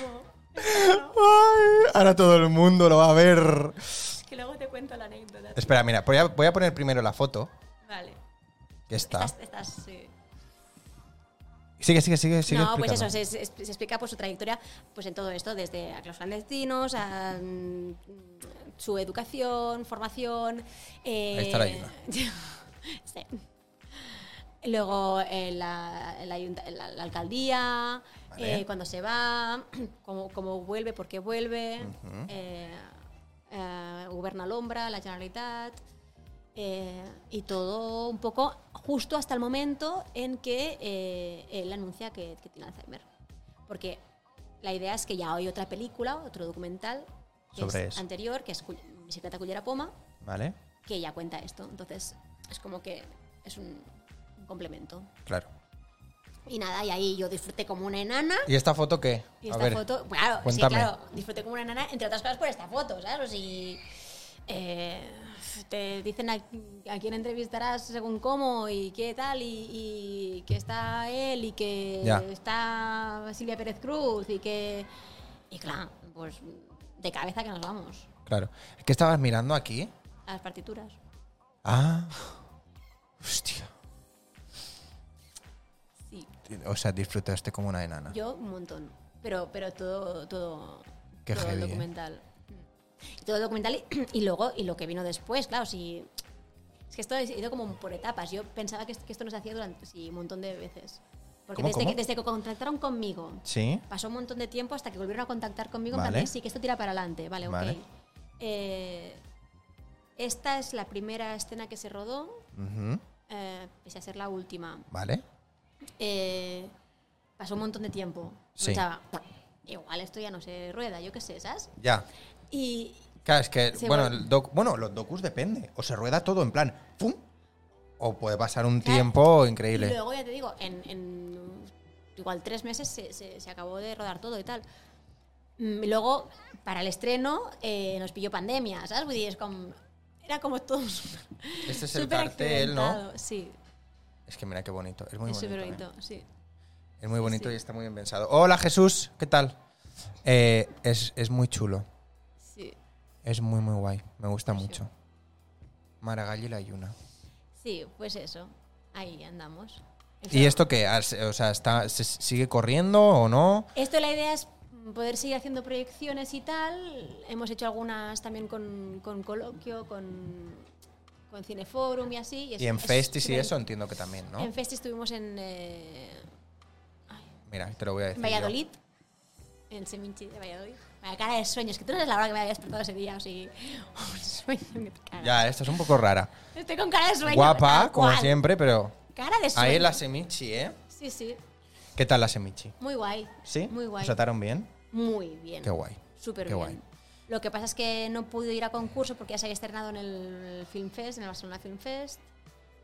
Speaker 2: no.
Speaker 1: Ay, ahora todo el mundo lo va a ver.
Speaker 3: Que luego te cuento la anécdota.
Speaker 1: Espera, mira, voy a, voy a poner primero la foto.
Speaker 3: Vale.
Speaker 1: Que está.
Speaker 2: Estás, estás, sí.
Speaker 1: Sigue, sigue, sigue, sigue.
Speaker 2: no, pues eso,
Speaker 1: explicando.
Speaker 2: se, se- se explica pues, su trayectoria pues, en todo esto, desde a los clandestinos, a mm, su educación, formación. eh,
Speaker 1: Ahí está la ayuda.
Speaker 2: sí. Luego eh, la, el ayunta- la- la alcaldía,
Speaker 1: Vale.
Speaker 2: eh, cuando se va, cómo, cómo vuelve, por qué vuelve, eh, eh, Goberna Lombra, la Generalitat. eh, y todo un poco justo hasta el momento en que eh, él anuncia que, que tiene Alzheimer. Porque la idea es que ya hay otra película, otro documental que
Speaker 1: Sobre
Speaker 2: es
Speaker 1: eso.
Speaker 2: anterior, que es Cu- Bicicleta Cullera Poma,
Speaker 1: ¿Vale?
Speaker 2: que ya cuenta esto. Entonces, es como que es un, un complemento.
Speaker 1: Claro.
Speaker 2: Y nada, y ahí yo disfruté como una enana.
Speaker 1: ¿Y esta foto qué?
Speaker 2: Y
Speaker 1: A
Speaker 2: esta
Speaker 1: ver,
Speaker 2: foto, claro, sí,
Speaker 1: cuéntame.
Speaker 2: claro, disfruté como una enana, entre otras cosas por esta foto, ¿sabes? O si eh, te dicen a, a quién entrevistarás según cómo y qué tal, y, y que está él, y que
Speaker 1: Ya.
Speaker 2: está Silvia Pérez Cruz, y que. Y claro, pues de cabeza que nos vamos
Speaker 1: Claro. ¿Qué estabas mirando aquí?
Speaker 2: a las partituras.
Speaker 1: Ah. Hostia.
Speaker 2: Sí.
Speaker 1: O sea, disfrutaste como una enana.
Speaker 2: Yo un montón. Pero, pero todo, todo,
Speaker 1: Qué
Speaker 2: todo
Speaker 1: heavy, ¿eh?
Speaker 2: documental. Mm. Todo documental y, y luego, y lo que vino después, claro, si. Es que esto ha ido como por etapas. Yo pensaba que, est- que esto nos hacía durante sí, un montón de veces. Porque
Speaker 1: ¿Cómo,
Speaker 2: desde,
Speaker 1: cómo?
Speaker 2: Que, desde que contactaron conmigo,
Speaker 1: Sí.
Speaker 2: pasó un montón de tiempo hasta que volvieron a contactar conmigo.
Speaker 1: Vale.
Speaker 2: en plan de, sí, que esto tira para adelante. Vale, ok.
Speaker 1: Vale.
Speaker 2: Eh, esta es la primera escena que se rodó,
Speaker 1: Ujú.
Speaker 2: eh, pese a ser la última.
Speaker 1: Vale.
Speaker 2: Eh, pasó un montón de tiempo.
Speaker 1: Sí.
Speaker 2: Pensaba, igual esto ya no se rueda, yo qué sé, ¿sabes?
Speaker 1: Ya.
Speaker 2: Y
Speaker 1: Claro, es que,
Speaker 2: Se
Speaker 1: bueno,
Speaker 2: vuelve-
Speaker 1: el doc- bueno, los docus depende. O se rueda todo en plan, ¡pum! O puede pasar un
Speaker 2: Claro.
Speaker 1: tiempo
Speaker 2: Ah. y
Speaker 1: increíble.
Speaker 2: luego ya te digo, en, en igual tres meses se, se- se acabó de rodar todo y tal. Mm, Y luego, para el estreno, eh, nos pilló pandemia, ¿sabes? Vull dir, és com- era como todo
Speaker 1: Este es el
Speaker 2: súper
Speaker 1: cartel, ¿no?
Speaker 2: accidentado. Sí,
Speaker 1: Es que mira qué bonito. Es muy
Speaker 2: es
Speaker 1: bonito.
Speaker 2: súper
Speaker 1: ¿eh?
Speaker 2: bonito, sí.
Speaker 1: Es muy bonito
Speaker 2: sí.
Speaker 1: y está muy bien pensado. Hola Jesús, ¿qué tal? Eh, es, es muy chulo.
Speaker 2: sí.
Speaker 1: Es muy, muy guay. Me gusta
Speaker 2: Sí.
Speaker 1: mucho. Maragall y la Yuna.
Speaker 2: Sí, pues eso. Ahí andamos.
Speaker 1: ¿Y esto qué? Has- O sea, está, se- ¿sigue corriendo o no?
Speaker 2: Esto la idea es poder seguir haciendo proyecciones y tal. Hemos hecho algunas también con, con coloquio, con, con Cineforum y así. es-
Speaker 1: Y en
Speaker 2: es
Speaker 1: festis y
Speaker 2: súper-
Speaker 1: eso entiendo que también, ¿no?
Speaker 2: En Festi estuvimos en, eh,
Speaker 1: Mira, te lo voy a decir.
Speaker 2: en
Speaker 1: yo.
Speaker 2: Valladolid, en Seminci de Valladolid. Vaya cara de sueños, que tú no eres la hora que me había despertado ese día, o sea, un sueño que te cagas.
Speaker 1: Ya, esta es un poco rara.
Speaker 2: Estoy con cara de sueño.
Speaker 1: Guapa,
Speaker 2: tal
Speaker 1: como
Speaker 2: cual.
Speaker 1: siempre, pero.
Speaker 2: Cara de sueño.
Speaker 1: Ahí la Semichi, ¿eh?
Speaker 2: Sí, sí.
Speaker 1: ¿Qué tal la Semichi?
Speaker 2: Muy guay.
Speaker 1: ¿Sí?
Speaker 2: Muy guay.
Speaker 1: ¿Os trataron bien?
Speaker 2: Muy bien.
Speaker 1: Qué guay.
Speaker 2: Súper
Speaker 1: Qué
Speaker 2: bien.
Speaker 1: guay.
Speaker 2: Lo que pasa es que no pude ir a concurso porque ya se había estrenado en el Film Fest, en el Barcelona Film Fest.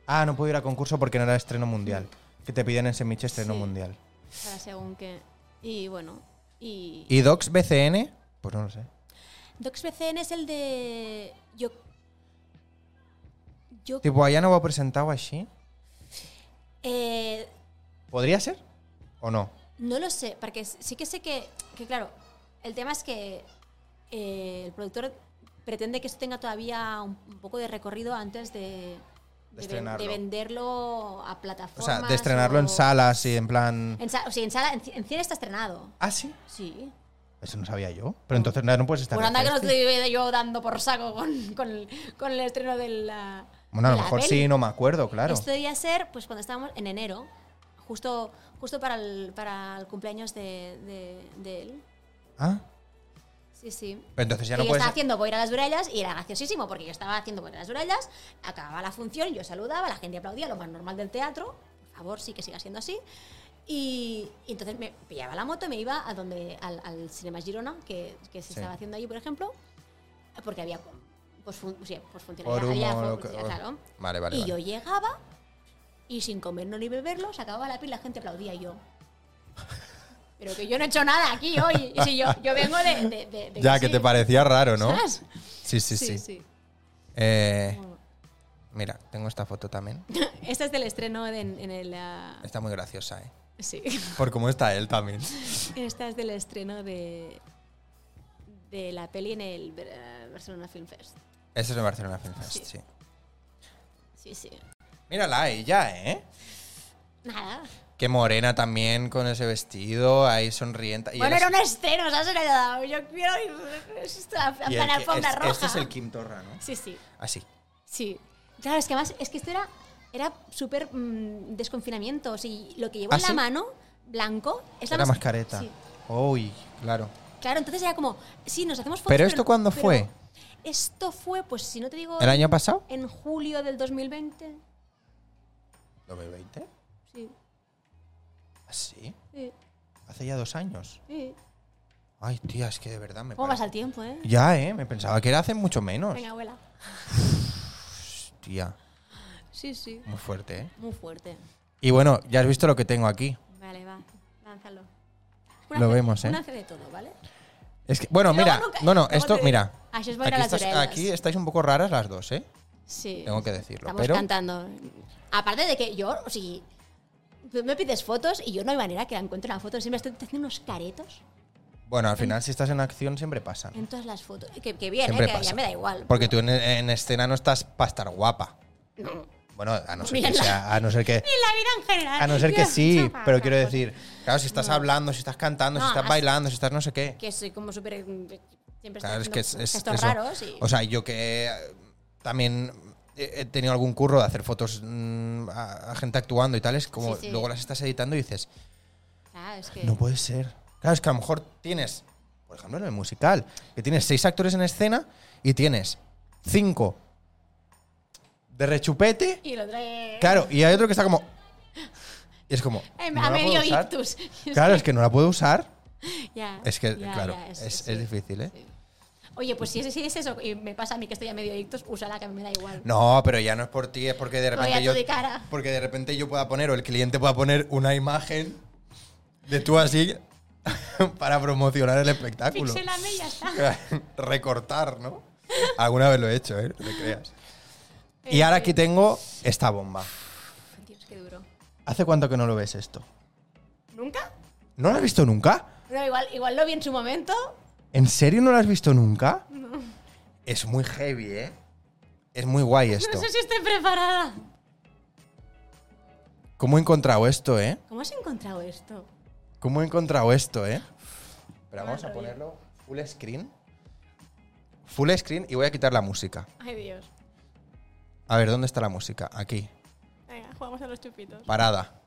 Speaker 1: Ah, no pude ir a concurso porque no era estreno mundial. Que te piden en Semichi estreno
Speaker 2: Sí.
Speaker 1: mundial.
Speaker 2: Para según que. Y bueno. Y.
Speaker 1: ¿Y Docs BCN? Pues no lo sé.
Speaker 2: DocsBCN es el de. Yo. Yo.
Speaker 1: Tipo, allá no va presentado así.
Speaker 2: eh,
Speaker 1: ¿Podría ser? ¿O no?
Speaker 2: no lo sé, porque sí que sé que. Que claro, el tema es que eh, el productor pretende que esto tenga todavía un, un poco de recorrido antes de. ven-
Speaker 1: estrenarlo.
Speaker 2: venderlo a
Speaker 1: O
Speaker 2: plataformas.
Speaker 1: sea, de estrenarlo en
Speaker 2: o-
Speaker 1: salas y en plan.
Speaker 2: En sa- o sea, en sala, en, ci- en cine está estrenado.
Speaker 1: Ah, sí.
Speaker 2: Sí.
Speaker 1: Eso no sabía yo. Pero entonces no, no puedes estar.
Speaker 2: Por
Speaker 1: en
Speaker 2: anda que no
Speaker 1: festi.
Speaker 2: estoy yo dando por saco con, con el, con el estreno de la.
Speaker 1: Bueno, a
Speaker 2: de
Speaker 1: lo
Speaker 2: la
Speaker 1: mejor
Speaker 2: peli.
Speaker 1: sí, no me acuerdo, claro.
Speaker 2: Esto debía ser pues cuando estábamos en enero, justo, justo para, el, para el cumpleaños de, de- de él.
Speaker 1: Ah,
Speaker 2: Sí, sí.
Speaker 1: pero entonces ya
Speaker 2: Que
Speaker 1: no
Speaker 2: yo
Speaker 1: puedes.
Speaker 2: estaba haciendo Voy a ir a las Durellas y era graciosísimo porque yo estaba haciendo Voy a ir a las Durellas, acababa la función, yo saludaba, la gente aplaudía, lo más normal del teatro, por favor, sí que siga siendo así. Y, y entonces me pillaba la moto y me iba a donde, al, al Cinema Girona, que, que se
Speaker 1: Sí.
Speaker 2: estaba haciendo allí, por ejemplo, porque había pues, fun- o sea, pues
Speaker 1: Por
Speaker 2: funcionalidad,
Speaker 1: humo
Speaker 2: había
Speaker 1: o lo
Speaker 2: fun-
Speaker 1: que-
Speaker 2: o sea, claro.
Speaker 1: Vale, vale.
Speaker 2: y
Speaker 1: vale.
Speaker 2: yo llegaba y sin comerlo ni beberlo, se acababa la pila, la gente aplaudía y yo. Pero que yo no he hecho nada aquí hoy. Y si yo, yo vengo de. de- de- de
Speaker 1: Ya, que
Speaker 2: sí,
Speaker 1: te parecía raro, ¿no?
Speaker 2: ¿sabes?
Speaker 1: Sí, sí, sí. Eh, mira, tengo esta foto también.
Speaker 2: Esta es del estreno de- en, en el. ah,
Speaker 1: Está muy graciosa, ¿eh?
Speaker 2: sí.
Speaker 1: Por cómo está él también.
Speaker 2: Esta es del estreno de. de la peli en el Ber- Barcelona Film Fest.
Speaker 1: Eso es de Barcelona Film Fest, sí.
Speaker 2: Sí. Sí, sí.
Speaker 1: Mírala ella, ¿eh?
Speaker 2: Nada.
Speaker 1: Qué morena también con ese vestido, ahí sonriente. Y
Speaker 2: bueno,
Speaker 1: él
Speaker 2: era
Speaker 1: así-
Speaker 2: un estreno, ¿sabes? Era- Yo quiero ir. Es esta
Speaker 1: y
Speaker 2: en
Speaker 1: el que-
Speaker 2: alfombra
Speaker 1: es-
Speaker 2: roja.
Speaker 1: Este es el Kim Torra, ¿no?
Speaker 2: Sí, sí.
Speaker 1: Así.
Speaker 2: Sí. Claro, es que además, es que esto era, era súper mm, desconfinamiento. O sea, y lo que llevó
Speaker 1: ¿Ah,
Speaker 2: en la
Speaker 1: sí?
Speaker 2: mano, blanco, es la
Speaker 1: Era
Speaker 2: mas-
Speaker 1: mascareta.
Speaker 2: Sí.
Speaker 1: Uy, claro.
Speaker 2: Claro, entonces era como, sí, nos hacemos fotos.
Speaker 1: ¿Pero esto
Speaker 2: no-
Speaker 1: cuándo
Speaker 2: pero
Speaker 1: fue?
Speaker 2: Esto fue, pues si no te digo,
Speaker 1: ¿El año pasado?
Speaker 2: en julio del 2020.
Speaker 1: ¿2020?
Speaker 2: Sí,
Speaker 1: Así.
Speaker 2: sí,
Speaker 1: Ah, Hace ya dos años.
Speaker 2: sí.
Speaker 1: Ay, tía, es que de verdad me
Speaker 2: ¿Cómo
Speaker 1: parece-
Speaker 2: pasa el tiempo, eh?
Speaker 1: Ya, ¿eh? Me pensaba que era hace mucho menos.
Speaker 2: Venga, abuela.
Speaker 1: Tía,
Speaker 2: Sí, sí.
Speaker 1: muy fuerte, ¿eh?
Speaker 2: Muy fuerte.
Speaker 1: Y bueno, ya has visto lo que tengo aquí.
Speaker 2: Vale, va, lánzalo.
Speaker 1: Lo
Speaker 2: hace-
Speaker 1: vemos, eh.
Speaker 2: Una hace de todo, ¿vale?
Speaker 1: Es que, bueno,
Speaker 2: Luego
Speaker 1: mira,
Speaker 2: nunca-
Speaker 1: no, no,
Speaker 2: luego
Speaker 1: esto,
Speaker 2: te-
Speaker 1: mira.
Speaker 2: Así os voy a ir
Speaker 1: Aquí,
Speaker 2: a las
Speaker 1: estás-
Speaker 2: orejas.
Speaker 1: aquí estáis un poco raras las dos, ¿eh?
Speaker 2: Sí.
Speaker 1: Tengo que decirlo,
Speaker 2: Estamos
Speaker 1: pero-
Speaker 2: cantando. Aparte de que yo, si tú me pides fotos y yo no hay manera que la encuentre una foto, siempre estoy haciendo unos caretos
Speaker 1: Bueno, al final, si estás en acción, siempre pasan.
Speaker 2: en todas las fotos. Que, que bien,
Speaker 1: Siempre
Speaker 2: eh, que
Speaker 1: pasa.
Speaker 2: ya me da igual.
Speaker 1: Porque tú en, en escena no estás para estar guapa. Bueno, a no ser que
Speaker 2: Ni en la-
Speaker 1: sea- a no ser que,
Speaker 2: En la vida en general.
Speaker 1: a no ser que
Speaker 2: Yo-
Speaker 1: sí,
Speaker 2: yo-
Speaker 1: pero quiero decir, claro, si estás hablando, si estás cantando, si
Speaker 2: No,
Speaker 1: estás
Speaker 2: has-
Speaker 1: bailando, si estás no sé qué.
Speaker 2: Que soy como súper. eh, Siempre
Speaker 1: Claro,
Speaker 2: estoy
Speaker 1: es que es,
Speaker 2: haciendo
Speaker 1: es-
Speaker 2: gestos
Speaker 1: eso.
Speaker 2: raros. Y,
Speaker 1: O sea, yo que eh, también he he tenido algún curro de hacer fotos mm, a, a gente actuando y tal, es como
Speaker 2: Sí, sí.
Speaker 1: luego las estás editando y dices,
Speaker 2: Claro, ah, es que.
Speaker 1: no puede ser. Claro, es que a lo mejor tienes, por ejemplo, en el musical, que tienes seis actores en escena y tienes cinco de rechupete.
Speaker 2: y lo trae.
Speaker 1: Claro, y hay otro que está como. Y es como.
Speaker 2: em,
Speaker 1: no la
Speaker 2: a
Speaker 1: puedo
Speaker 2: medio
Speaker 1: usar.
Speaker 2: ictus.
Speaker 1: Claro, es que no la puedo usar.
Speaker 2: Ya,
Speaker 1: Es que,
Speaker 2: ya,
Speaker 1: claro,
Speaker 2: ya,
Speaker 1: es- es difícil, ¿eh?
Speaker 2: sí. Oye, pues si es, si es eso y me pasa a mí que estoy a medio adictos, úsala, que a mí me da igual.
Speaker 1: No, pero ya no es por ti, es porque de
Speaker 2: Voy a
Speaker 1: repente
Speaker 2: tu
Speaker 1: yo.
Speaker 2: de cara.
Speaker 1: Porque de repente yo pueda poner, o el cliente pueda poner una imagen de tú así para promocionar el espectáculo.
Speaker 2: Pixelame y ya está.
Speaker 1: Recortar, ¿no? Alguna vez lo he hecho, ¿eh? No te creas. Y ahora aquí tengo esta bomba.
Speaker 2: Uf, Dios, qué duro.
Speaker 1: ¿Hace cuánto que no lo ves esto?
Speaker 2: ¿Nunca?
Speaker 1: ¿No lo has visto nunca?
Speaker 2: No, igual, igual lo vi en su momento.
Speaker 1: ¿En serio no lo has visto nunca? Es muy heavy, ¿eh? Es muy guay esto.
Speaker 2: No sé si estoy preparada.
Speaker 1: ¿Cómo he encontrado esto, eh?
Speaker 2: ¿Cómo has encontrado esto?
Speaker 1: ¿Cómo he encontrado esto, eh? Pero vamos
Speaker 2: Madre
Speaker 1: a
Speaker 2: mía.
Speaker 1: ponerlo full screen. Full screen y voy a quitar la música.
Speaker 2: Ay, Dios.
Speaker 1: A ver, ¿dónde está la música? Aquí.
Speaker 3: Venga, jugamos a los chupitos.
Speaker 1: Parada.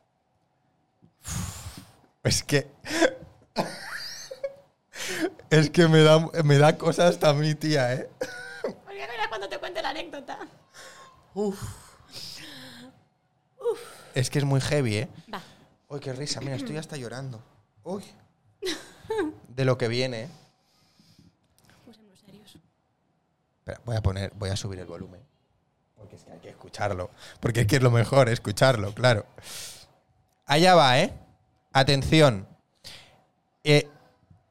Speaker 1: Uf, Es que. es que me da, me da cosas hasta a mí, tía, ¿eh?
Speaker 2: Porque Pues verás cuando te cuente la anécdota.
Speaker 1: Es que es muy heavy, ¿eh?
Speaker 2: Va.
Speaker 1: Uy, qué risa, mira, estoy hasta llorando. Uy. De lo que viene, ¿eh?
Speaker 2: Usémonos serios.
Speaker 1: Espera, voy a poner, voy a subir el volumen. Porque es que hay que escucharlo. Porque es que es lo mejor, escucharlo, claro. Allá va, ¿eh? Atención. Eh,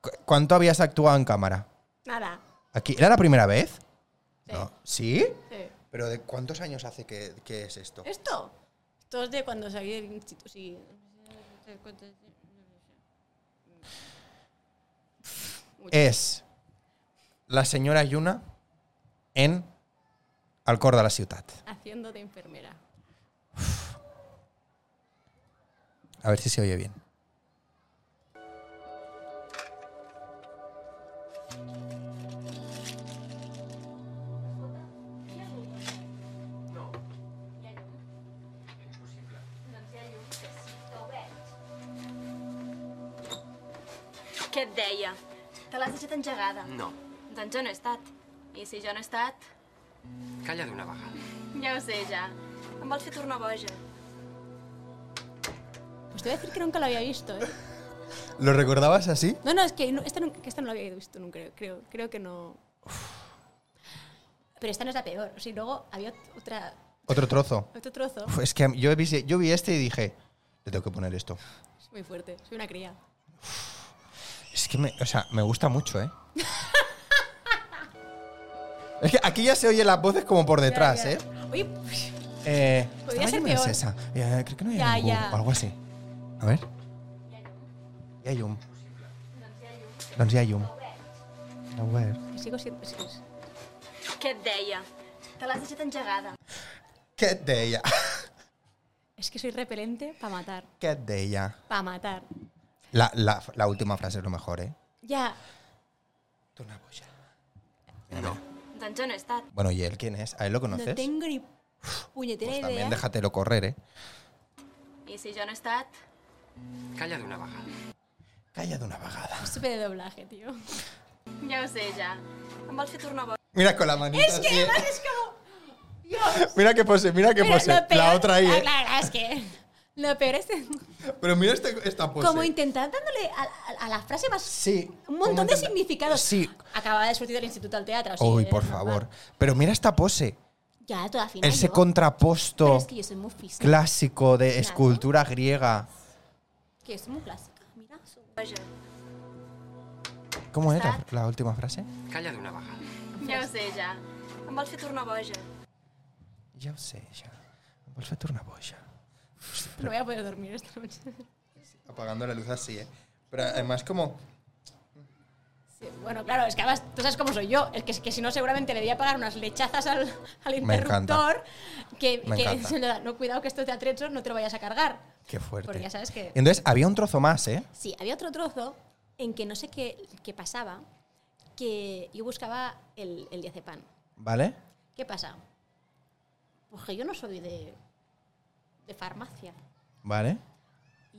Speaker 1: ¿cu- ¿Cuánto habías actuado en cámara?
Speaker 3: Nada.
Speaker 1: Aquí. ¿Era la primera vez?
Speaker 3: Sí.
Speaker 1: No. ¿Sí?
Speaker 3: Sí.
Speaker 1: ¿Pero de cuántos años hace que, que es esto?
Speaker 3: ¿Esto? Esto es de cuando salí del instituto. Sí.
Speaker 1: Es la señora Yuna en Alcor de la Ciutat.
Speaker 3: Haciendo de enfermera.
Speaker 1: A ver si se oye bien.
Speaker 4: Què et deia? Te l'has deixat engegada.
Speaker 5: No,
Speaker 4: Doncs jo no he estat. I si jo no he estat,
Speaker 5: calla d'una vegada.
Speaker 4: ja ho sé, ja. Em vols fer tornar boja.
Speaker 3: Pues te voy a decir que nunca lo había visto, ¿eh?
Speaker 1: ¿Lo recordabas así?
Speaker 3: No, no, es que no, esta, nunca- que esta no la había visto nunca, creo. Creo, creo que no.
Speaker 2: Pero esta no es la peor. O sea, y luego había ot- otra,
Speaker 1: Otro trozo.
Speaker 3: Otro trozo.
Speaker 1: Uf, es que a mí- yo vi, yo vi este y dije, le tengo que poner esto.
Speaker 3: Es muy fuerte. Soy una cría.
Speaker 1: Es que me, o sea, me gusta mucho, ¿eh? es que aquí ya se oyen las voces como por detrás, ¿eh?
Speaker 3: Oye,
Speaker 1: eh
Speaker 3: Podría
Speaker 1: estaba
Speaker 3: ser
Speaker 1: yo menos
Speaker 3: peor.
Speaker 1: esa. Eh, creo que no hay
Speaker 3: Ya,
Speaker 1: ningún,
Speaker 3: ya.
Speaker 1: o algo así. A ver. Y hay un. Doncs hi ha llum. A ver.
Speaker 3: que sigo siendo. es que es-
Speaker 4: Què et deia? Te l'has deixat engegada.
Speaker 1: Què et deia?
Speaker 3: Es que soy repelente para matar.
Speaker 1: Què et deia?
Speaker 3: Para matar.
Speaker 1: La, la, la última frase es lo mejor, ¿eh?
Speaker 3: Ya.
Speaker 1: D'una boja.
Speaker 5: No,
Speaker 4: Doncs jo no he estat.
Speaker 1: Bueno, ¿y él quién es? ¿A él lo
Speaker 3: No
Speaker 1: conoces?
Speaker 3: tengo ni puñetera
Speaker 1: pues
Speaker 3: idea.
Speaker 1: también déjatelo correr, ¿eh?
Speaker 4: I si jo no he estat,
Speaker 5: calla d'una vegada.
Speaker 1: Calla de una vagada.
Speaker 3: Es súper de doblaje, tío.
Speaker 4: ja ho sé, ja. Em vols fer tornar boja.
Speaker 1: Mira con la manita.
Speaker 3: Es que
Speaker 1: así, ¿eh?
Speaker 3: además es como. Dios.
Speaker 1: Mira que pose, mira que
Speaker 3: Pero
Speaker 1: pose.
Speaker 3: lo peor-
Speaker 1: La otra ahí.
Speaker 3: Ah,
Speaker 1: ¿eh?
Speaker 3: claro, es que. Lo peor es.
Speaker 1: Pero mira este- esta pose.
Speaker 2: Como intentar dándole a, a- a la frase más.
Speaker 1: Sí.
Speaker 2: Un
Speaker 1: como
Speaker 2: montón de
Speaker 1: intenta-
Speaker 2: significados.
Speaker 1: Sí.
Speaker 2: Acababa de surtir del instituto al teatro. o sea,
Speaker 1: Uy,
Speaker 2: era
Speaker 1: por
Speaker 2: normal.
Speaker 1: favor. Pero mira esta pose.
Speaker 2: Ya, toda final.
Speaker 1: Ese
Speaker 2: yo. Pero
Speaker 1: contraposto
Speaker 2: es que yo soy muy física.
Speaker 1: clásico de escultura griega.
Speaker 2: Que es muy clásica. Mira, su-
Speaker 1: ¿Cómo era la última frase?
Speaker 5: Calla d'una vegada.
Speaker 4: Ja ho sé, ja. Em vols fer tornar boja.
Speaker 1: Ya ho sé, ya. Vols fer tornar boja.
Speaker 3: No voy a poder dormir esta noche.
Speaker 1: Apagando la luz así, ¿eh? Pero además como...
Speaker 2: sí, bueno, claro, es que además tú sabes cómo soy yo. Es que, es que si no, seguramente le voy a pagar unas lechazas al, al
Speaker 1: Me encanta.
Speaker 2: interruptor. Que,
Speaker 1: Me
Speaker 2: que
Speaker 1: encanta.
Speaker 2: se le da, no, cuidado que esto te atrecho, no te lo vayas a cargar.
Speaker 1: Qué fuerte.
Speaker 2: Porque ya sabes que-
Speaker 1: Entonces, había un trozo más, ¿eh?
Speaker 2: Sí, había otro trozo en que no sé qué, qué pasaba, que yo buscaba el, el diazepam.
Speaker 1: ¿Vale?
Speaker 2: ¿Qué pasa? Pues que yo no soy de, de farmacia.
Speaker 1: ¿Vale?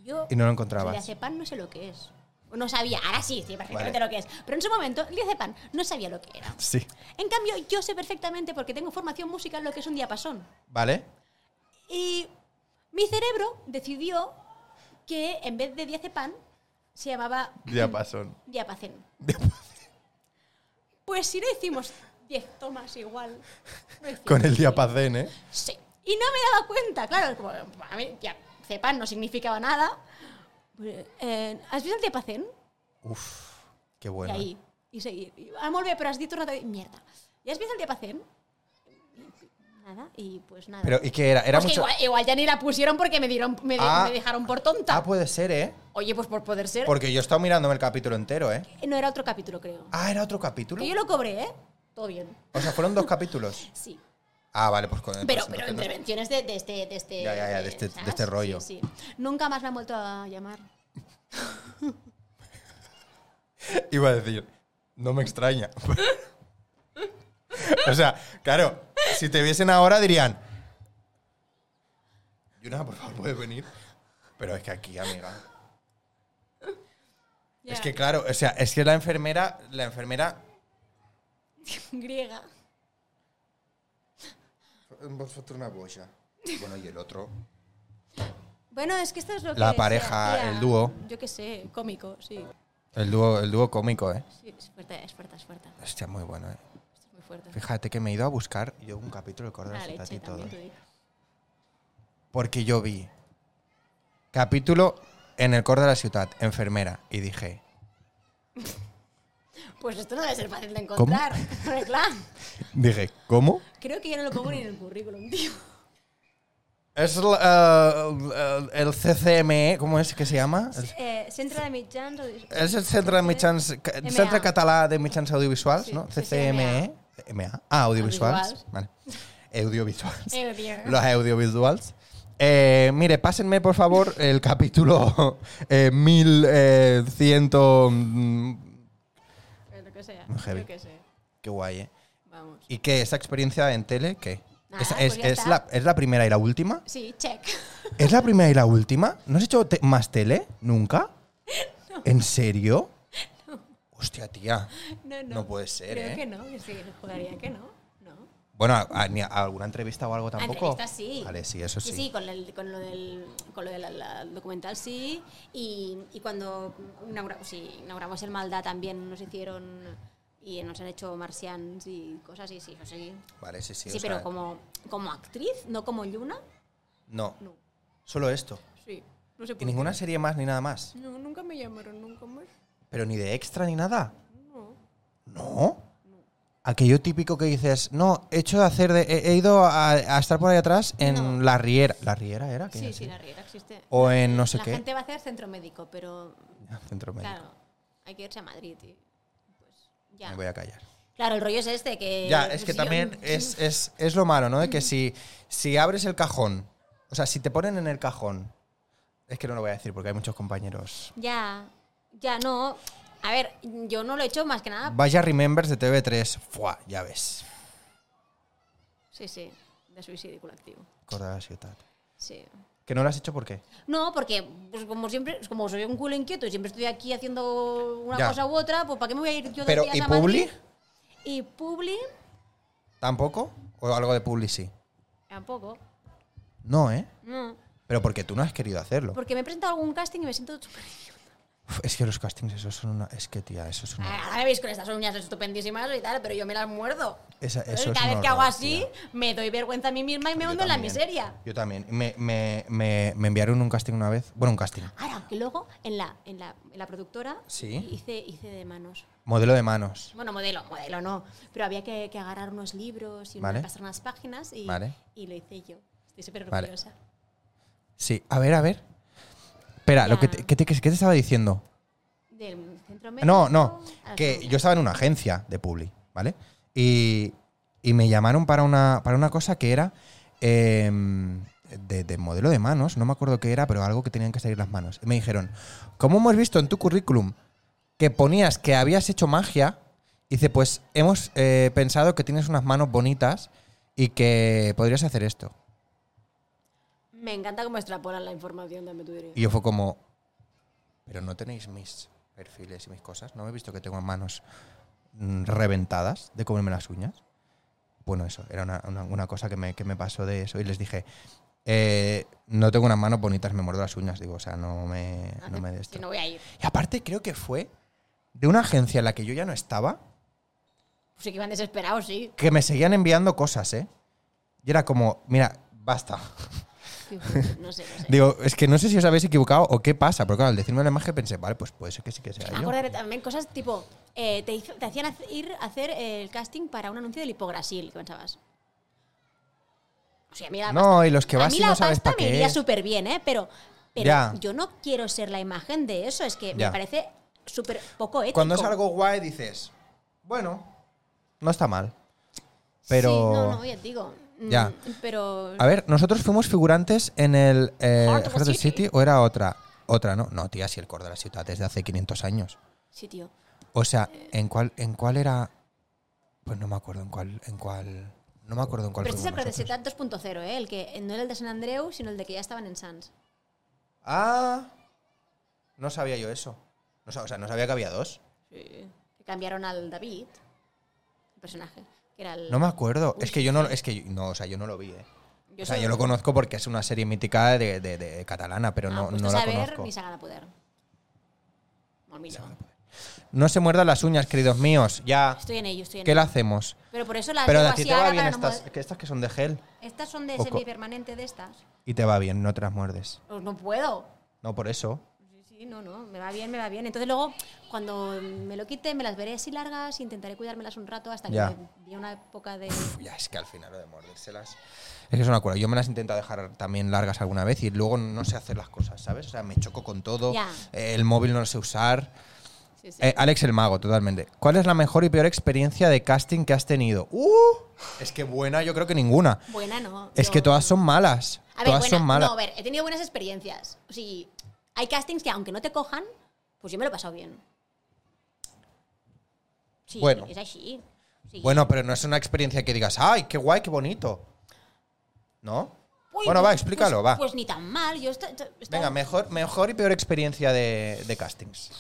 Speaker 2: Yo,
Speaker 1: Y no lo
Speaker 2: el
Speaker 1: encontrabas.
Speaker 2: diazepam no sé lo que es. O No sabía, ahora sí, sé perfectamente
Speaker 1: Vale.
Speaker 2: lo que es. Pero en su momento, el diazepam no sabía lo que era.
Speaker 1: Sí.
Speaker 2: En cambio, yo sé perfectamente, porque tengo formación musical, lo que es un diapasón.
Speaker 1: ¿Vale?
Speaker 2: Y mi cerebro decidió que en vez de diazepam, se llamaba
Speaker 1: Diapasón.
Speaker 2: diapacén.
Speaker 3: Pues si no hicimos 10 tomas igual. no hicimos
Speaker 1: Con el diapasón, ¿eh?
Speaker 3: Sí. Y no me daba cuenta, claro, como a mí ya cepan no significaba nada. Eh, ¿Has visto el diapasón?
Speaker 1: Uf, qué bueno.
Speaker 3: Y ahí, y seguir. Y, ah, molt bé, però has dit una altra... Mierda. I has vist el diapasón? Nada, y pues nada.
Speaker 1: Pero, ¿y qué era? Era
Speaker 3: Pues que
Speaker 1: mucho.
Speaker 3: igual, igual ya ni la pusieron porque me, dieron, me, de-
Speaker 1: Ah.
Speaker 3: me dejaron por tonta.
Speaker 1: Ah, puede ser, ¿eh?
Speaker 3: Oye, pues por poder ser...
Speaker 1: Porque yo he estado mirándome el capítulo entero, ¿eh?
Speaker 3: No era otro capítulo, creo.
Speaker 1: Ah, era otro capítulo.
Speaker 3: Que yo lo cobré, ¿eh? Todo bien.
Speaker 1: O sea, fueron dos capítulos.
Speaker 3: Sí.
Speaker 1: Ah, vale, pues con
Speaker 3: Pero,
Speaker 1: pues
Speaker 3: pero
Speaker 1: entonces no-
Speaker 3: intervenciones de, de este... De este
Speaker 1: Ya, ya, ya, de este- de
Speaker 3: ¿sabes?
Speaker 1: este rollo.
Speaker 3: Sí, sí. Nunca más me han vuelto a llamar.
Speaker 1: Iba a decir, no me extraña. o sea, claro, si te viesen ahora dirían, Yuna, por favor, puedes venir. Pero es que aquí, amiga. Es
Speaker 3: Ya.
Speaker 1: que claro, o sea, es que la enfermera, la enfermera.
Speaker 3: Griega.
Speaker 1: Vosotros una boya. Bueno, y el otro.
Speaker 3: Bueno, es que esto es lo que...
Speaker 1: La
Speaker 3: se
Speaker 1: pareja,
Speaker 3: hacía,
Speaker 1: el dúo.
Speaker 3: Yo qué sé, cómico, sí.
Speaker 1: El dúo, el dúo cómico, ¿eh?
Speaker 3: Sí, es fuerte, es fuerte, es fuerte.
Speaker 1: Hostia, muy bueno, ¿eh?
Speaker 3: Esto es muy fuerte.
Speaker 1: Fíjate que me he ido a buscar yo un capítulo de Cordero
Speaker 3: La
Speaker 1: Sotati
Speaker 3: leche
Speaker 1: y todo. ¿eh?
Speaker 3: también, tú dices.
Speaker 1: Porque yo vi capítulo en el cor de la ciudad, enfermera, y dije,
Speaker 3: Pues esto no debe ser fácil de encontrar. Claro.
Speaker 1: dije, ¿cómo?
Speaker 3: Creo que ya no lo pongo ni en el currículum, tío.
Speaker 1: Es la- el- el CCME, E, ¿cómo es que se llama?
Speaker 6: Eh, centre de mitjans... audiovisuals.
Speaker 1: Es el Centro de Mitjans,
Speaker 6: MA.
Speaker 1: Centro Català de Mitjans Audiovisuals, ¿no?
Speaker 3: E. sí, sí,
Speaker 1: CCME, MA, ah, E, audiovisuals,
Speaker 3: Audiovisuals.
Speaker 1: vale. Audiovisuals.
Speaker 3: Eh, tío.
Speaker 1: Los audiovisuals. Eh, mire, pásenme por favor el capítulo eh, 1100. mm,
Speaker 3: Eh, Lo que sea.
Speaker 1: Muy Mm, heavy.
Speaker 3: Yo qué sé.
Speaker 1: Qué guay, ¿eh?
Speaker 3: Vamos.
Speaker 1: ¿Y qué? ¿Esa experiencia en tele? ¿Qué?
Speaker 3: Nada,
Speaker 1: ¿Es,
Speaker 3: pues
Speaker 1: es-
Speaker 3: ya
Speaker 1: es
Speaker 3: está.
Speaker 1: la, es la primera y la última?
Speaker 3: Sí, check.
Speaker 1: ¿Es la primera y la última? ¿No has hecho te- más tele? ¿Nunca? ¿En serio? Hostia, tía.
Speaker 3: No, no.
Speaker 1: No puede ser,
Speaker 3: Creo
Speaker 1: ¿eh?
Speaker 3: que no, que sí, juraría que no. No.
Speaker 1: Bueno, a, a- ni a- a alguna entrevista o algo tampoco.
Speaker 2: entrevistas sí.
Speaker 1: Vale, sí, eso sí.
Speaker 2: Sí, sí, con, el- con lo del, con lo del la- documental sí. Y, y cuando inaugura- sí, inauguramos el Malda también nos hicieron y nos han hecho marcians y cosas y sí, eso sí.
Speaker 1: Vale, sí, sí.
Speaker 2: Sí,
Speaker 1: o
Speaker 2: pero
Speaker 1: sea,
Speaker 2: como, como actriz, no como Yuna.
Speaker 1: No,
Speaker 3: No.
Speaker 1: solo esto.
Speaker 3: Sí. No sé por
Speaker 1: Y
Speaker 3: qué.
Speaker 1: ninguna serie más ni nada
Speaker 2: Mm.
Speaker 1: más.
Speaker 3: No, nunca me llamaron, nunca más.
Speaker 1: Pero ni de extra ni nada.
Speaker 3: No.
Speaker 1: No. Aquello típico que dices, no, he hecho de hacer de. He, he ido a, a estar por ahí atrás en La Riera. ¿La Riera era?
Speaker 3: Sí, sí,
Speaker 1: Aquella serie.
Speaker 3: la riera existe.
Speaker 1: O en no sé
Speaker 2: la
Speaker 1: qué.
Speaker 2: gente va a hacer centro médico, pero
Speaker 1: Ah, Centro médico.
Speaker 2: claro, hay que irse a Madrid y pues ya.
Speaker 1: Me voy a callar.
Speaker 2: Claro, el rollo es este que...
Speaker 1: ya, es
Speaker 2: pues,
Speaker 1: que
Speaker 2: yo-
Speaker 1: también es, es, es lo malo, ¿no? De que si, si abres el cajón, o sea, si te ponen en el cajón, es que no lo voy a decir porque hay muchos compañeros.
Speaker 2: Ya, ya no. A ver, yo no lo he hecho más que nada.
Speaker 1: Vaya Remembers de TV3, fuá, ya ves.
Speaker 2: Sí, sí, de suicidio colectivo.
Speaker 1: Corda de la ciudad.
Speaker 2: Sí.
Speaker 1: ¿Que no lo has hecho por qué?
Speaker 2: No, porque pues, como siempre, como soy un culo inquieto y siempre estoy aquí haciendo una
Speaker 1: Ya.
Speaker 2: cosa u otra, pues ¿para qué me voy a ir yo de
Speaker 1: Pero,
Speaker 2: días
Speaker 1: ¿y
Speaker 2: a
Speaker 1: Publi?
Speaker 2: Madrid? Y Publi
Speaker 1: ¿Tampoco? ¿O algo de Publi sí?
Speaker 2: tampoco.
Speaker 1: No, ¿eh?
Speaker 2: No,
Speaker 1: Pero porque tú no has querido hacerlo.
Speaker 2: porque me he presentado a algún casting y me siento súper idiota.
Speaker 1: Uf, Es que los castings, eso son una. Es que, tía, eso es una.
Speaker 2: Ah, Ahora me veis con estas uñas estupendísimas y tal, pero yo me las muerdo.
Speaker 1: Esa-
Speaker 2: Entonces,
Speaker 1: eso es
Speaker 2: Cada
Speaker 1: un
Speaker 2: vez que hago
Speaker 1: horror,
Speaker 2: así, me doy vergüenza a mí misma y me
Speaker 1: Yo
Speaker 2: hundo en la
Speaker 1: también.
Speaker 2: miseria.
Speaker 1: Yo también. Me, me- me- me enviaron un casting una vez. Bueno, un casting.
Speaker 2: Ahora, que luego en la, en la, en la productora
Speaker 1: Sí.
Speaker 2: hice, hice de manos.
Speaker 1: Modelo de manos.
Speaker 2: Bueno, modelo, modelo no. Pero había que, que agarrar unos libros y
Speaker 1: Vale.
Speaker 2: pasar unas páginas y,
Speaker 1: Vale.
Speaker 2: y lo hice yo. Estoy súper
Speaker 1: Vale.
Speaker 2: orgullosa.
Speaker 1: Sí, a ver, a ver. Espera, lo que te,
Speaker 2: Ya.
Speaker 1: ¿qué, te, qué te estaba diciendo?
Speaker 2: Del centro médico.
Speaker 1: No, no.
Speaker 2: a la
Speaker 1: Que
Speaker 2: zona.
Speaker 1: yo estaba en una agencia de Publi, ¿vale? Y, y me llamaron para una, para una cosa que era eh, de, de modelo de manos, no me acuerdo qué era, pero algo que tenían que salir las manos. Y me dijeron, ¿cómo hemos visto en tu currículum que ponías que habías hecho magia? Y dice, pues hemos eh, pensado que tienes unas manos bonitas y que podrías hacer esto.
Speaker 2: Me encanta cómo extrapolan la información también tú dirías.
Speaker 1: Y yo fue como, pero no tenéis mis perfiles y mis cosas. No he visto que tengo manos mm, reventadas de comerme las uñas. Bueno, eso, era una, una- una cosa que me, que me pasó de eso. Y les dije, eh, no tengo unas manos bonitas, me muerdo las uñas. Digo, o sea, no me, no me de
Speaker 2: Ah, Si
Speaker 1: esto.
Speaker 2: no voy a ir.
Speaker 1: Y aparte creo que fue de una agencia en la que yo ya no estaba
Speaker 2: Pues sí que iban desesperados, sí.
Speaker 1: que me seguían enviando cosas, ¿eh? Y era como, mira, basta.
Speaker 2: No sé, no sé.
Speaker 1: Digo, es que no sé si os habéis equivocado o qué pasa, porque claro, al decirme la imagen pensé, vale, pues puede ser que sí que sea
Speaker 2: Me
Speaker 1: yo.
Speaker 2: acuerdo de también cosas tipo, eh, te, hizo- te hacían hac- ir a hacer el casting para un anuncio del Hipograsil, ¿qué pensabas? O sea, a mí la
Speaker 1: No,
Speaker 2: pasta-
Speaker 1: y los que
Speaker 2: a
Speaker 1: vas
Speaker 2: mí
Speaker 1: y
Speaker 2: la
Speaker 1: no sabes
Speaker 2: pasta
Speaker 1: para
Speaker 2: me
Speaker 1: qué
Speaker 2: iría
Speaker 1: es.
Speaker 2: súper bien, ¿eh? Pero, pero
Speaker 1: Ya.
Speaker 2: yo no quiero ser la imagen de eso, es
Speaker 1: Ya.
Speaker 2: que me parece súper poco ético.
Speaker 1: Cuando es algo guay dices, bueno, no está mal. Pero...
Speaker 2: Sí, no, no, ya te digo. Mm,
Speaker 1: Ya.
Speaker 2: Pero...
Speaker 1: A ver, nosotros fuimos figurantes en el eh,
Speaker 2: Heart of
Speaker 1: Heart of
Speaker 2: the
Speaker 1: the City. o era otra. Otra, ¿no? No, tía, si el cor de la ciudad es de hace 500 años.
Speaker 2: Sí, tío.
Speaker 1: O sea,
Speaker 2: Eh.
Speaker 1: ¿en cuál, en cuál era? Pues no me acuerdo en cuál, en cuál. No me acuerdo en cuál
Speaker 2: Pero este es el
Speaker 1: fuimos nosotros.
Speaker 2: Cardesitat 2.0, ¿eh? El que no era el de San Andreu, sino el de que ya estaban en Sans.
Speaker 1: Ah, no sabía yo eso. No sa- o sea, no sabía que había dos.
Speaker 2: Que cambiaron al David, el personaje. Que era el...
Speaker 1: No me acuerdo. Es que yo no, es que yo- no, o sea, yo no lo vi. ¿eh?
Speaker 2: Yo
Speaker 1: o sea,
Speaker 2: solo-
Speaker 1: yo lo conozco porque es una serie mítica de, de- de catalana, pero
Speaker 2: Ah,
Speaker 1: no,
Speaker 2: pues
Speaker 1: no
Speaker 2: tú
Speaker 1: la
Speaker 2: saber,
Speaker 1: conozco.
Speaker 2: Ni se gana poder. Bueno, mira,
Speaker 1: No se muerdan las uñas, queridos míos. Ya,
Speaker 2: Estoy en ello, estoy en
Speaker 1: ¿qué
Speaker 2: ello.
Speaker 1: le hacemos?
Speaker 2: Pero por eso las
Speaker 1: Pero
Speaker 2: llevo
Speaker 1: a ti
Speaker 2: Ah, así
Speaker 1: te va
Speaker 2: ahora
Speaker 1: bien
Speaker 2: para no
Speaker 1: estas,
Speaker 2: morder-
Speaker 1: que estas que son de gel
Speaker 2: Estas son de
Speaker 1: Oco.
Speaker 2: semipermanente de estas.
Speaker 1: y te va bien, no te las muerdes.
Speaker 2: Pues no puedo.
Speaker 1: No por eso.
Speaker 2: Sí, sí, no, no. Me va bien, me va bien. Entonces luego, cuando me lo quite, me las veré así largas, intentaré cuidármelas un rato hasta que
Speaker 1: Ya.
Speaker 2: me vi una época de...
Speaker 1: Uf, Ya, es que al final lo de mordérselas. Es que es una cura. Yo me las intento dejar también largas alguna vez y luego no sé hacer las cosas, ¿sabes? O sea, me choco con todo.
Speaker 2: Ya.
Speaker 1: eh, el móvil no lo sé usar.
Speaker 2: Sí, sí.
Speaker 1: Eh, Alex el Mago, totalmente. ¿Cuál es la mejor y peor experiencia de casting que has tenido? ¡Uh! Es que buena, yo creo que ninguna.
Speaker 2: Buena, ¿no?
Speaker 1: Es
Speaker 2: yo-
Speaker 1: que todas son malas.
Speaker 2: A ver,
Speaker 1: todas
Speaker 2: buena-
Speaker 1: son malas.
Speaker 2: No, a ver, he tenido buenas experiencias. O sea, hay castings que aunque no te cojan, pues yo me lo he pasado bien. Sí,
Speaker 1: Bueno.
Speaker 2: es así. Sí.
Speaker 1: Bueno, pero no es una experiencia que digas, ¡ay, qué guay, qué bonito! ¿No?
Speaker 2: Uy,
Speaker 1: bueno, va,
Speaker 2: pues-
Speaker 1: explícalo,
Speaker 2: pues-
Speaker 1: va.
Speaker 2: Pues ni tan mal. Yo esta- esta- esta-
Speaker 1: Venga, mejor, mejor y peor experiencia de, de castings.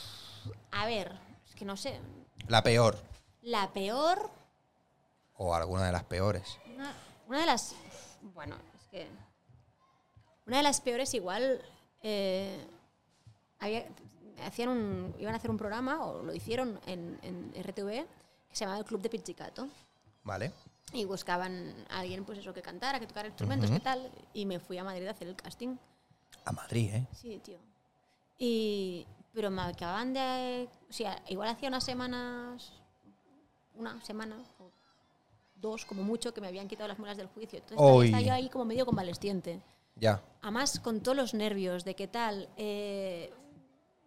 Speaker 2: A ver, es que no sé.
Speaker 1: La peor.
Speaker 2: La peor.
Speaker 1: O alguna de las peores.
Speaker 2: Una, una de las. Bueno, es que. Una de las peores, igual. eh, había- hacían un, iban a hacer un programa, o lo hicieron en, en RTV, que se llamaba El Club de Pizzicato.
Speaker 1: ¿Vale?
Speaker 2: y buscaban a alguien pues eso que cantara, que tocara instrumentos, que tal, y me fui a Madrid a hacer el casting.
Speaker 1: A Madrid, ¿eh?
Speaker 2: Sí, tío. Y pero me acababan de, o sea, igual hacía unas semanas una semana o dos como mucho que me habían quitado las muelas del juicio. Entonces
Speaker 1: Uy.
Speaker 2: todavía estaba yo ahí como medio convalesciente.
Speaker 1: Ya.
Speaker 2: Además con todos los nervios de qué tal eh,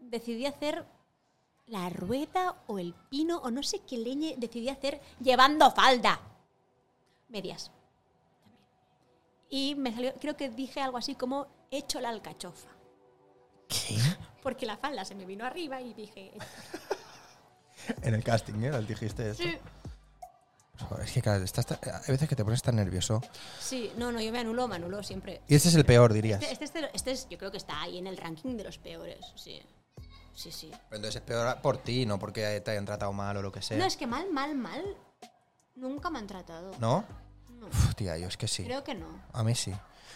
Speaker 2: decidí hacer la rueda o el pino o no sé qué leñe decidí hacer llevando falda. Medias. Y me salió, creo que dije algo así como, he hecho la alcachofa. Porque la falda se me vino arriba y dije,
Speaker 1: En el casting, ¿eh? Dijiste eso. Pues, Joder, es que claro, estás ta- hay veces que te pones tan nervioso.
Speaker 2: sí, no, no, yo me anulo, me anulo siempre.
Speaker 1: Y ese es el peor, dirías.
Speaker 2: Este, este, este- este es, yo creo que está ahí en el ranking de los peores, sí. Sí, sí.
Speaker 1: Pero Entonces es peor por ti, no porque te hayan tratado mal o lo que sea.
Speaker 2: No,
Speaker 1: ¿No?
Speaker 2: es que mal, mal, mal, nunca me han tratado.
Speaker 1: Uf, tía, yo es que sí.
Speaker 2: Creo que no.
Speaker 1: A mí sí.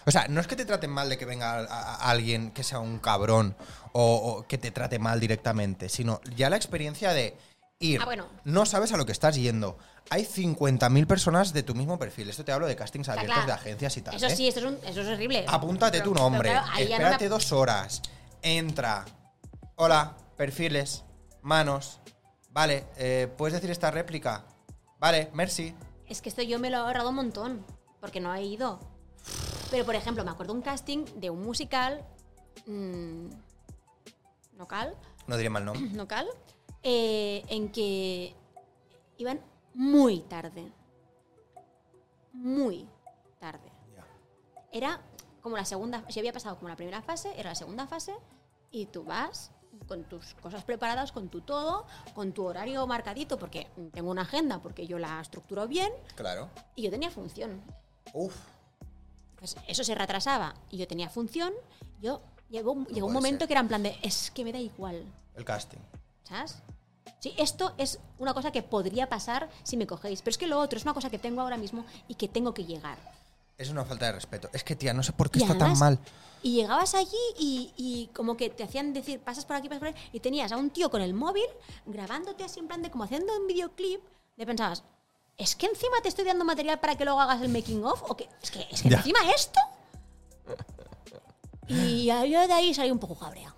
Speaker 1: O sea, no es que te traten mal de que venga a- a- a alguien que sea un cabrón o, o que te trate mal directamente, sino ya la experiencia de ir.
Speaker 2: Ah, bueno.
Speaker 1: No sabes a lo que estás yendo. Hay 50.000 personas de tu mismo perfil. Esto te hablo de castings
Speaker 2: Está
Speaker 1: abiertos
Speaker 2: claro.
Speaker 1: de agencias y tal.
Speaker 2: Eso
Speaker 1: ¿eh?
Speaker 2: sí, eso es, un- eso es horrible.
Speaker 1: Apúntate
Speaker 2: Pero-
Speaker 1: tu
Speaker 2: pero
Speaker 1: nombre.
Speaker 2: claro, ahí ya no me-
Speaker 1: espérate dos horas. Entra. Hola, perfiles, manos. Vale, eh, ¿puedes decir esta réplica? Vale, merci.
Speaker 2: Es que esto yo me lo he ahorrado un montón, porque no he ido. Pero, por ejemplo, me acuerdo un casting de un musical. mm, local.
Speaker 1: No diré mal nombre.
Speaker 2: Local. eh, en que iban muy tarde. Muy tarde.
Speaker 1: Ya.
Speaker 2: Era como la segunda. Si había pasado como la primera fase, era la segunda fase. Y tú vas con tus cosas preparadas, con tu todo, con tu horario marcadito, porque tengo una agenda, porque yo la estructuro bien.
Speaker 1: Claro.
Speaker 2: Y yo tenía función.
Speaker 1: Uf.
Speaker 2: Pues eso se retrasaba y yo tenía función. Yo llegó, llegó
Speaker 1: puede
Speaker 2: un momento
Speaker 1: ser.
Speaker 2: que era en plan de, es que me da igual,
Speaker 1: El casting.
Speaker 2: ¿sabes? Sí, esto es una cosa que podría pasar si me cogéis, pero es que lo otro es una cosa que tengo ahora mismo y que tengo que llegar.
Speaker 1: Es una falta de respeto. Es que, tía, no sé por qué
Speaker 2: Y
Speaker 1: está tan
Speaker 2: además-
Speaker 1: mal.
Speaker 2: Y llegabas allí y, y como que te hacían decir, pasas por aquí, pasas por ahí, y tenías a un tío con el móvil grabándote así en plan de como haciendo un videoclip, de pensabas, es que encima te estoy dando material para que luego hagas el making of, o que es que, es que
Speaker 1: Ya.
Speaker 2: encima esto. Y ya yo de ahí salí un poco cabrea.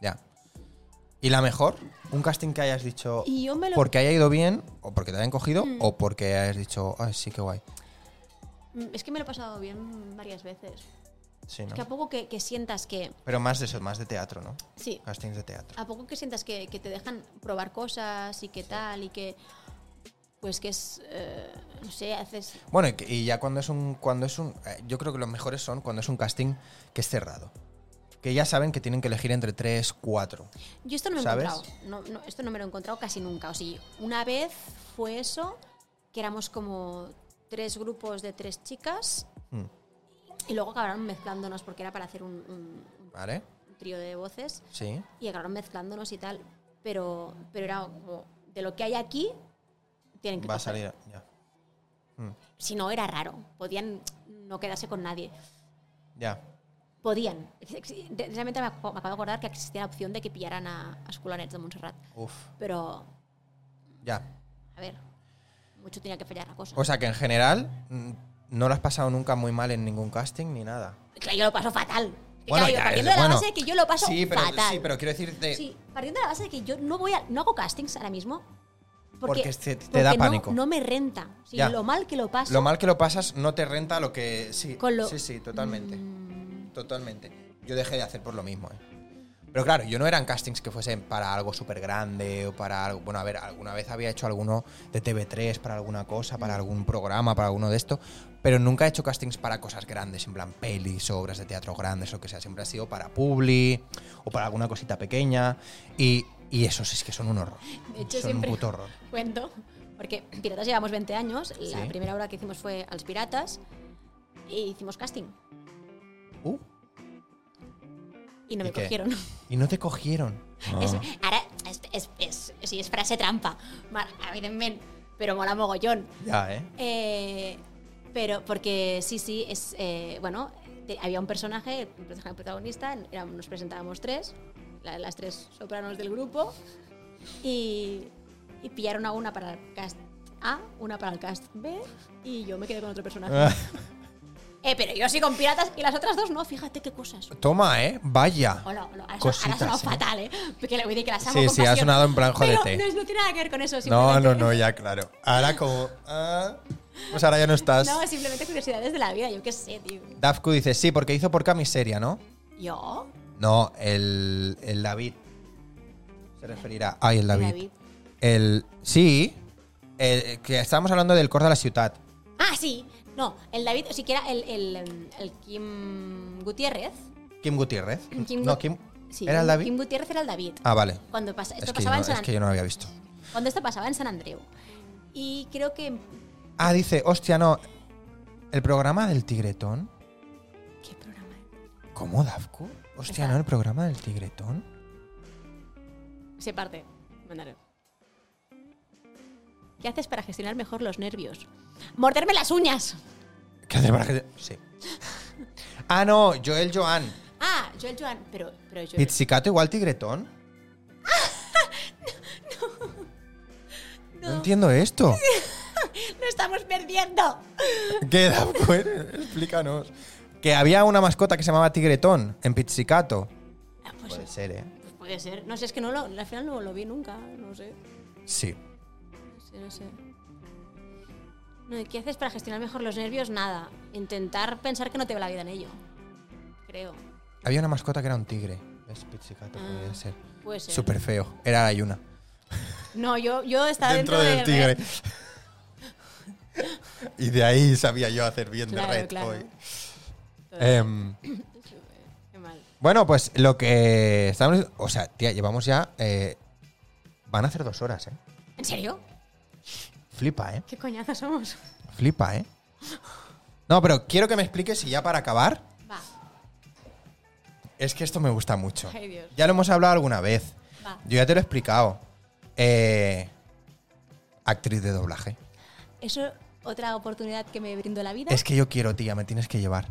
Speaker 1: Ya. ¿Y la mejor? Un casting que hayas dicho
Speaker 2: Y yo me lo-
Speaker 1: porque haya ido bien, o porque te hayan cogido, o porque hayas dicho, ay, sí, qué guay.
Speaker 2: Mm, Es que me lo he pasado bien varias veces.
Speaker 1: Sí,
Speaker 2: Es
Speaker 1: ¿no?
Speaker 2: que a poco que, que sientas que.
Speaker 1: Pero más de eso, más de teatro, ¿no?
Speaker 2: Sí,
Speaker 1: Castings de teatro.
Speaker 2: a poco que sientas que, que te dejan probar cosas y que tal y que. Pues que es. eh, no sé, haces.
Speaker 1: Bueno, y que- y ya cuando es un. cuando es un eh, Yo creo que los mejores son cuando es un casting que es cerrado. Que ya saben que tienen que elegir entre tres, cuatro.
Speaker 2: Yo esto no me lo he
Speaker 1: ¿Sabes?
Speaker 2: encontrado. No, no, esto no me lo he encontrado casi nunca. O sea, una vez fue eso, que éramos como tres grupos de tres chicas
Speaker 1: Mm,
Speaker 2: y luego acabaron mezclándonos porque era para hacer un, un-
Speaker 1: ¿Vale?
Speaker 2: un trío de voces
Speaker 1: Sí.
Speaker 2: y acabaron mezclándonos y tal. Pero, pero era como, de lo que hay aquí, tienen que
Speaker 1: Va a
Speaker 2: coger.
Speaker 1: salir. Ya. Mm,
Speaker 2: Si no, era raro. Podían no quedarse con nadie.
Speaker 1: ya.
Speaker 2: Podían. Realmente me, acu- me acabo de acordar que existía la opción de que pillaran a, a Escolanets de Montserrat.
Speaker 1: Uf.
Speaker 2: Pero
Speaker 1: Ya.
Speaker 2: A ver, mucho tenía que fallar la cosa.
Speaker 1: O sea que en general mm, no lo has pasado nunca muy mal en ningún casting ni nada.
Speaker 2: claro, yo lo paso fatal. Que
Speaker 1: Bueno,
Speaker 2: claro, yo
Speaker 1: ya,
Speaker 2: partiendo
Speaker 1: es-
Speaker 2: de la
Speaker 1: bueno.
Speaker 2: base de que yo lo paso
Speaker 1: sí, pero,
Speaker 2: fatal.
Speaker 1: sí, pero eh, quiero decirte.
Speaker 2: Sí, partiendo de la base de que yo no voy a, no hago castings ahora mismo. Porque,
Speaker 1: Porque se- te
Speaker 2: porque
Speaker 1: da
Speaker 2: no-
Speaker 1: pánico.
Speaker 2: No, me renta. Sí,
Speaker 1: Ya.
Speaker 2: Lo mal que lo paso.
Speaker 1: Lo mal que lo pasas no te renta lo que. Sí,
Speaker 2: Con lo- Mm.
Speaker 1: sí, sí, totalmente. Totalmente. Yo dejé de hacer por lo mismo, ¿eh? Pero claro, yo no eran castings que fuesen para algo súper grande o para algo. Bueno, a ver, alguna vez había hecho alguno de TV3 para alguna cosa,
Speaker 2: Mm.
Speaker 1: para algún programa, para alguno de esto. Pero nunca he hecho castings para cosas grandes, en plan pelis, obras de teatro grandes o que sea. Siempre ha sido para Publi o para alguna cosita pequeña. Y, y esos es que son un horror.
Speaker 2: De hecho,
Speaker 1: son
Speaker 2: siempre-
Speaker 1: un puto horror.
Speaker 2: Cuento. Porque Piratas llevamos 20 años. La
Speaker 1: Sí.
Speaker 2: primera obra que hicimos fue a los Piratas. E hicimos casting.
Speaker 1: Uh,
Speaker 2: Y no me
Speaker 1: ¿Y qué?
Speaker 2: cogieron.
Speaker 1: y no te cogieron.
Speaker 2: Es- ahora, es, es, es- sí, es frase trampa. Mar- evidentemente. Pero mola mogollón.
Speaker 1: Ya, ¿eh?
Speaker 2: Eh, pero porque sí, sí, es eh, bueno, te- había un personaje, el personaje protagonista, en- era- nos presentábamos tres, la- las tres sopranos del grupo, y, y pillaron a una para el cast A, una para el cast B, y yo me quedé con otro
Speaker 1: Ah.
Speaker 2: personaje. Eh, pero yo sí con piratas y las otras dos no, fíjate qué cosas.
Speaker 1: Toma, ¿eh? Vaya.
Speaker 2: Hola, hola, ahora,
Speaker 1: Cositas,
Speaker 2: ahora ha sonado
Speaker 1: ¿eh?
Speaker 2: fatal, ¿eh? Porque le voy a decir que las amo
Speaker 1: Sí,
Speaker 2: con
Speaker 1: sí, ha
Speaker 2: pasión.
Speaker 1: sonado en plan
Speaker 2: Pero
Speaker 1: jodete.
Speaker 2: no, es- no tiene nada que ver con eso.
Speaker 1: No, no,
Speaker 2: simplemente-
Speaker 1: no, ya claro. Ahora como... ah, pues ahora ya no estás.
Speaker 2: No, simplemente curiosidades de la vida, yo qué sé, tío.
Speaker 1: Dafku dice, sí, porque hizo porca miseria, ¿no?
Speaker 2: ¿Yo?
Speaker 1: No, el, el David. Se referirá... Ay, el David.
Speaker 2: David.
Speaker 1: El... Sí. el- que estábamos hablando del cor de la ciudad.
Speaker 2: Ah, sí. No, el David, o siquiera el, el, em, el Kim Gutiérrez.
Speaker 1: Kim Gutiérrez.
Speaker 2: Kim
Speaker 1: no,
Speaker 2: Gu-
Speaker 1: Kim...
Speaker 2: Sí,
Speaker 1: ¿Era el David?
Speaker 2: Kim Gutiérrez era el David.
Speaker 1: Ah, vale.
Speaker 2: Cuando pasa, esto
Speaker 1: Es que, yo
Speaker 2: pasaba
Speaker 1: no,
Speaker 2: en San
Speaker 1: es que yo no lo había visto.
Speaker 2: Cuando esto pasaba en San Andreu. Y creo que.
Speaker 1: Ah, dice, hostia, no. El programa del tigretón.
Speaker 2: ¿Qué programa? eh.
Speaker 1: ¿Cómo, Dafku? Hostia, no, el programa del tigretón.
Speaker 2: Se parte. Mándalo. ¿Qué haces para gestionar mejor los nervios? ¡Morderme las uñas!
Speaker 1: ¿Qué haces para que te- Sí. Ah, no, Joel Joan.
Speaker 2: Ah, Joel Joan, pero, pero Joel.
Speaker 1: Pizzicato igual tigretón. No, entiendo esto.
Speaker 2: ¡Lo estamos perdiendo! Ah,
Speaker 1: ¿Qué da? pues? Explícanos. Que había una mascota que se llamaba tigretón en Pizzicato.
Speaker 2: Ah, pues,
Speaker 1: Puede ser, ¿eh?
Speaker 2: pues puede ser. No sé, es que no lo, al final no lo vi nunca. No sé.
Speaker 1: Sí.
Speaker 2: Sí, no sé. No, ¿y ¿Qué haces para gestionar mejor los nervios? Nada. Intentar pensar que no te va la vida en ello. Creo.
Speaker 1: Había una mascota que era un tigre. Es Pizzicato,
Speaker 2: Ah,
Speaker 1: podría ser.
Speaker 2: Puede ser.
Speaker 1: Súper feo. Era la Yuna.
Speaker 2: No, yo, yo estaba dentro, de
Speaker 1: y de ahí sabía yo hacer bien
Speaker 2: Claro, claro.
Speaker 1: Em,
Speaker 2: Qué mal.
Speaker 1: Bueno, pues lo que estamos. O sea, tía, llevamos ya. eh, van a hacer dos horas, ¿eh?
Speaker 2: ¿En serio?
Speaker 1: Flipa, ¿eh?
Speaker 2: ¿Qué coñazo somos?
Speaker 1: Flipa, ¿eh? No, pero quiero que me expliques y ya para acabar.
Speaker 2: Va,
Speaker 1: Es que esto me gusta mucho.
Speaker 2: Ay, Dios.
Speaker 1: Ya lo hemos hablado alguna vez.
Speaker 2: va.
Speaker 1: Yo ya te lo he explicado. Eh, actriz de doblaje.
Speaker 2: Eso otra oportunidad que me brindó la vida.
Speaker 1: Es que yo quiero, tía, me tienes que llevar.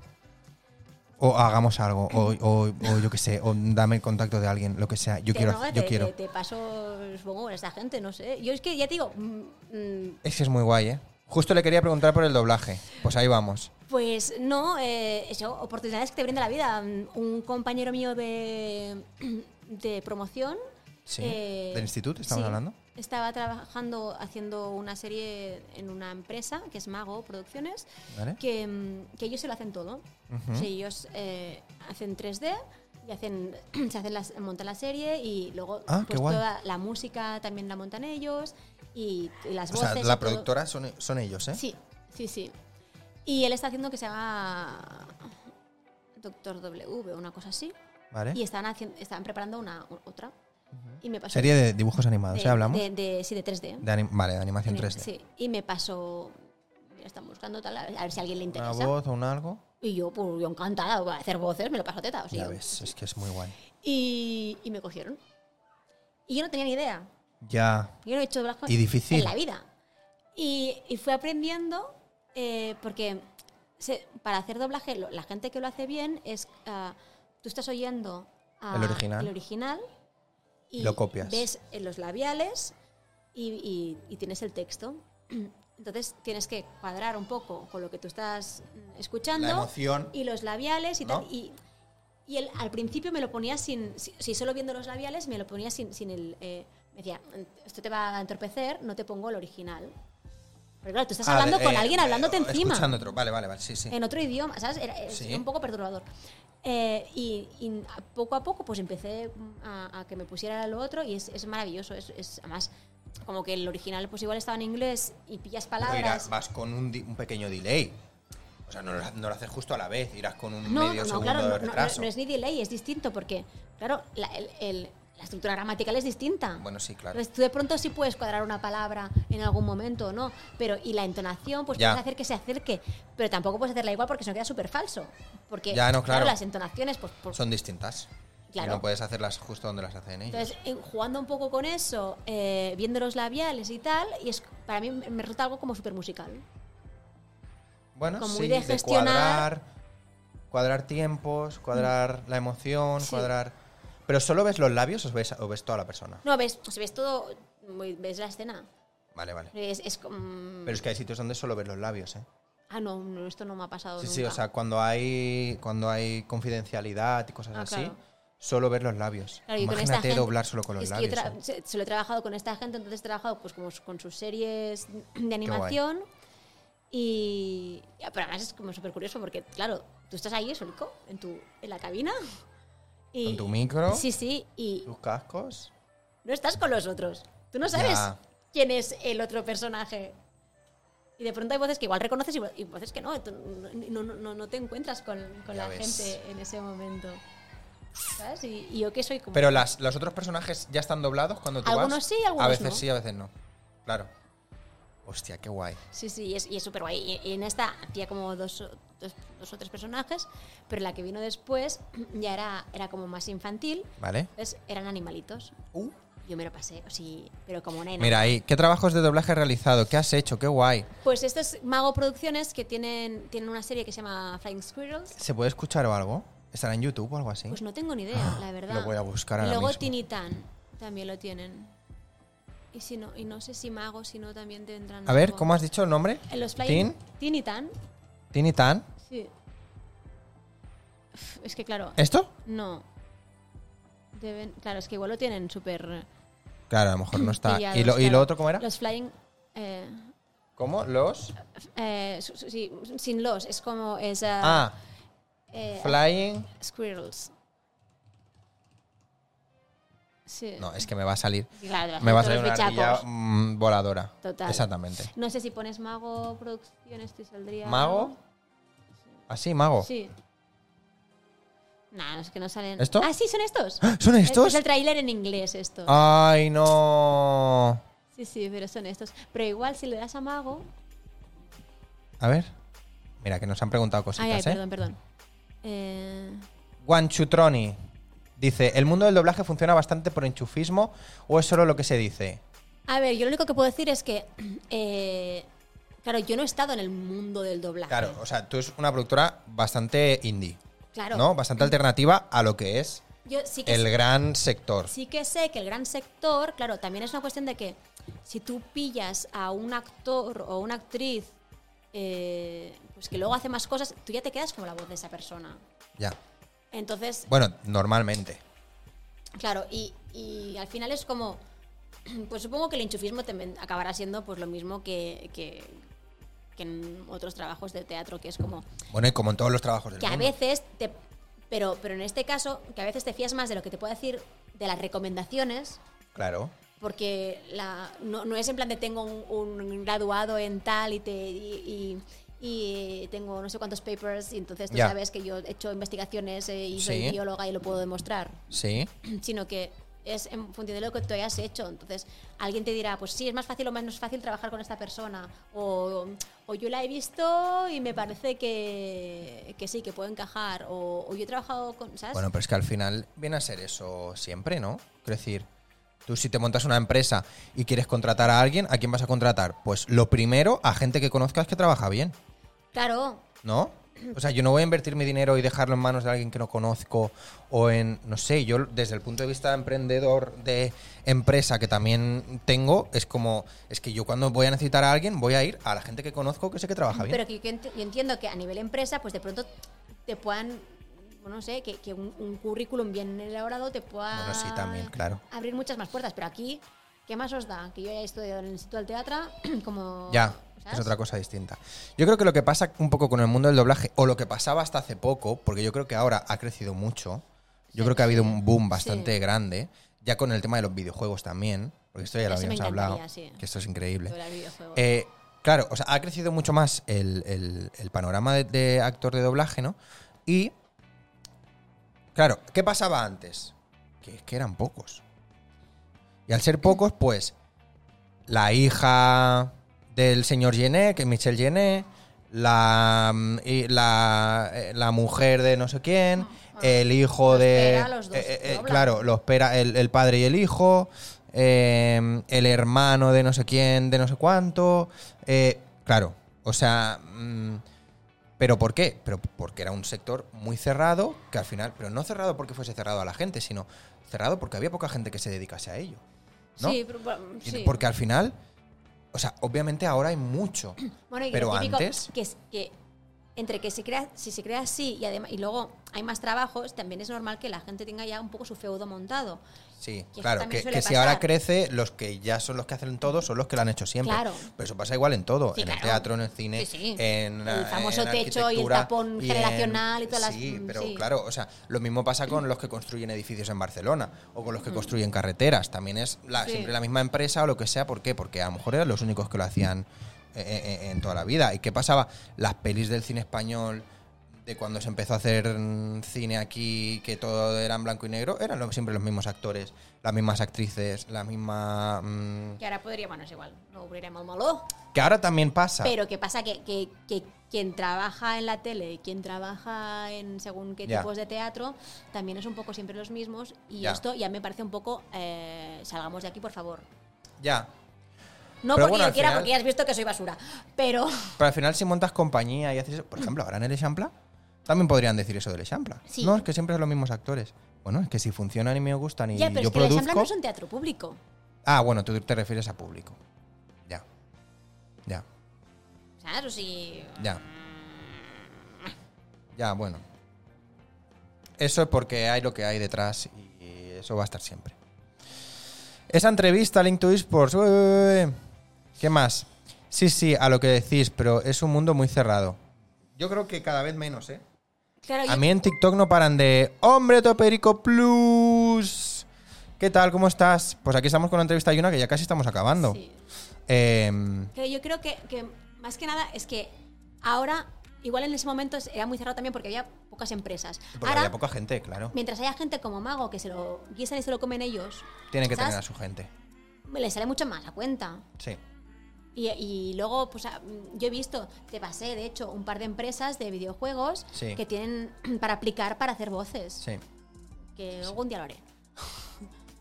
Speaker 1: o hagamos algo, o, o- o yo qué sé, o dame el contacto de alguien, lo que sea. Yo
Speaker 2: Te-
Speaker 1: quiero,
Speaker 2: no,
Speaker 1: hacer-
Speaker 2: te,
Speaker 1: yo quiero.
Speaker 2: Te, te paso, supongo, a esta gente, no sé. Yo es que ya te digo, mm, mm,
Speaker 1: Es que es muy guay, ¿eh? Justo le quería preguntar por el doblaje. Pues ahí vamos.
Speaker 2: pues no, eh, eso, oportunidades que te brinda la vida. Mm, Un compañero mío de, de promoción.
Speaker 1: Sí.
Speaker 2: eh,
Speaker 1: ¿Del instituto estamos
Speaker 2: sí,
Speaker 1: hablando?
Speaker 2: Estaba trabajando haciendo una serie en una empresa que es Mago Producciones.
Speaker 1: ¿Vale?
Speaker 2: que, mm, que ellos se lo hacen todo.
Speaker 1: Ujú.
Speaker 2: O sea, ellos eh, hacen 3D y hacen, se hacen las, montan la serie y luego
Speaker 1: Ah, qué
Speaker 2: pues,
Speaker 1: guay.
Speaker 2: toda la música también la montan ellos y, y las
Speaker 1: O
Speaker 2: voces.
Speaker 1: sea,
Speaker 2: y
Speaker 1: la
Speaker 2: todo.
Speaker 1: productora son, son ellos, ¿eh?
Speaker 2: Sí, sí, sí. Y él está haciendo que se haga Doctor W o una cosa así.
Speaker 1: ¿Vale?
Speaker 2: Y están, haciendo, están preparando una u- otra. Y me pasó
Speaker 1: Serie de dibujos animados,
Speaker 2: de-
Speaker 1: ¿eh? Hablamos.
Speaker 2: de- de- sí, de ¿eh? 3D.
Speaker 1: De anim- vale, de animación 3D.
Speaker 2: Sí, y me pasó. Mira, están buscando tal, a ver- a ver si a alguien le
Speaker 1: Una
Speaker 2: interesa.
Speaker 1: voz o un algo.
Speaker 2: Y yo, pues yo encantada, voy a hacer voces, me lo paso teta. O sea,
Speaker 1: Ya
Speaker 2: yo-
Speaker 1: ves, es que es muy guay.
Speaker 2: Y, y me cogieron. Y yo no tenía ni idea.
Speaker 1: Ya.
Speaker 2: Yo no he hecho las cosas
Speaker 1: Y difícil.
Speaker 2: en la vida. Y, y fui aprendiendo eh, porque se- para hacer doblaje, lo- la gente que lo hace bien es. ah, tú estás oyendo a-
Speaker 1: El original.
Speaker 2: el original
Speaker 1: Y lo copias.
Speaker 2: Ves en los labiales y, y- y tienes el texto. Entonces tienes que cuadrar un poco con lo que tú estás mm, escuchando
Speaker 1: La emoción.
Speaker 2: y los labiales y tal.
Speaker 1: ¿No?
Speaker 2: Y, y él al principio me lo ponía sin, si, si solo viendo los labiales, me lo ponía sin, sin el... eh, me decía, esto te va a entorpecer, no te pongo el original. Porque claro, tú estás
Speaker 1: Ah,
Speaker 2: hablando
Speaker 1: de-
Speaker 2: con
Speaker 1: eh,
Speaker 2: alguien
Speaker 1: eh,
Speaker 2: hablándote encima.
Speaker 1: Escuchando otro. Vale, vale, vale. Sí, sí.
Speaker 2: En otro idioma, ¿sabes? Era, era
Speaker 1: Sí.
Speaker 2: un poco perturbador. Eh, y, y a- poco a poco pues empecé a, a que me pusiera lo otro y es, es maravilloso. Es, es- además, como que el original pues igual estaba en inglés y pillas
Speaker 1: Pero
Speaker 2: palabras.
Speaker 1: irás, vas con un, di- un pequeño delay. O sea, no lo, no lo haces justo a la vez. Irás con un
Speaker 2: No,
Speaker 1: medio
Speaker 2: no, no,
Speaker 1: segundo
Speaker 2: claro,
Speaker 1: de
Speaker 2: no, no, no,
Speaker 1: retraso.
Speaker 2: no es ni delay, es distinto porque, claro, la, el- el- la estructura gramatical es distinta.
Speaker 1: Bueno, sí, claro.
Speaker 2: Entonces, tú de pronto sí puedes cuadrar una palabra en algún momento, ¿no? Pero, y la entonación, pues
Speaker 1: Ya.
Speaker 2: puedes hacer que se acerque, pero tampoco puedes hacerla igual porque se nos queda súper falso. Porque,
Speaker 1: Ya, no, claro.
Speaker 2: las entonaciones, pues, por-
Speaker 1: Son distintas.
Speaker 2: Claro.
Speaker 1: Y no puedes hacerlas justo donde las hacen ellos.
Speaker 2: entonces, en- jugando un poco con eso, eh, viendo los labiales y tal, y es, para mí me resulta algo como súper musical.
Speaker 1: bueno,
Speaker 2: como
Speaker 1: sí,
Speaker 2: muy de gestionar-
Speaker 1: cuadrar, cuadrar tiempos, cuadrar la emoción,
Speaker 2: Sí.
Speaker 1: cuadrar... ¿Pero solo ves los labios o ves, o ves toda la persona?
Speaker 2: No, ves, o sea, ves todo, muy- ves la escena.
Speaker 1: Vale, vale.
Speaker 2: Es, es como...
Speaker 1: Pero es que hay sitios donde solo ves los labios, ¿eh?
Speaker 2: Ah, no, no, esto no me ha pasado
Speaker 1: Sí,
Speaker 2: nunca.
Speaker 1: sí, o sea, cuando hay, cuando hay confidencialidad y cosas
Speaker 2: Ah,
Speaker 1: así,
Speaker 2: claro.
Speaker 1: solo ver los labios.
Speaker 2: Claro, yo con esta
Speaker 1: Imagínate
Speaker 2: gente-
Speaker 1: doblar solo con los
Speaker 2: es que yo
Speaker 1: labios.
Speaker 2: tra-
Speaker 1: ¿eh?
Speaker 2: se, se lo he trabajado con esta gente, entonces he trabajado pues, como s- con sus series de animación. Y. ya, Pero además es como súper curioso porque, claro, tú estás ahí solico, en, tu, en la cabina. Y,
Speaker 1: Con tu micro,
Speaker 2: Sí, sí, y
Speaker 1: tus cascos...
Speaker 2: no estás con los otros. Tú no sabes
Speaker 1: Ya.
Speaker 2: quién es el otro personaje. Y de pronto hay voces que igual reconoces y vo- y voces que no. Tú no, no- no- no te encuentras con, con
Speaker 1: Ya
Speaker 2: la
Speaker 1: ves.
Speaker 2: gente en ese momento. ¿Sabes? Y, y yo que soy como.
Speaker 1: Pero las, los otros personajes ya están doblados cuando tú
Speaker 2: Algunos
Speaker 1: vas.
Speaker 2: sí, algunos
Speaker 1: A veces
Speaker 2: no.
Speaker 1: sí, a veces no. Claro. Hostia, qué guay.
Speaker 2: Sí, sí, y es y es súper guay. Y, y en esta hacía como dos, o- dos, dos o tres personajes, pero la que vino después ya era, era como más infantil.
Speaker 1: ¿Vale?
Speaker 2: Entonces eran animalitos. Yo me lo pasé, o sí, pero como una
Speaker 1: Mira ahí, ¿qué trabajos de doblaje has realizado? ¿Qué has hecho? ¡Qué guay!
Speaker 2: Pues esto es Mago Producciones, que tienen, tienen una serie que se llama Flying Squirrels.
Speaker 1: ¿Se puede escuchar o algo? ¿Estará en YouTube o algo así?
Speaker 2: Pues no tengo ni idea, la verdad.
Speaker 1: Ah, lo voy a buscar
Speaker 2: Y
Speaker 1: ahora
Speaker 2: luego
Speaker 1: mismo.
Speaker 2: Tinitan también lo tienen. Y, si no, y no sé si Mago, si no, también tendrán.
Speaker 1: a ver,
Speaker 2: algo.
Speaker 1: ¿cómo has dicho el nombre?
Speaker 2: En los Flying.
Speaker 1: Tin,
Speaker 2: Tinitan.
Speaker 1: Tin y Tan.
Speaker 2: Sí. Uf, Es que claro.
Speaker 1: ¿Esto?
Speaker 2: No. Deben, claro, es que igual lo tienen súper.
Speaker 1: Claro, a lo mejor no está.
Speaker 2: pillados,
Speaker 1: ¿Y lo, y
Speaker 2: claro.
Speaker 1: lo otro cómo era?
Speaker 2: Los flying. eh,
Speaker 1: ¿Cómo? ¿Los?
Speaker 2: eh, su- su- sí, sin los, es como. Es, eh,
Speaker 1: Ah,
Speaker 2: eh,
Speaker 1: Flying.
Speaker 2: Squirrels. Sí.
Speaker 1: No, es que me va a salir.
Speaker 2: Claro, los-
Speaker 1: Me va a
Speaker 2: todos
Speaker 1: salir una
Speaker 2: los
Speaker 1: ardilla
Speaker 2: bichacos.
Speaker 1: mm, voladora.
Speaker 2: Total.
Speaker 1: Exactamente.
Speaker 2: No sé si pones Mago Producciones, te saldría.
Speaker 1: ¿Mago? Oh. ¿Así, ¿Ah, mago?
Speaker 2: Sí. Nah, es que no salen.
Speaker 1: ¿Esto?
Speaker 2: Ah, sí, son estos.
Speaker 1: ¿Son
Speaker 2: Es-
Speaker 1: estos? Ah.
Speaker 2: Es el tráiler en inglés, esto.
Speaker 1: ¡Ay, no!
Speaker 2: Sí, sí, pero son estos. Pero igual, si le das a Mago,
Speaker 1: A ver. Mira, que nos han preguntado cositas,
Speaker 2: Ay, ay,
Speaker 1: ¿eh?
Speaker 2: perdón, perdón. Eh,
Speaker 1: Guanchutroni dice: ¿El mundo del doblaje funciona bastante por enchufismo o es solo lo que se dice?
Speaker 2: a ver, yo lo único que puedo decir es que, eh, claro, yo no he estado en el mundo del doblaje.
Speaker 1: Claro, o sea, tú es una productora bastante indie.
Speaker 2: Claro.
Speaker 1: ¿no? Bastante alternativa a lo que es
Speaker 2: Yo sí que
Speaker 1: el gran sector.
Speaker 2: sí que sé que el gran sector, claro, también es una cuestión de que si tú pillas a un actor o una actriz eh, pues que luego hace más cosas, tú ya te quedas como la voz de esa persona.
Speaker 1: Ya.
Speaker 2: Entonces,
Speaker 1: Bueno, normalmente.
Speaker 2: claro, y, y al final es como, pues supongo que el enchufismo también acabará siendo pues lo mismo que, que, que en otros trabajos de teatro, que es como,
Speaker 1: Bueno, y como en todos los trabajos del
Speaker 2: que a
Speaker 1: mundo.
Speaker 2: veces te pero pero en este caso que a veces te fías más de lo que te puede decir de las recomendaciones
Speaker 1: Claro.
Speaker 2: porque la, no, no es en plan de tengo un, un graduado en tal y te y, y- y tengo no sé cuántos papers y entonces tú
Speaker 1: Ya.
Speaker 2: sabes que yo he hecho investigaciones eh, y soy
Speaker 1: Sí.
Speaker 2: bióloga y lo puedo demostrar
Speaker 1: Sí.
Speaker 2: sino que es en función de lo que tú hayas hecho. Entonces, alguien te dirá, pues sí, es más fácil o menos fácil trabajar con esta persona. O, o yo la he visto y me parece que, que sí, que puedo encajar. O, o yo he trabajado con, ¿sabes?
Speaker 1: Bueno, pero es que al final viene a ser eso siempre, ¿no? Quiero decir, tú si te montas una empresa y quieres contratar a alguien, ¿a quién vas a contratar? Pues lo primero, a gente que conozcas que trabaja bien,
Speaker 2: claro,
Speaker 1: ¿no? O sea, yo no voy a invertir mi dinero y dejarlo en manos de alguien que no conozco o en, no sé, yo desde el punto de vista emprendedor de empresa que también tengo, es como, es que yo cuando voy a necesitar a alguien voy a ir a la gente que conozco que sé que trabaja bien.
Speaker 2: pero que yo, ent- yo entiendo que a nivel empresa, pues de pronto te puedan, no sé, que, que un, un currículum bien elaborado te pueda
Speaker 1: Bueno, sí, también, claro.
Speaker 2: abrir muchas más puertas. Pero aquí, ¿qué más os da? Que yo haya estudiado en el Instituto del Teatro, como...
Speaker 1: Ya,
Speaker 2: ¿sabes?
Speaker 1: es otra cosa ¿eh? distinta. Yo creo que lo que pasa un poco con el mundo del doblaje, o lo que pasaba hasta hace poco, porque yo creo que ahora ha crecido mucho, yo creo que ha habido un boom bastante
Speaker 2: Sí.
Speaker 1: grande, ya con el tema de los videojuegos también, porque esto ya lo
Speaker 2: Eso me
Speaker 1: habíamos hablado,
Speaker 2: encantaría, sí.
Speaker 1: que esto es increíble.
Speaker 2: Sobre el videojuego.
Speaker 1: Eh, claro, o sea, ha crecido mucho más el, el- el panorama de, de actor de doblaje, ¿no? Y, claro, ¿qué pasaba antes? Que, que eran pocos. Y al ser pocos, pues, la hija del señor Jenner, que es Michelle Jenner, la, mm, y la, eh, la mujer de no sé quién, el hijo
Speaker 2: Ah, Los
Speaker 1: de... eh,
Speaker 2: pera, los dos doblan.
Speaker 1: claro, los pera, el, el padre y el hijo, eh, el hermano de no sé quién, de no sé cuánto. eh, claro, o sea... mm, ¿Pero por qué? Pero porque era un sector muy cerrado, que al final, pero no cerrado porque fuese cerrado a la gente, sino cerrado porque había poca gente que se dedicase a ello. ¿no?
Speaker 2: Sí, pero, bueno,
Speaker 1: Y
Speaker 2: sí.
Speaker 1: Porque al final, o sea, obviamente ahora hay mucho.
Speaker 2: Bueno, y lo
Speaker 1: pero
Speaker 2: típico
Speaker 1: antes-
Speaker 2: Que, es- que entre que se crea, si se crea así y, además, y luego hay más trabajos, también es normal que la gente tenga ya un poco su feudo montado.
Speaker 1: Sí,
Speaker 2: eso
Speaker 1: claro,
Speaker 2: también
Speaker 1: que,
Speaker 2: suele
Speaker 1: que si ahora
Speaker 2: pasar.
Speaker 1: crece, los que ya son los que hacen todo son los que lo han hecho siempre.
Speaker 2: Claro.
Speaker 1: Pero eso pasa igual en todo,
Speaker 2: Sí,
Speaker 1: en el
Speaker 2: claro.
Speaker 1: teatro, en el cine,
Speaker 2: Sí, sí.
Speaker 1: en
Speaker 2: El
Speaker 1: eh,
Speaker 2: famoso
Speaker 1: en
Speaker 2: techo y el
Speaker 1: arquitectura
Speaker 2: tapón
Speaker 1: y en-
Speaker 2: generacional y todas las-
Speaker 1: Sí,
Speaker 2: mm,
Speaker 1: pero
Speaker 2: sí.
Speaker 1: claro, o sea, lo mismo pasa con los que construyen edificios en Barcelona o con los que construyen carreteras, también es la-
Speaker 2: Mm. Sí.
Speaker 1: siempre la misma empresa o lo que sea, ¿por qué? Porque a lo mejor eran los únicos que lo hacían eh, eh, en toda la vida. ¿Y qué pasaba? Las pelis del cine español de cuando se empezó a hacer mm, cine aquí, que todo era en blanco y negro, eran lo- siempre los mismos actores, las mismas actrices, la misma... mm,
Speaker 2: Que ahora podría, bueno, es igual, no hubiera mal malo.
Speaker 1: que ahora también pasa.
Speaker 2: Pero que pasa que, que- que quien trabaja en la tele y quien trabaja en según qué
Speaker 1: Ya.
Speaker 2: tipos de teatro también es un poco siempre los mismos. Y
Speaker 1: Ya.
Speaker 2: esto ya me parece un poco, eh, salgamos de aquí, por favor.
Speaker 1: ya.
Speaker 2: No
Speaker 1: Pero
Speaker 2: porque
Speaker 1: bueno, al
Speaker 2: yo quiera,
Speaker 1: final-
Speaker 2: porque ya has visto que soy basura. Pero
Speaker 1: Pero al final si montas compañía y haces eso, por ejemplo, ahora en el Echampla, también podrían decir eso del Echampla.
Speaker 2: Sí.
Speaker 1: No, es que siempre son los mismos actores. Bueno, es que si funcionan y me gustan y
Speaker 2: ya, pero
Speaker 1: yo
Speaker 2: es que la
Speaker 1: produzco...
Speaker 2: Eixample no es un teatro público.
Speaker 1: Ah, bueno, tú te refieres a público. Ya. Ya.
Speaker 2: ¿Sabes? O si.
Speaker 1: Ya. Ya, bueno. Eso es porque hay lo que hay detrás y eso va a estar siempre. Esa entrevista Link to Esports. ué, ué, ué. ¿Qué más? Sí, sí, a lo que decís, pero es un mundo muy cerrado. Yo creo que cada vez menos, ¿eh?
Speaker 2: Claro,
Speaker 1: A
Speaker 2: yo-
Speaker 1: mí en TikTok no paran de Hombre Toperico Plus. ¿Qué tal? ¿Cómo estás? Pues aquí estamos con la entrevista y una que ya casi estamos acabando.
Speaker 2: sí.
Speaker 1: Em,
Speaker 2: Pero yo creo que, que más que nada es que ahora, igual en ese momento es- era muy cerrado también porque había pocas empresas.
Speaker 1: porque
Speaker 2: ahora,
Speaker 1: había poca gente, claro.
Speaker 2: mientras haya gente como Mago que se lo guisan y se lo comen ellos,
Speaker 1: Tienen que
Speaker 2: ¿sabes?
Speaker 1: tener a su gente.
Speaker 2: le sale mucho más la cuenta.
Speaker 1: Sí.
Speaker 2: Y, y luego, pues a- yo he visto, te pasé de hecho un par de empresas de videojuegos
Speaker 1: Sí.
Speaker 2: que tienen para aplicar para hacer voces.
Speaker 1: Sí,
Speaker 2: Que algún día lo haré.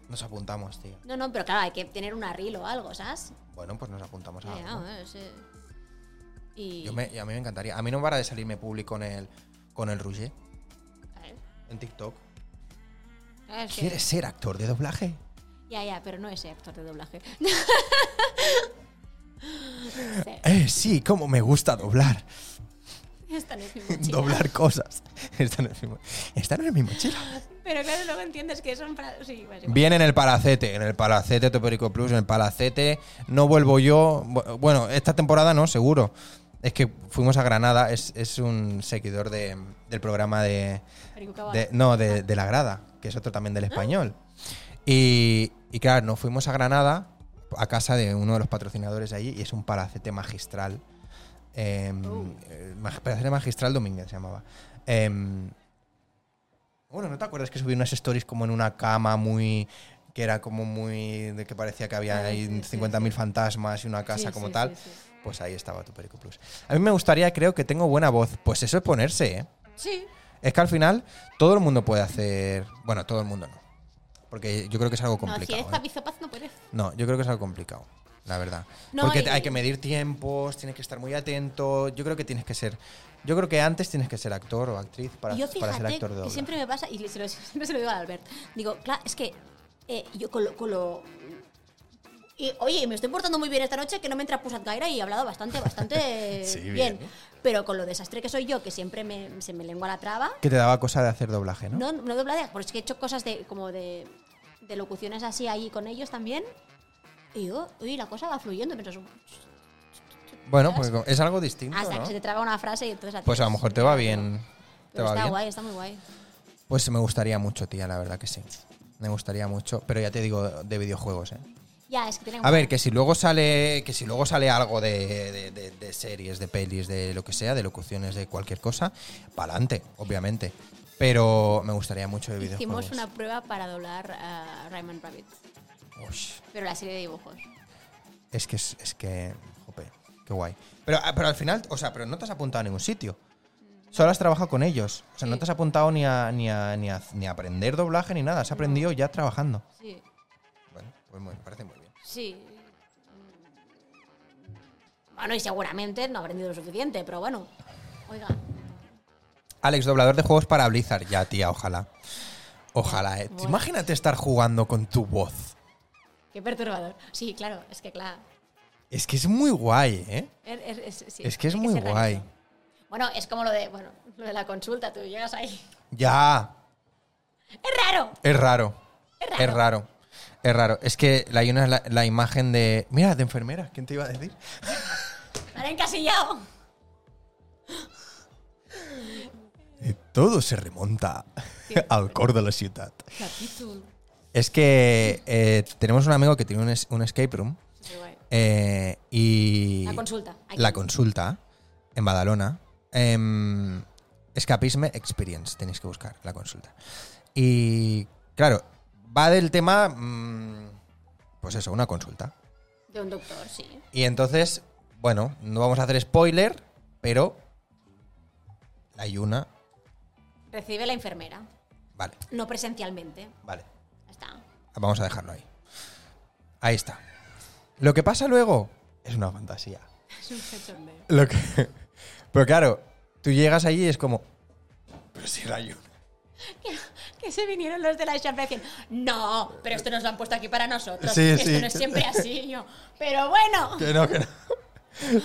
Speaker 1: nos apuntamos, tío.
Speaker 2: No, no, pero claro, hay que tener una reel o algo, ¿sabes?
Speaker 1: Bueno, pues nos apuntamos a
Speaker 2: Ya,
Speaker 1: algo.
Speaker 2: eh, sí. Y
Speaker 1: Yo me- a mí me encantaría. A mí no me para de salirme público con el, con el Rouget. en TikTok.
Speaker 2: Ah, es que-
Speaker 1: ¿Quieres ser actor de doblaje?
Speaker 2: Ya, ya, pero no ese actor de doblaje.
Speaker 1: Eh, sí, cómo me gusta doblar.
Speaker 2: Esta no es mi mochila.
Speaker 1: Doblar cosas. Esta no es mi mo- esta no es mi mochila.
Speaker 2: Pero claro, luego entiendes que son para... Sí, vas igual.
Speaker 1: Bien en el Palacete, en el Palacete Toperico Plus, en el Palacete no vuelvo yo. Bu- Bueno, esta temporada no, seguro. Es que fuimos a Granada, es, es un seguidor de- del programa de,
Speaker 2: Perico Cabal.
Speaker 1: de- No, de, de La Grada, que es otro también
Speaker 2: Ah.
Speaker 1: del español. Y, y claro, nos fuimos a Granada, a casa de uno de los patrocinadores de allí, y es un palacete magistral. em,
Speaker 2: Oh.
Speaker 1: eh, mag- palacete magistral Domínguez se llamaba. Em, bueno, ¿no te acuerdas que subí unas stories como en una cama muy que era como muy de que parecía que
Speaker 2: Ah,
Speaker 1: había ahí 50.000 fantasmas y una casa
Speaker 2: Sí,
Speaker 1: como
Speaker 2: sí,
Speaker 1: tal?
Speaker 2: sí, sí.
Speaker 1: Pues ahí estaba tu Perico Plus. A mí me gustaría, creo que tengo buena voz. Pues eso es ponerse, ¿eh?
Speaker 2: Sí.
Speaker 1: Es que al final todo el mundo puede hacer. Bueno, todo el mundo no. Porque yo creo que es algo
Speaker 2: No, si
Speaker 1: complicado.
Speaker 2: eres
Speaker 1: ¿eh?
Speaker 2: capizopaz no puedes.
Speaker 1: No, yo creo que es algo complicado, la verdad.
Speaker 2: No,
Speaker 1: Porque
Speaker 2: y-
Speaker 1: te- hay que medir tiempos, tienes que estar muy atento. Yo creo que tienes que ser. Yo creo que antes tienes que ser actor o actriz para,
Speaker 2: Y yo
Speaker 1: para
Speaker 2: fíjate
Speaker 1: ser actor de
Speaker 2: que
Speaker 1: doblaje.
Speaker 2: siempre me pasa, y le- se lo, siempre se lo digo a Albert, digo, claro, es que eh, yo con lo... con lo- y, oye, me estoy portando muy bien esta noche, que no me entra Pusat Gaira y he hablado bastante, bastante
Speaker 1: Sí, bien,
Speaker 2: bien.
Speaker 1: ¿eh?
Speaker 2: Pero con lo desastre que soy yo, que siempre me- se me lengua la traba,
Speaker 1: Que te daba cosa de hacer doblaje, ¿no?
Speaker 2: No, no dobladea, porque es que he hecho cosas de, como de, de locuciones así ahí con ellos también. Y yo, uy, la cosa va fluyendo. Pero
Speaker 1: bueno, pues es algo distinto.
Speaker 2: hasta que
Speaker 1: ¿no?
Speaker 2: se te traba una frase y entonces
Speaker 1: Pues a lo mejor te va bien. Te
Speaker 2: Pero
Speaker 1: va
Speaker 2: está
Speaker 1: bien.
Speaker 2: guay, está muy guay.
Speaker 1: Pues me gustaría mucho, tía, la verdad que sí. Me gustaría mucho. Pero ya te digo, de videojuegos, ¿eh?
Speaker 2: Ya, es que tienen
Speaker 1: A ver, que si luego sale, que si luego sale algo de, de- de- de series, de pelis, de lo que sea, de locuciones, de cualquier cosa, pa'lante, obviamente. Pero me gustaría mucho de videojuegos.
Speaker 2: Hicimos una prueba para doblar a Rayman Rabbit,
Speaker 1: Ush,
Speaker 2: pero la serie de dibujos.
Speaker 1: es que es, es que. Jope, qué guay. Pero, ah, pero al final, o sea, pero no te has apuntado a ningún sitio. Solo has trabajado con ellos. O sea, no te has apuntado ni a, ni a, ni a- ni a aprender doblaje ni nada. Has aprendido ya trabajando.
Speaker 2: Sí,
Speaker 1: Bueno, pues muy- me parece muy bien.
Speaker 2: sí. Mm. Bueno, y seguramente no ha aprendido lo suficiente, pero bueno. Oiga,
Speaker 1: Alex, doblador de juegos para Blizzard. Ya, tía, ojalá. Ojalá, eh.
Speaker 2: Bueno.
Speaker 1: Imagínate estar jugando con tu voz.
Speaker 2: qué perturbador. Sí, claro, es que claro.
Speaker 1: Es que es muy guay, ¿eh?
Speaker 2: Es, es- es- sí,
Speaker 1: Es que es
Speaker 2: hay
Speaker 1: muy
Speaker 2: ser
Speaker 1: guay.
Speaker 2: realista. Bueno, es como lo de, bueno, lo de la consulta, tú llegas ahí.
Speaker 1: Ya,
Speaker 2: ¡Es raro!
Speaker 1: es raro. Es raro. Es raro. Es que la Yuna es la, la imagen de. Mira, de enfermera, ¿quién te iba a decir?
Speaker 2: ¡Me han encasillado!
Speaker 1: Eh, Todo se remonta al cor de la ciudad. Es que eh, tenemos un amigo que tiene un, es- un escape room
Speaker 2: Superguay.
Speaker 1: eh, y.
Speaker 2: La consulta. hay que-
Speaker 1: La consulta en Badalona. em, Escapisme Experience, tenéis que buscar la consulta. Y claro, va del tema, mm, pues eso, una consulta.
Speaker 2: De un doctor, sí.
Speaker 1: Y entonces, bueno, no vamos a hacer spoiler, pero la Yuna,
Speaker 2: Recibe la enfermera,
Speaker 1: vale,
Speaker 2: no presencialmente.
Speaker 1: vale,
Speaker 2: Ya Está.
Speaker 1: vamos a dejarlo ahí. Ahí está. Lo que pasa luego es una fantasía.
Speaker 2: Es un cachondeo.
Speaker 1: Lo que, pero claro, tú llegas allí y es como, pero si la Yuna.
Speaker 2: Que se vinieron los de la chapa y decían, no, pero esto nos lo han puesto aquí para nosotros.
Speaker 1: Sí,
Speaker 2: esto
Speaker 1: sí.
Speaker 2: no es siempre así. Y yo, pero bueno.
Speaker 1: Que no, que no.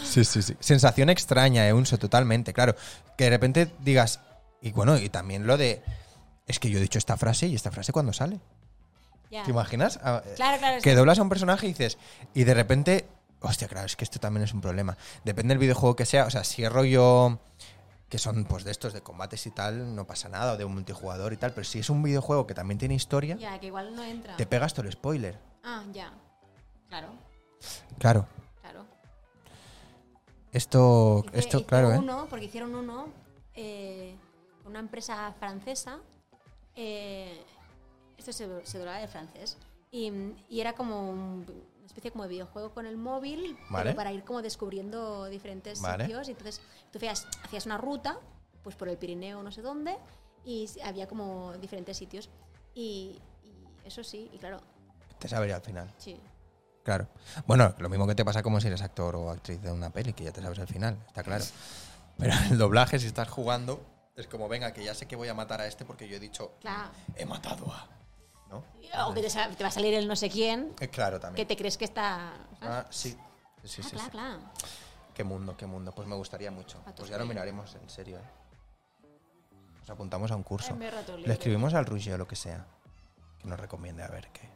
Speaker 1: Sí, sí, sí. Sensación extraña, eh, Unso, totalmente, claro. Que de repente digas, y bueno, y también lo de, es que yo he dicho esta frase y esta frase cuando sale.
Speaker 2: Ya.
Speaker 1: ¿Te imaginas? Ah, eh,
Speaker 2: Claro, claro,
Speaker 1: Que
Speaker 2: sí.
Speaker 1: doblas a un personaje y dices, y de repente, hostia, claro, es que esto también es un problema. Depende del videojuego que sea, o sea, si es rollo que son pues de estos de combates y tal, no pasa nada, o de un multijugador y tal, pero si es un videojuego que también tiene historia,
Speaker 2: Ya, que igual no entra.
Speaker 1: te pegas todo el spoiler.
Speaker 2: Ah, ya. Claro,
Speaker 1: Claro.
Speaker 2: claro.
Speaker 1: Esto,
Speaker 2: Hice-
Speaker 1: esto
Speaker 2: hice
Speaker 1: claro, ¿eh?
Speaker 2: uno, porque hicieron uno eh, con una empresa francesa. eh, esto se, se doblaba de francés. Y, y era como un- una especie como de videojuego con el móvil pero
Speaker 1: Vale.
Speaker 2: para ir como descubriendo diferentes
Speaker 1: Vale.
Speaker 2: sitios. Y entonces tú hacías, hacías una ruta, pues por el Pirineo, no sé dónde, y s- había como diferentes sitios. Y, y eso sí, y claro,
Speaker 1: Te sabría al final.
Speaker 2: sí.
Speaker 1: Claro. Bueno, lo mismo que te pasa como si eres actor o actriz de una peli, que ya te sabes el final, está claro. Pero el doblaje, si estás jugando, Es como, venga, que ya sé que voy a matar a este porque yo he dicho,
Speaker 2: Claro.
Speaker 1: he matado a. ¿No?
Speaker 2: O que te, sa- te va a salir el no sé quién,
Speaker 1: Eh, Claro,
Speaker 2: que
Speaker 1: también.
Speaker 2: te crees que está.
Speaker 1: Ah, sí. Sí, sí,
Speaker 2: Ah,
Speaker 1: sí.
Speaker 2: claro, claro.
Speaker 1: Qué mundo, qué mundo. Pues me gustaría mucho.
Speaker 2: A tu
Speaker 1: Pues ya lo
Speaker 2: peli.
Speaker 1: miraremos, en serio. ¿eh? Nos apuntamos a un curso.
Speaker 3: En mi rato libre.
Speaker 1: Le escribimos al Ruggie o lo que sea. Que nos recomiende a ver qué.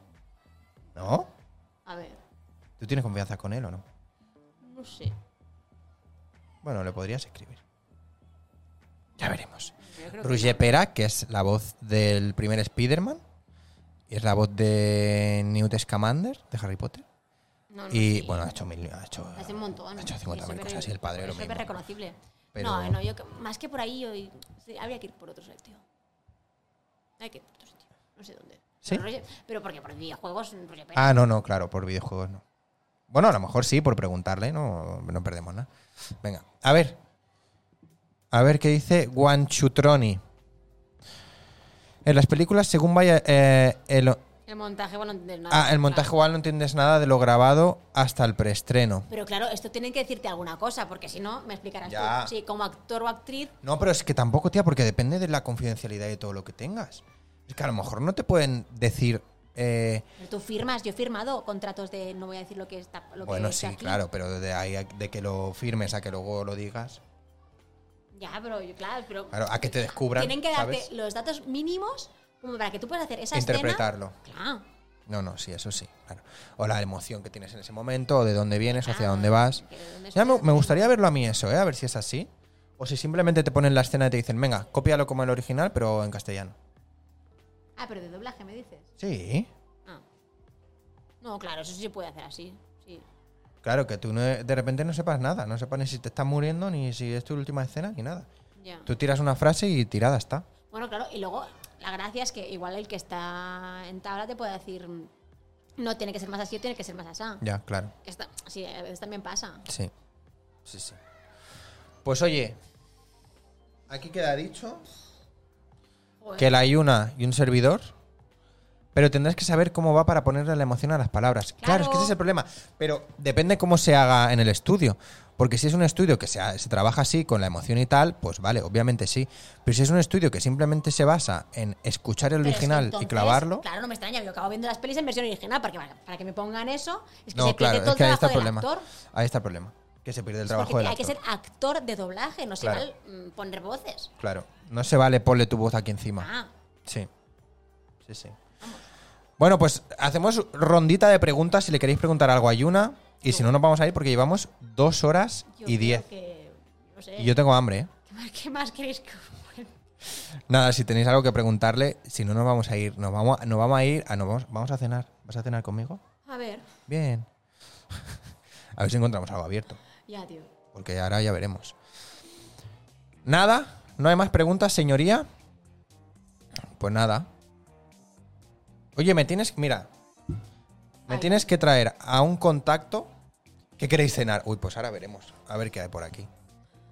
Speaker 1: ¿No?
Speaker 2: A ver,
Speaker 1: ¿Tú tienes confianza con él o no?
Speaker 2: no sé.
Speaker 1: Bueno, le podrías escribir. Ya veremos.
Speaker 2: Yo creo que
Speaker 1: Roger Pera, que es la voz del primer Spider-Man. Y es la voz de Newt Scamander, de Harry Potter.
Speaker 2: no, no,
Speaker 1: Y
Speaker 2: sí.
Speaker 1: bueno, ha hecho mil. Ha hecho,
Speaker 2: Hace un montón.
Speaker 1: Ha hecho 50.000
Speaker 2: Es
Speaker 1: cosas
Speaker 2: súper-
Speaker 1: y el padre
Speaker 2: es
Speaker 1: lo
Speaker 2: súper
Speaker 1: mismo.
Speaker 2: reconocible.
Speaker 1: Pero-
Speaker 2: No, no, yo que- más que por ahí, yo, sí, habría que ir por otro sitio. Hay que ir por otro sitio. No sé dónde.
Speaker 1: ¿Sí?
Speaker 2: Pero, Roger- pero porque por videojuegos, Roger Pérez.
Speaker 1: Ah, no, no, claro, por videojuegos no. Bueno, a lo mejor sí, por preguntarle, no, no perdemos nada. Venga, a ver. A ver qué dice Guanchutroni. En las películas, según vaya. eh, el,
Speaker 2: El montaje, bueno, no entiendes nada.
Speaker 1: ah, el montaje
Speaker 2: Claro.
Speaker 1: igual no entiendes nada de lo grabado hasta el preestreno.
Speaker 2: Pero claro, esto tienen que decirte alguna cosa, porque si no, me explicarás
Speaker 1: Ya.
Speaker 2: tú. Sí, como actor o actriz,
Speaker 1: No, pero es que tampoco, tía, porque depende de la confidencialidad y todo lo que tengas. Es que a lo mejor no te pueden decir. eh,
Speaker 2: pero tú firmas, yo he firmado contratos de, no voy a decir lo que está lo que
Speaker 1: bueno,
Speaker 2: está
Speaker 1: sí,
Speaker 2: aquí.
Speaker 1: claro, pero de ahí a- de que lo firmes a que luego lo digas.
Speaker 2: Ya, pero yo- claro, pero
Speaker 1: Claro, a que te descubran.
Speaker 2: tienen que darte
Speaker 1: ¿sabes?
Speaker 2: los datos mínimos como para que tú puedas hacer esa
Speaker 1: Interpretarlo.
Speaker 2: escena. Claro.
Speaker 1: No, no, sí, eso sí. claro. O la emoción que tienes en ese momento, o de dónde vienes, hacia
Speaker 2: Ah,
Speaker 1: dónde vas.
Speaker 2: que de dónde
Speaker 1: Ya me,
Speaker 2: estás.
Speaker 1: me gustaría verlo a mí eso, ¿eh? A ver si es así. O si simplemente te ponen la escena y te dicen, venga, cópialo como el original, pero en castellano.
Speaker 2: Ah, pero de doblaje me dices.
Speaker 1: Sí.
Speaker 2: Ah. No, claro, eso sí se puede hacer así. Sí.
Speaker 1: Claro, que tú no- de repente no sepas nada. No sepas ni si te estás muriendo, ni si es tu última escena, ni nada.
Speaker 2: Ya.
Speaker 1: Tú tiras una frase y tirada está.
Speaker 2: Bueno, claro, y luego la gracia es que igual el que está en tabla te puede decir mm, no tiene que ser más así o tiene que ser más asá.
Speaker 1: Ya, claro.
Speaker 2: Esta- sí, a veces también pasa.
Speaker 1: Sí. Sí, sí. Pues oye, aquí queda dicho
Speaker 2: Joder.
Speaker 1: que la hay una y un servidor, pero tendrás que saber cómo va para ponerle la emoción a las palabras. Claro, es que ese es el problema. Pero depende cómo se haga en el estudio. Porque si es un estudio que se, ha- se trabaja así, con la emoción y tal, pues vale, obviamente sí. Pero si es un estudio que simplemente se basa en escuchar el
Speaker 2: Pero es que
Speaker 1: original y
Speaker 2: entonces,
Speaker 1: clavarlo.
Speaker 2: Claro, no me extraña, yo acabo viendo las pelis en versión original porque para, para que me pongan eso es que
Speaker 1: no,
Speaker 2: se
Speaker 1: claro,
Speaker 2: pierde todo
Speaker 1: es que ahí
Speaker 2: el
Speaker 1: está
Speaker 2: trabajo
Speaker 1: el
Speaker 2: del
Speaker 1: problema.
Speaker 2: actor.
Speaker 1: Ahí está el problema. Que se pierde el trabajo
Speaker 2: porque
Speaker 1: del
Speaker 2: hay
Speaker 1: actor.
Speaker 2: que ser actor de doblaje, no se
Speaker 1: Claro.
Speaker 2: vale mm, poner voces.
Speaker 1: Claro, no se vale ponle tu voz aquí encima.
Speaker 2: Ah,
Speaker 1: Sí. Sí, sí. Bueno, pues hacemos rondita de preguntas si le queréis preguntar algo a Yuna. Y si no, nos vamos a ir porque llevamos dos horas
Speaker 2: yo
Speaker 1: y
Speaker 2: creo
Speaker 1: diez.
Speaker 2: que- no sé,
Speaker 1: Y yo tengo hambre, ¿eh?
Speaker 2: ¿qué, más, qué más queréis que
Speaker 1: Nada, si tenéis algo que preguntarle, si no, nos vamos a ir. Nos vamos, a- nos vamos a ir. A, nos vamos, vamos a cenar. ¿Vas a cenar conmigo?
Speaker 2: A ver,
Speaker 1: Bien. a ver si encontramos algo abierto.
Speaker 2: ya, tío.
Speaker 1: Porque ahora ya veremos. Nada, no hay más preguntas, señoría. Pues nada. Oye, me tienes. Mira. Me
Speaker 2: Ay.
Speaker 1: tienes que traer a un contacto. ¿Qué queréis cenar? Uy, pues ahora veremos. A ver qué hay por aquí.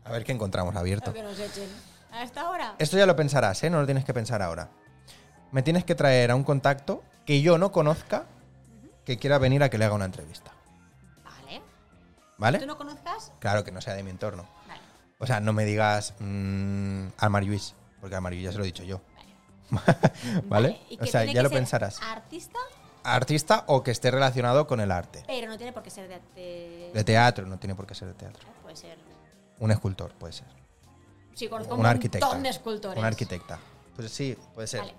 Speaker 1: A ver qué encontramos abierto.
Speaker 2: Lo que nos echen. A esta hora.
Speaker 1: Esto ya lo pensarás, ¿eh? No lo tienes que pensar ahora. Me tienes que traer a un contacto que yo no conozca que quiera venir a que le haga una entrevista.
Speaker 2: Vale. ¿Tú
Speaker 1: ¿Vale?
Speaker 2: no conozcas?
Speaker 1: Claro que no sea de mi entorno.
Speaker 2: Vale.
Speaker 1: O sea, no me digas mm, Almar Lluís, porque Almar Lluís ya se lo he dicho yo. ¿Vale?
Speaker 2: ¿Y
Speaker 1: O
Speaker 2: que
Speaker 1: sea,
Speaker 2: tiene
Speaker 1: ya
Speaker 2: que
Speaker 1: lo
Speaker 2: ser
Speaker 1: pensarás.
Speaker 2: Artista,
Speaker 1: Artista o que esté relacionado con el arte.
Speaker 2: pero no tiene por qué ser de. de-
Speaker 1: De teatro, no tiene por qué ser de teatro.
Speaker 2: Puede ser.
Speaker 1: Un escultor, puede ser.
Speaker 2: Sí, conozco
Speaker 1: Un arquitecta.
Speaker 2: montón de escultores.
Speaker 1: Un arquitecta. Pues sí, puede ser.
Speaker 2: Vale.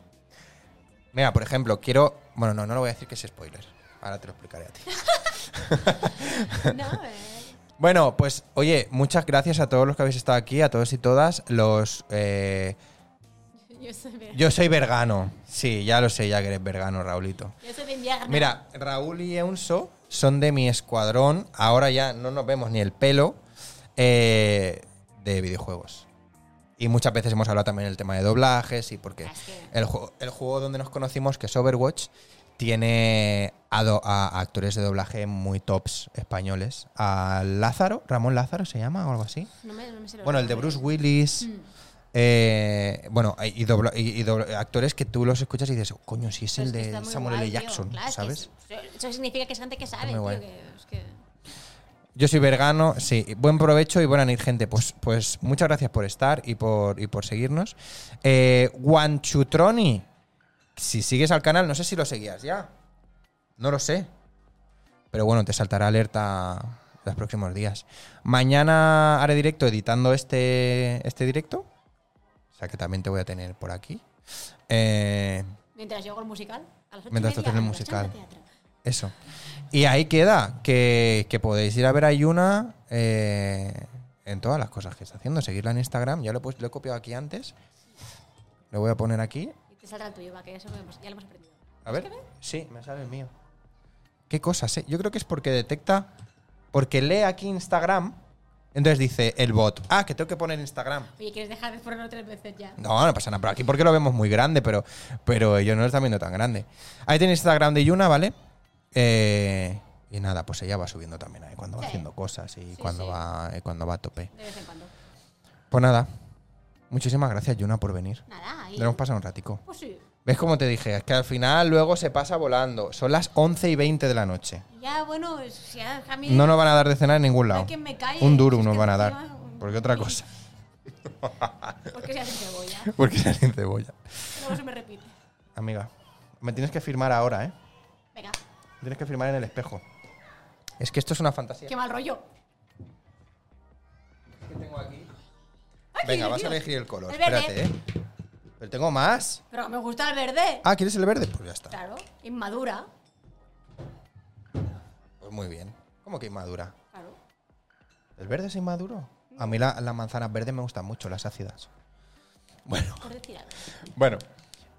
Speaker 1: Mira, por ejemplo, quiero. Bueno, no, no lo voy a decir que es spoiler. Ahora te lo explicaré a ti.
Speaker 2: No, eh.
Speaker 1: Bueno, pues oye, muchas gracias a todos los que habéis estado aquí, a todos y todas. Los. eh,
Speaker 2: Yo soy de,
Speaker 1: yo soy vergano. Sí, ya lo sé, ya que eres vergano, Raulito.
Speaker 2: yo soy de invierno.
Speaker 1: Mira, Raúl y Eunso son de mi escuadrón. Ahora ya no nos vemos ni el pelo eh, de videojuegos. Y muchas veces hemos hablado también del tema de doblajes y porque
Speaker 2: Es que-
Speaker 1: el juego, el juego donde nos conocimos, que es Overwatch, tiene a, do- a- a actores de doblaje muy tops españoles. A Lázaro, Ramón Lázaro se llama o algo así.
Speaker 2: No me, no me sé los
Speaker 1: Bueno, el de
Speaker 2: nombres.
Speaker 1: Bruce Willis.
Speaker 2: Mm.
Speaker 1: eh, bueno, y, dobla- y- y dobla- actores que tú los escuchas y dices, coño, si es
Speaker 2: Pero
Speaker 1: el
Speaker 2: Pues que
Speaker 1: de
Speaker 2: está muy
Speaker 1: Samuel
Speaker 2: guay,
Speaker 1: L.
Speaker 2: tío.
Speaker 1: Jackson,
Speaker 2: Claro, es que
Speaker 1: ¿sabes?
Speaker 2: es- eso significa que es gente que sabe,
Speaker 1: muy
Speaker 2: tío,
Speaker 1: guay.
Speaker 2: que es que-
Speaker 1: Yo soy vergano, sí. Buen provecho y buena nit, gente. Pues, pues muchas gracias por estar y por, y por seguirnos. Eh, Guanchutroni, si sigues al canal, no sé si lo seguías ya. No lo sé. Pero bueno, te saltará alerta los próximos días. Mañana haré directo editando este, este directo. O sea que también te voy a tener por aquí. Eh,
Speaker 2: Mientras yo hago el musical, a las ocho y
Speaker 1: Mientras tú
Speaker 2: media,
Speaker 1: haces el
Speaker 2: en la
Speaker 1: musical.
Speaker 2: charla teatral.
Speaker 1: Eso. Y ahí queda que, que podéis ir a ver a Yuna eh, en todas las cosas que está haciendo. Seguirla en Instagram. Ya lo he, puesto- lo he copiado aquí antes. Lo voy a poner aquí.
Speaker 2: Y te saldrá el tuyo, va, que eso lo hemos- ya lo hemos aprendido.
Speaker 1: A ver. Sí, me sale el mío. ¿Qué cosas? eh? Yo creo que es porque detecta. Porque lee aquí Instagram. Entonces dice el bot. Ah, que tengo que poner Instagram.
Speaker 2: Oye, ¿quieres dejar de ponerlo tres veces ya?
Speaker 1: No, no pasa nada. Pero aquí porque lo vemos muy grande, pero, pero ellos no lo están viendo tan grande. Ahí tenéis Instagram de Yuna, ¿vale? Eh, y nada, pues ella va subiendo también ahí cuando va
Speaker 2: Sí.
Speaker 1: haciendo cosas y
Speaker 2: Sí,
Speaker 1: cuando
Speaker 2: sí.
Speaker 1: va y cuando va a tope.
Speaker 2: De vez en cuando.
Speaker 1: Pues nada. Muchísimas gracias, Yuna, por venir.
Speaker 2: Nada, ahí.
Speaker 1: Nos hemos pasado un ratico.
Speaker 2: Pues sí.
Speaker 1: ¿Ves cómo te dije? Es que al final luego se pasa volando. Son las 11 y 20 de la noche.
Speaker 2: Ya, bueno, si a a mí.
Speaker 1: No nos van a dar de cenar en ningún lado.
Speaker 2: Hay que me calle,
Speaker 1: Un duro
Speaker 2: es
Speaker 1: nos
Speaker 2: que
Speaker 1: van a dar.
Speaker 2: encima-
Speaker 1: Porque otra cosa.
Speaker 2: Porque se hace cebolla.
Speaker 1: Porque salen cebolla.
Speaker 2: Luego se me repite.
Speaker 1: Amiga, me tienes que firmar ahora, ¿eh?
Speaker 2: Venga,
Speaker 1: Tienes que firmar en el espejo. Es que esto es una fantasía.
Speaker 2: qué mal rollo. Ay,
Speaker 1: Venga,
Speaker 2: qué
Speaker 1: vas a
Speaker 2: nervios.
Speaker 1: elegir el color.
Speaker 2: El verde.
Speaker 1: Espérate, ¿eh? Pero tengo más.
Speaker 2: Pero me gusta el verde.
Speaker 1: Ah, ¿quieres el verde? Pues ya está.
Speaker 2: Claro, inmadura.
Speaker 1: Pues muy bien. ¿Cómo que inmadura?
Speaker 2: Claro.
Speaker 1: ¿El verde es inmaduro? A mí la- las manzanas verdes me gustan mucho, las ácidas. Bueno.
Speaker 2: Por decir algo.
Speaker 1: Bueno,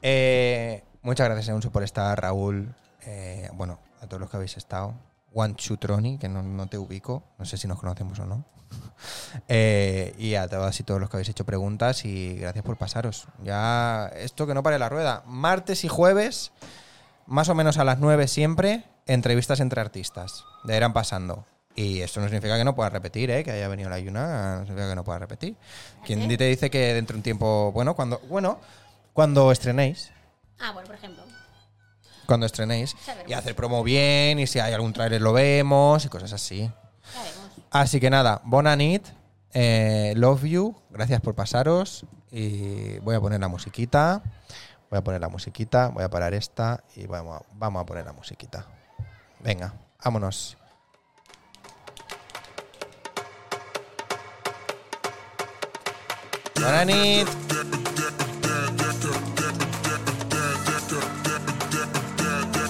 Speaker 1: eh, muchas gracias, Eunsu, por estar, Raúl. eh, bueno, a todos los que habéis estado. Wanchutroni, que no, no te ubico, no sé si nos conocemos o no. Eh, y a todas y todos los que habéis hecho preguntas y gracias por pasaros. Ya, esto que no pare la rueda. Martes y jueves, más o menos a las 9 siempre, entrevistas entre artistas. De irán pasando. Y esto no significa que no pueda repetir, ¿eh? que haya venido la ayuna, no significa que no pueda repetir. Quien te dice que dentro de un tiempo, bueno, cuando, bueno, cuando estrenéis,
Speaker 2: Ah, bueno, por ejemplo.
Speaker 1: cuando estrenéis,
Speaker 2: Saberemos.
Speaker 1: y hacer promo bien, y si hay algún trailer lo vemos, y cosas así.
Speaker 2: Ya vemos.
Speaker 1: Así que nada, bona nit, eh, love you, gracias por pasaros y voy a poner la musiquita, voy a poner la musiquita, voy a parar esta y vamos a, vamos a poner la musiquita. Venga, vámonos. Bona nit.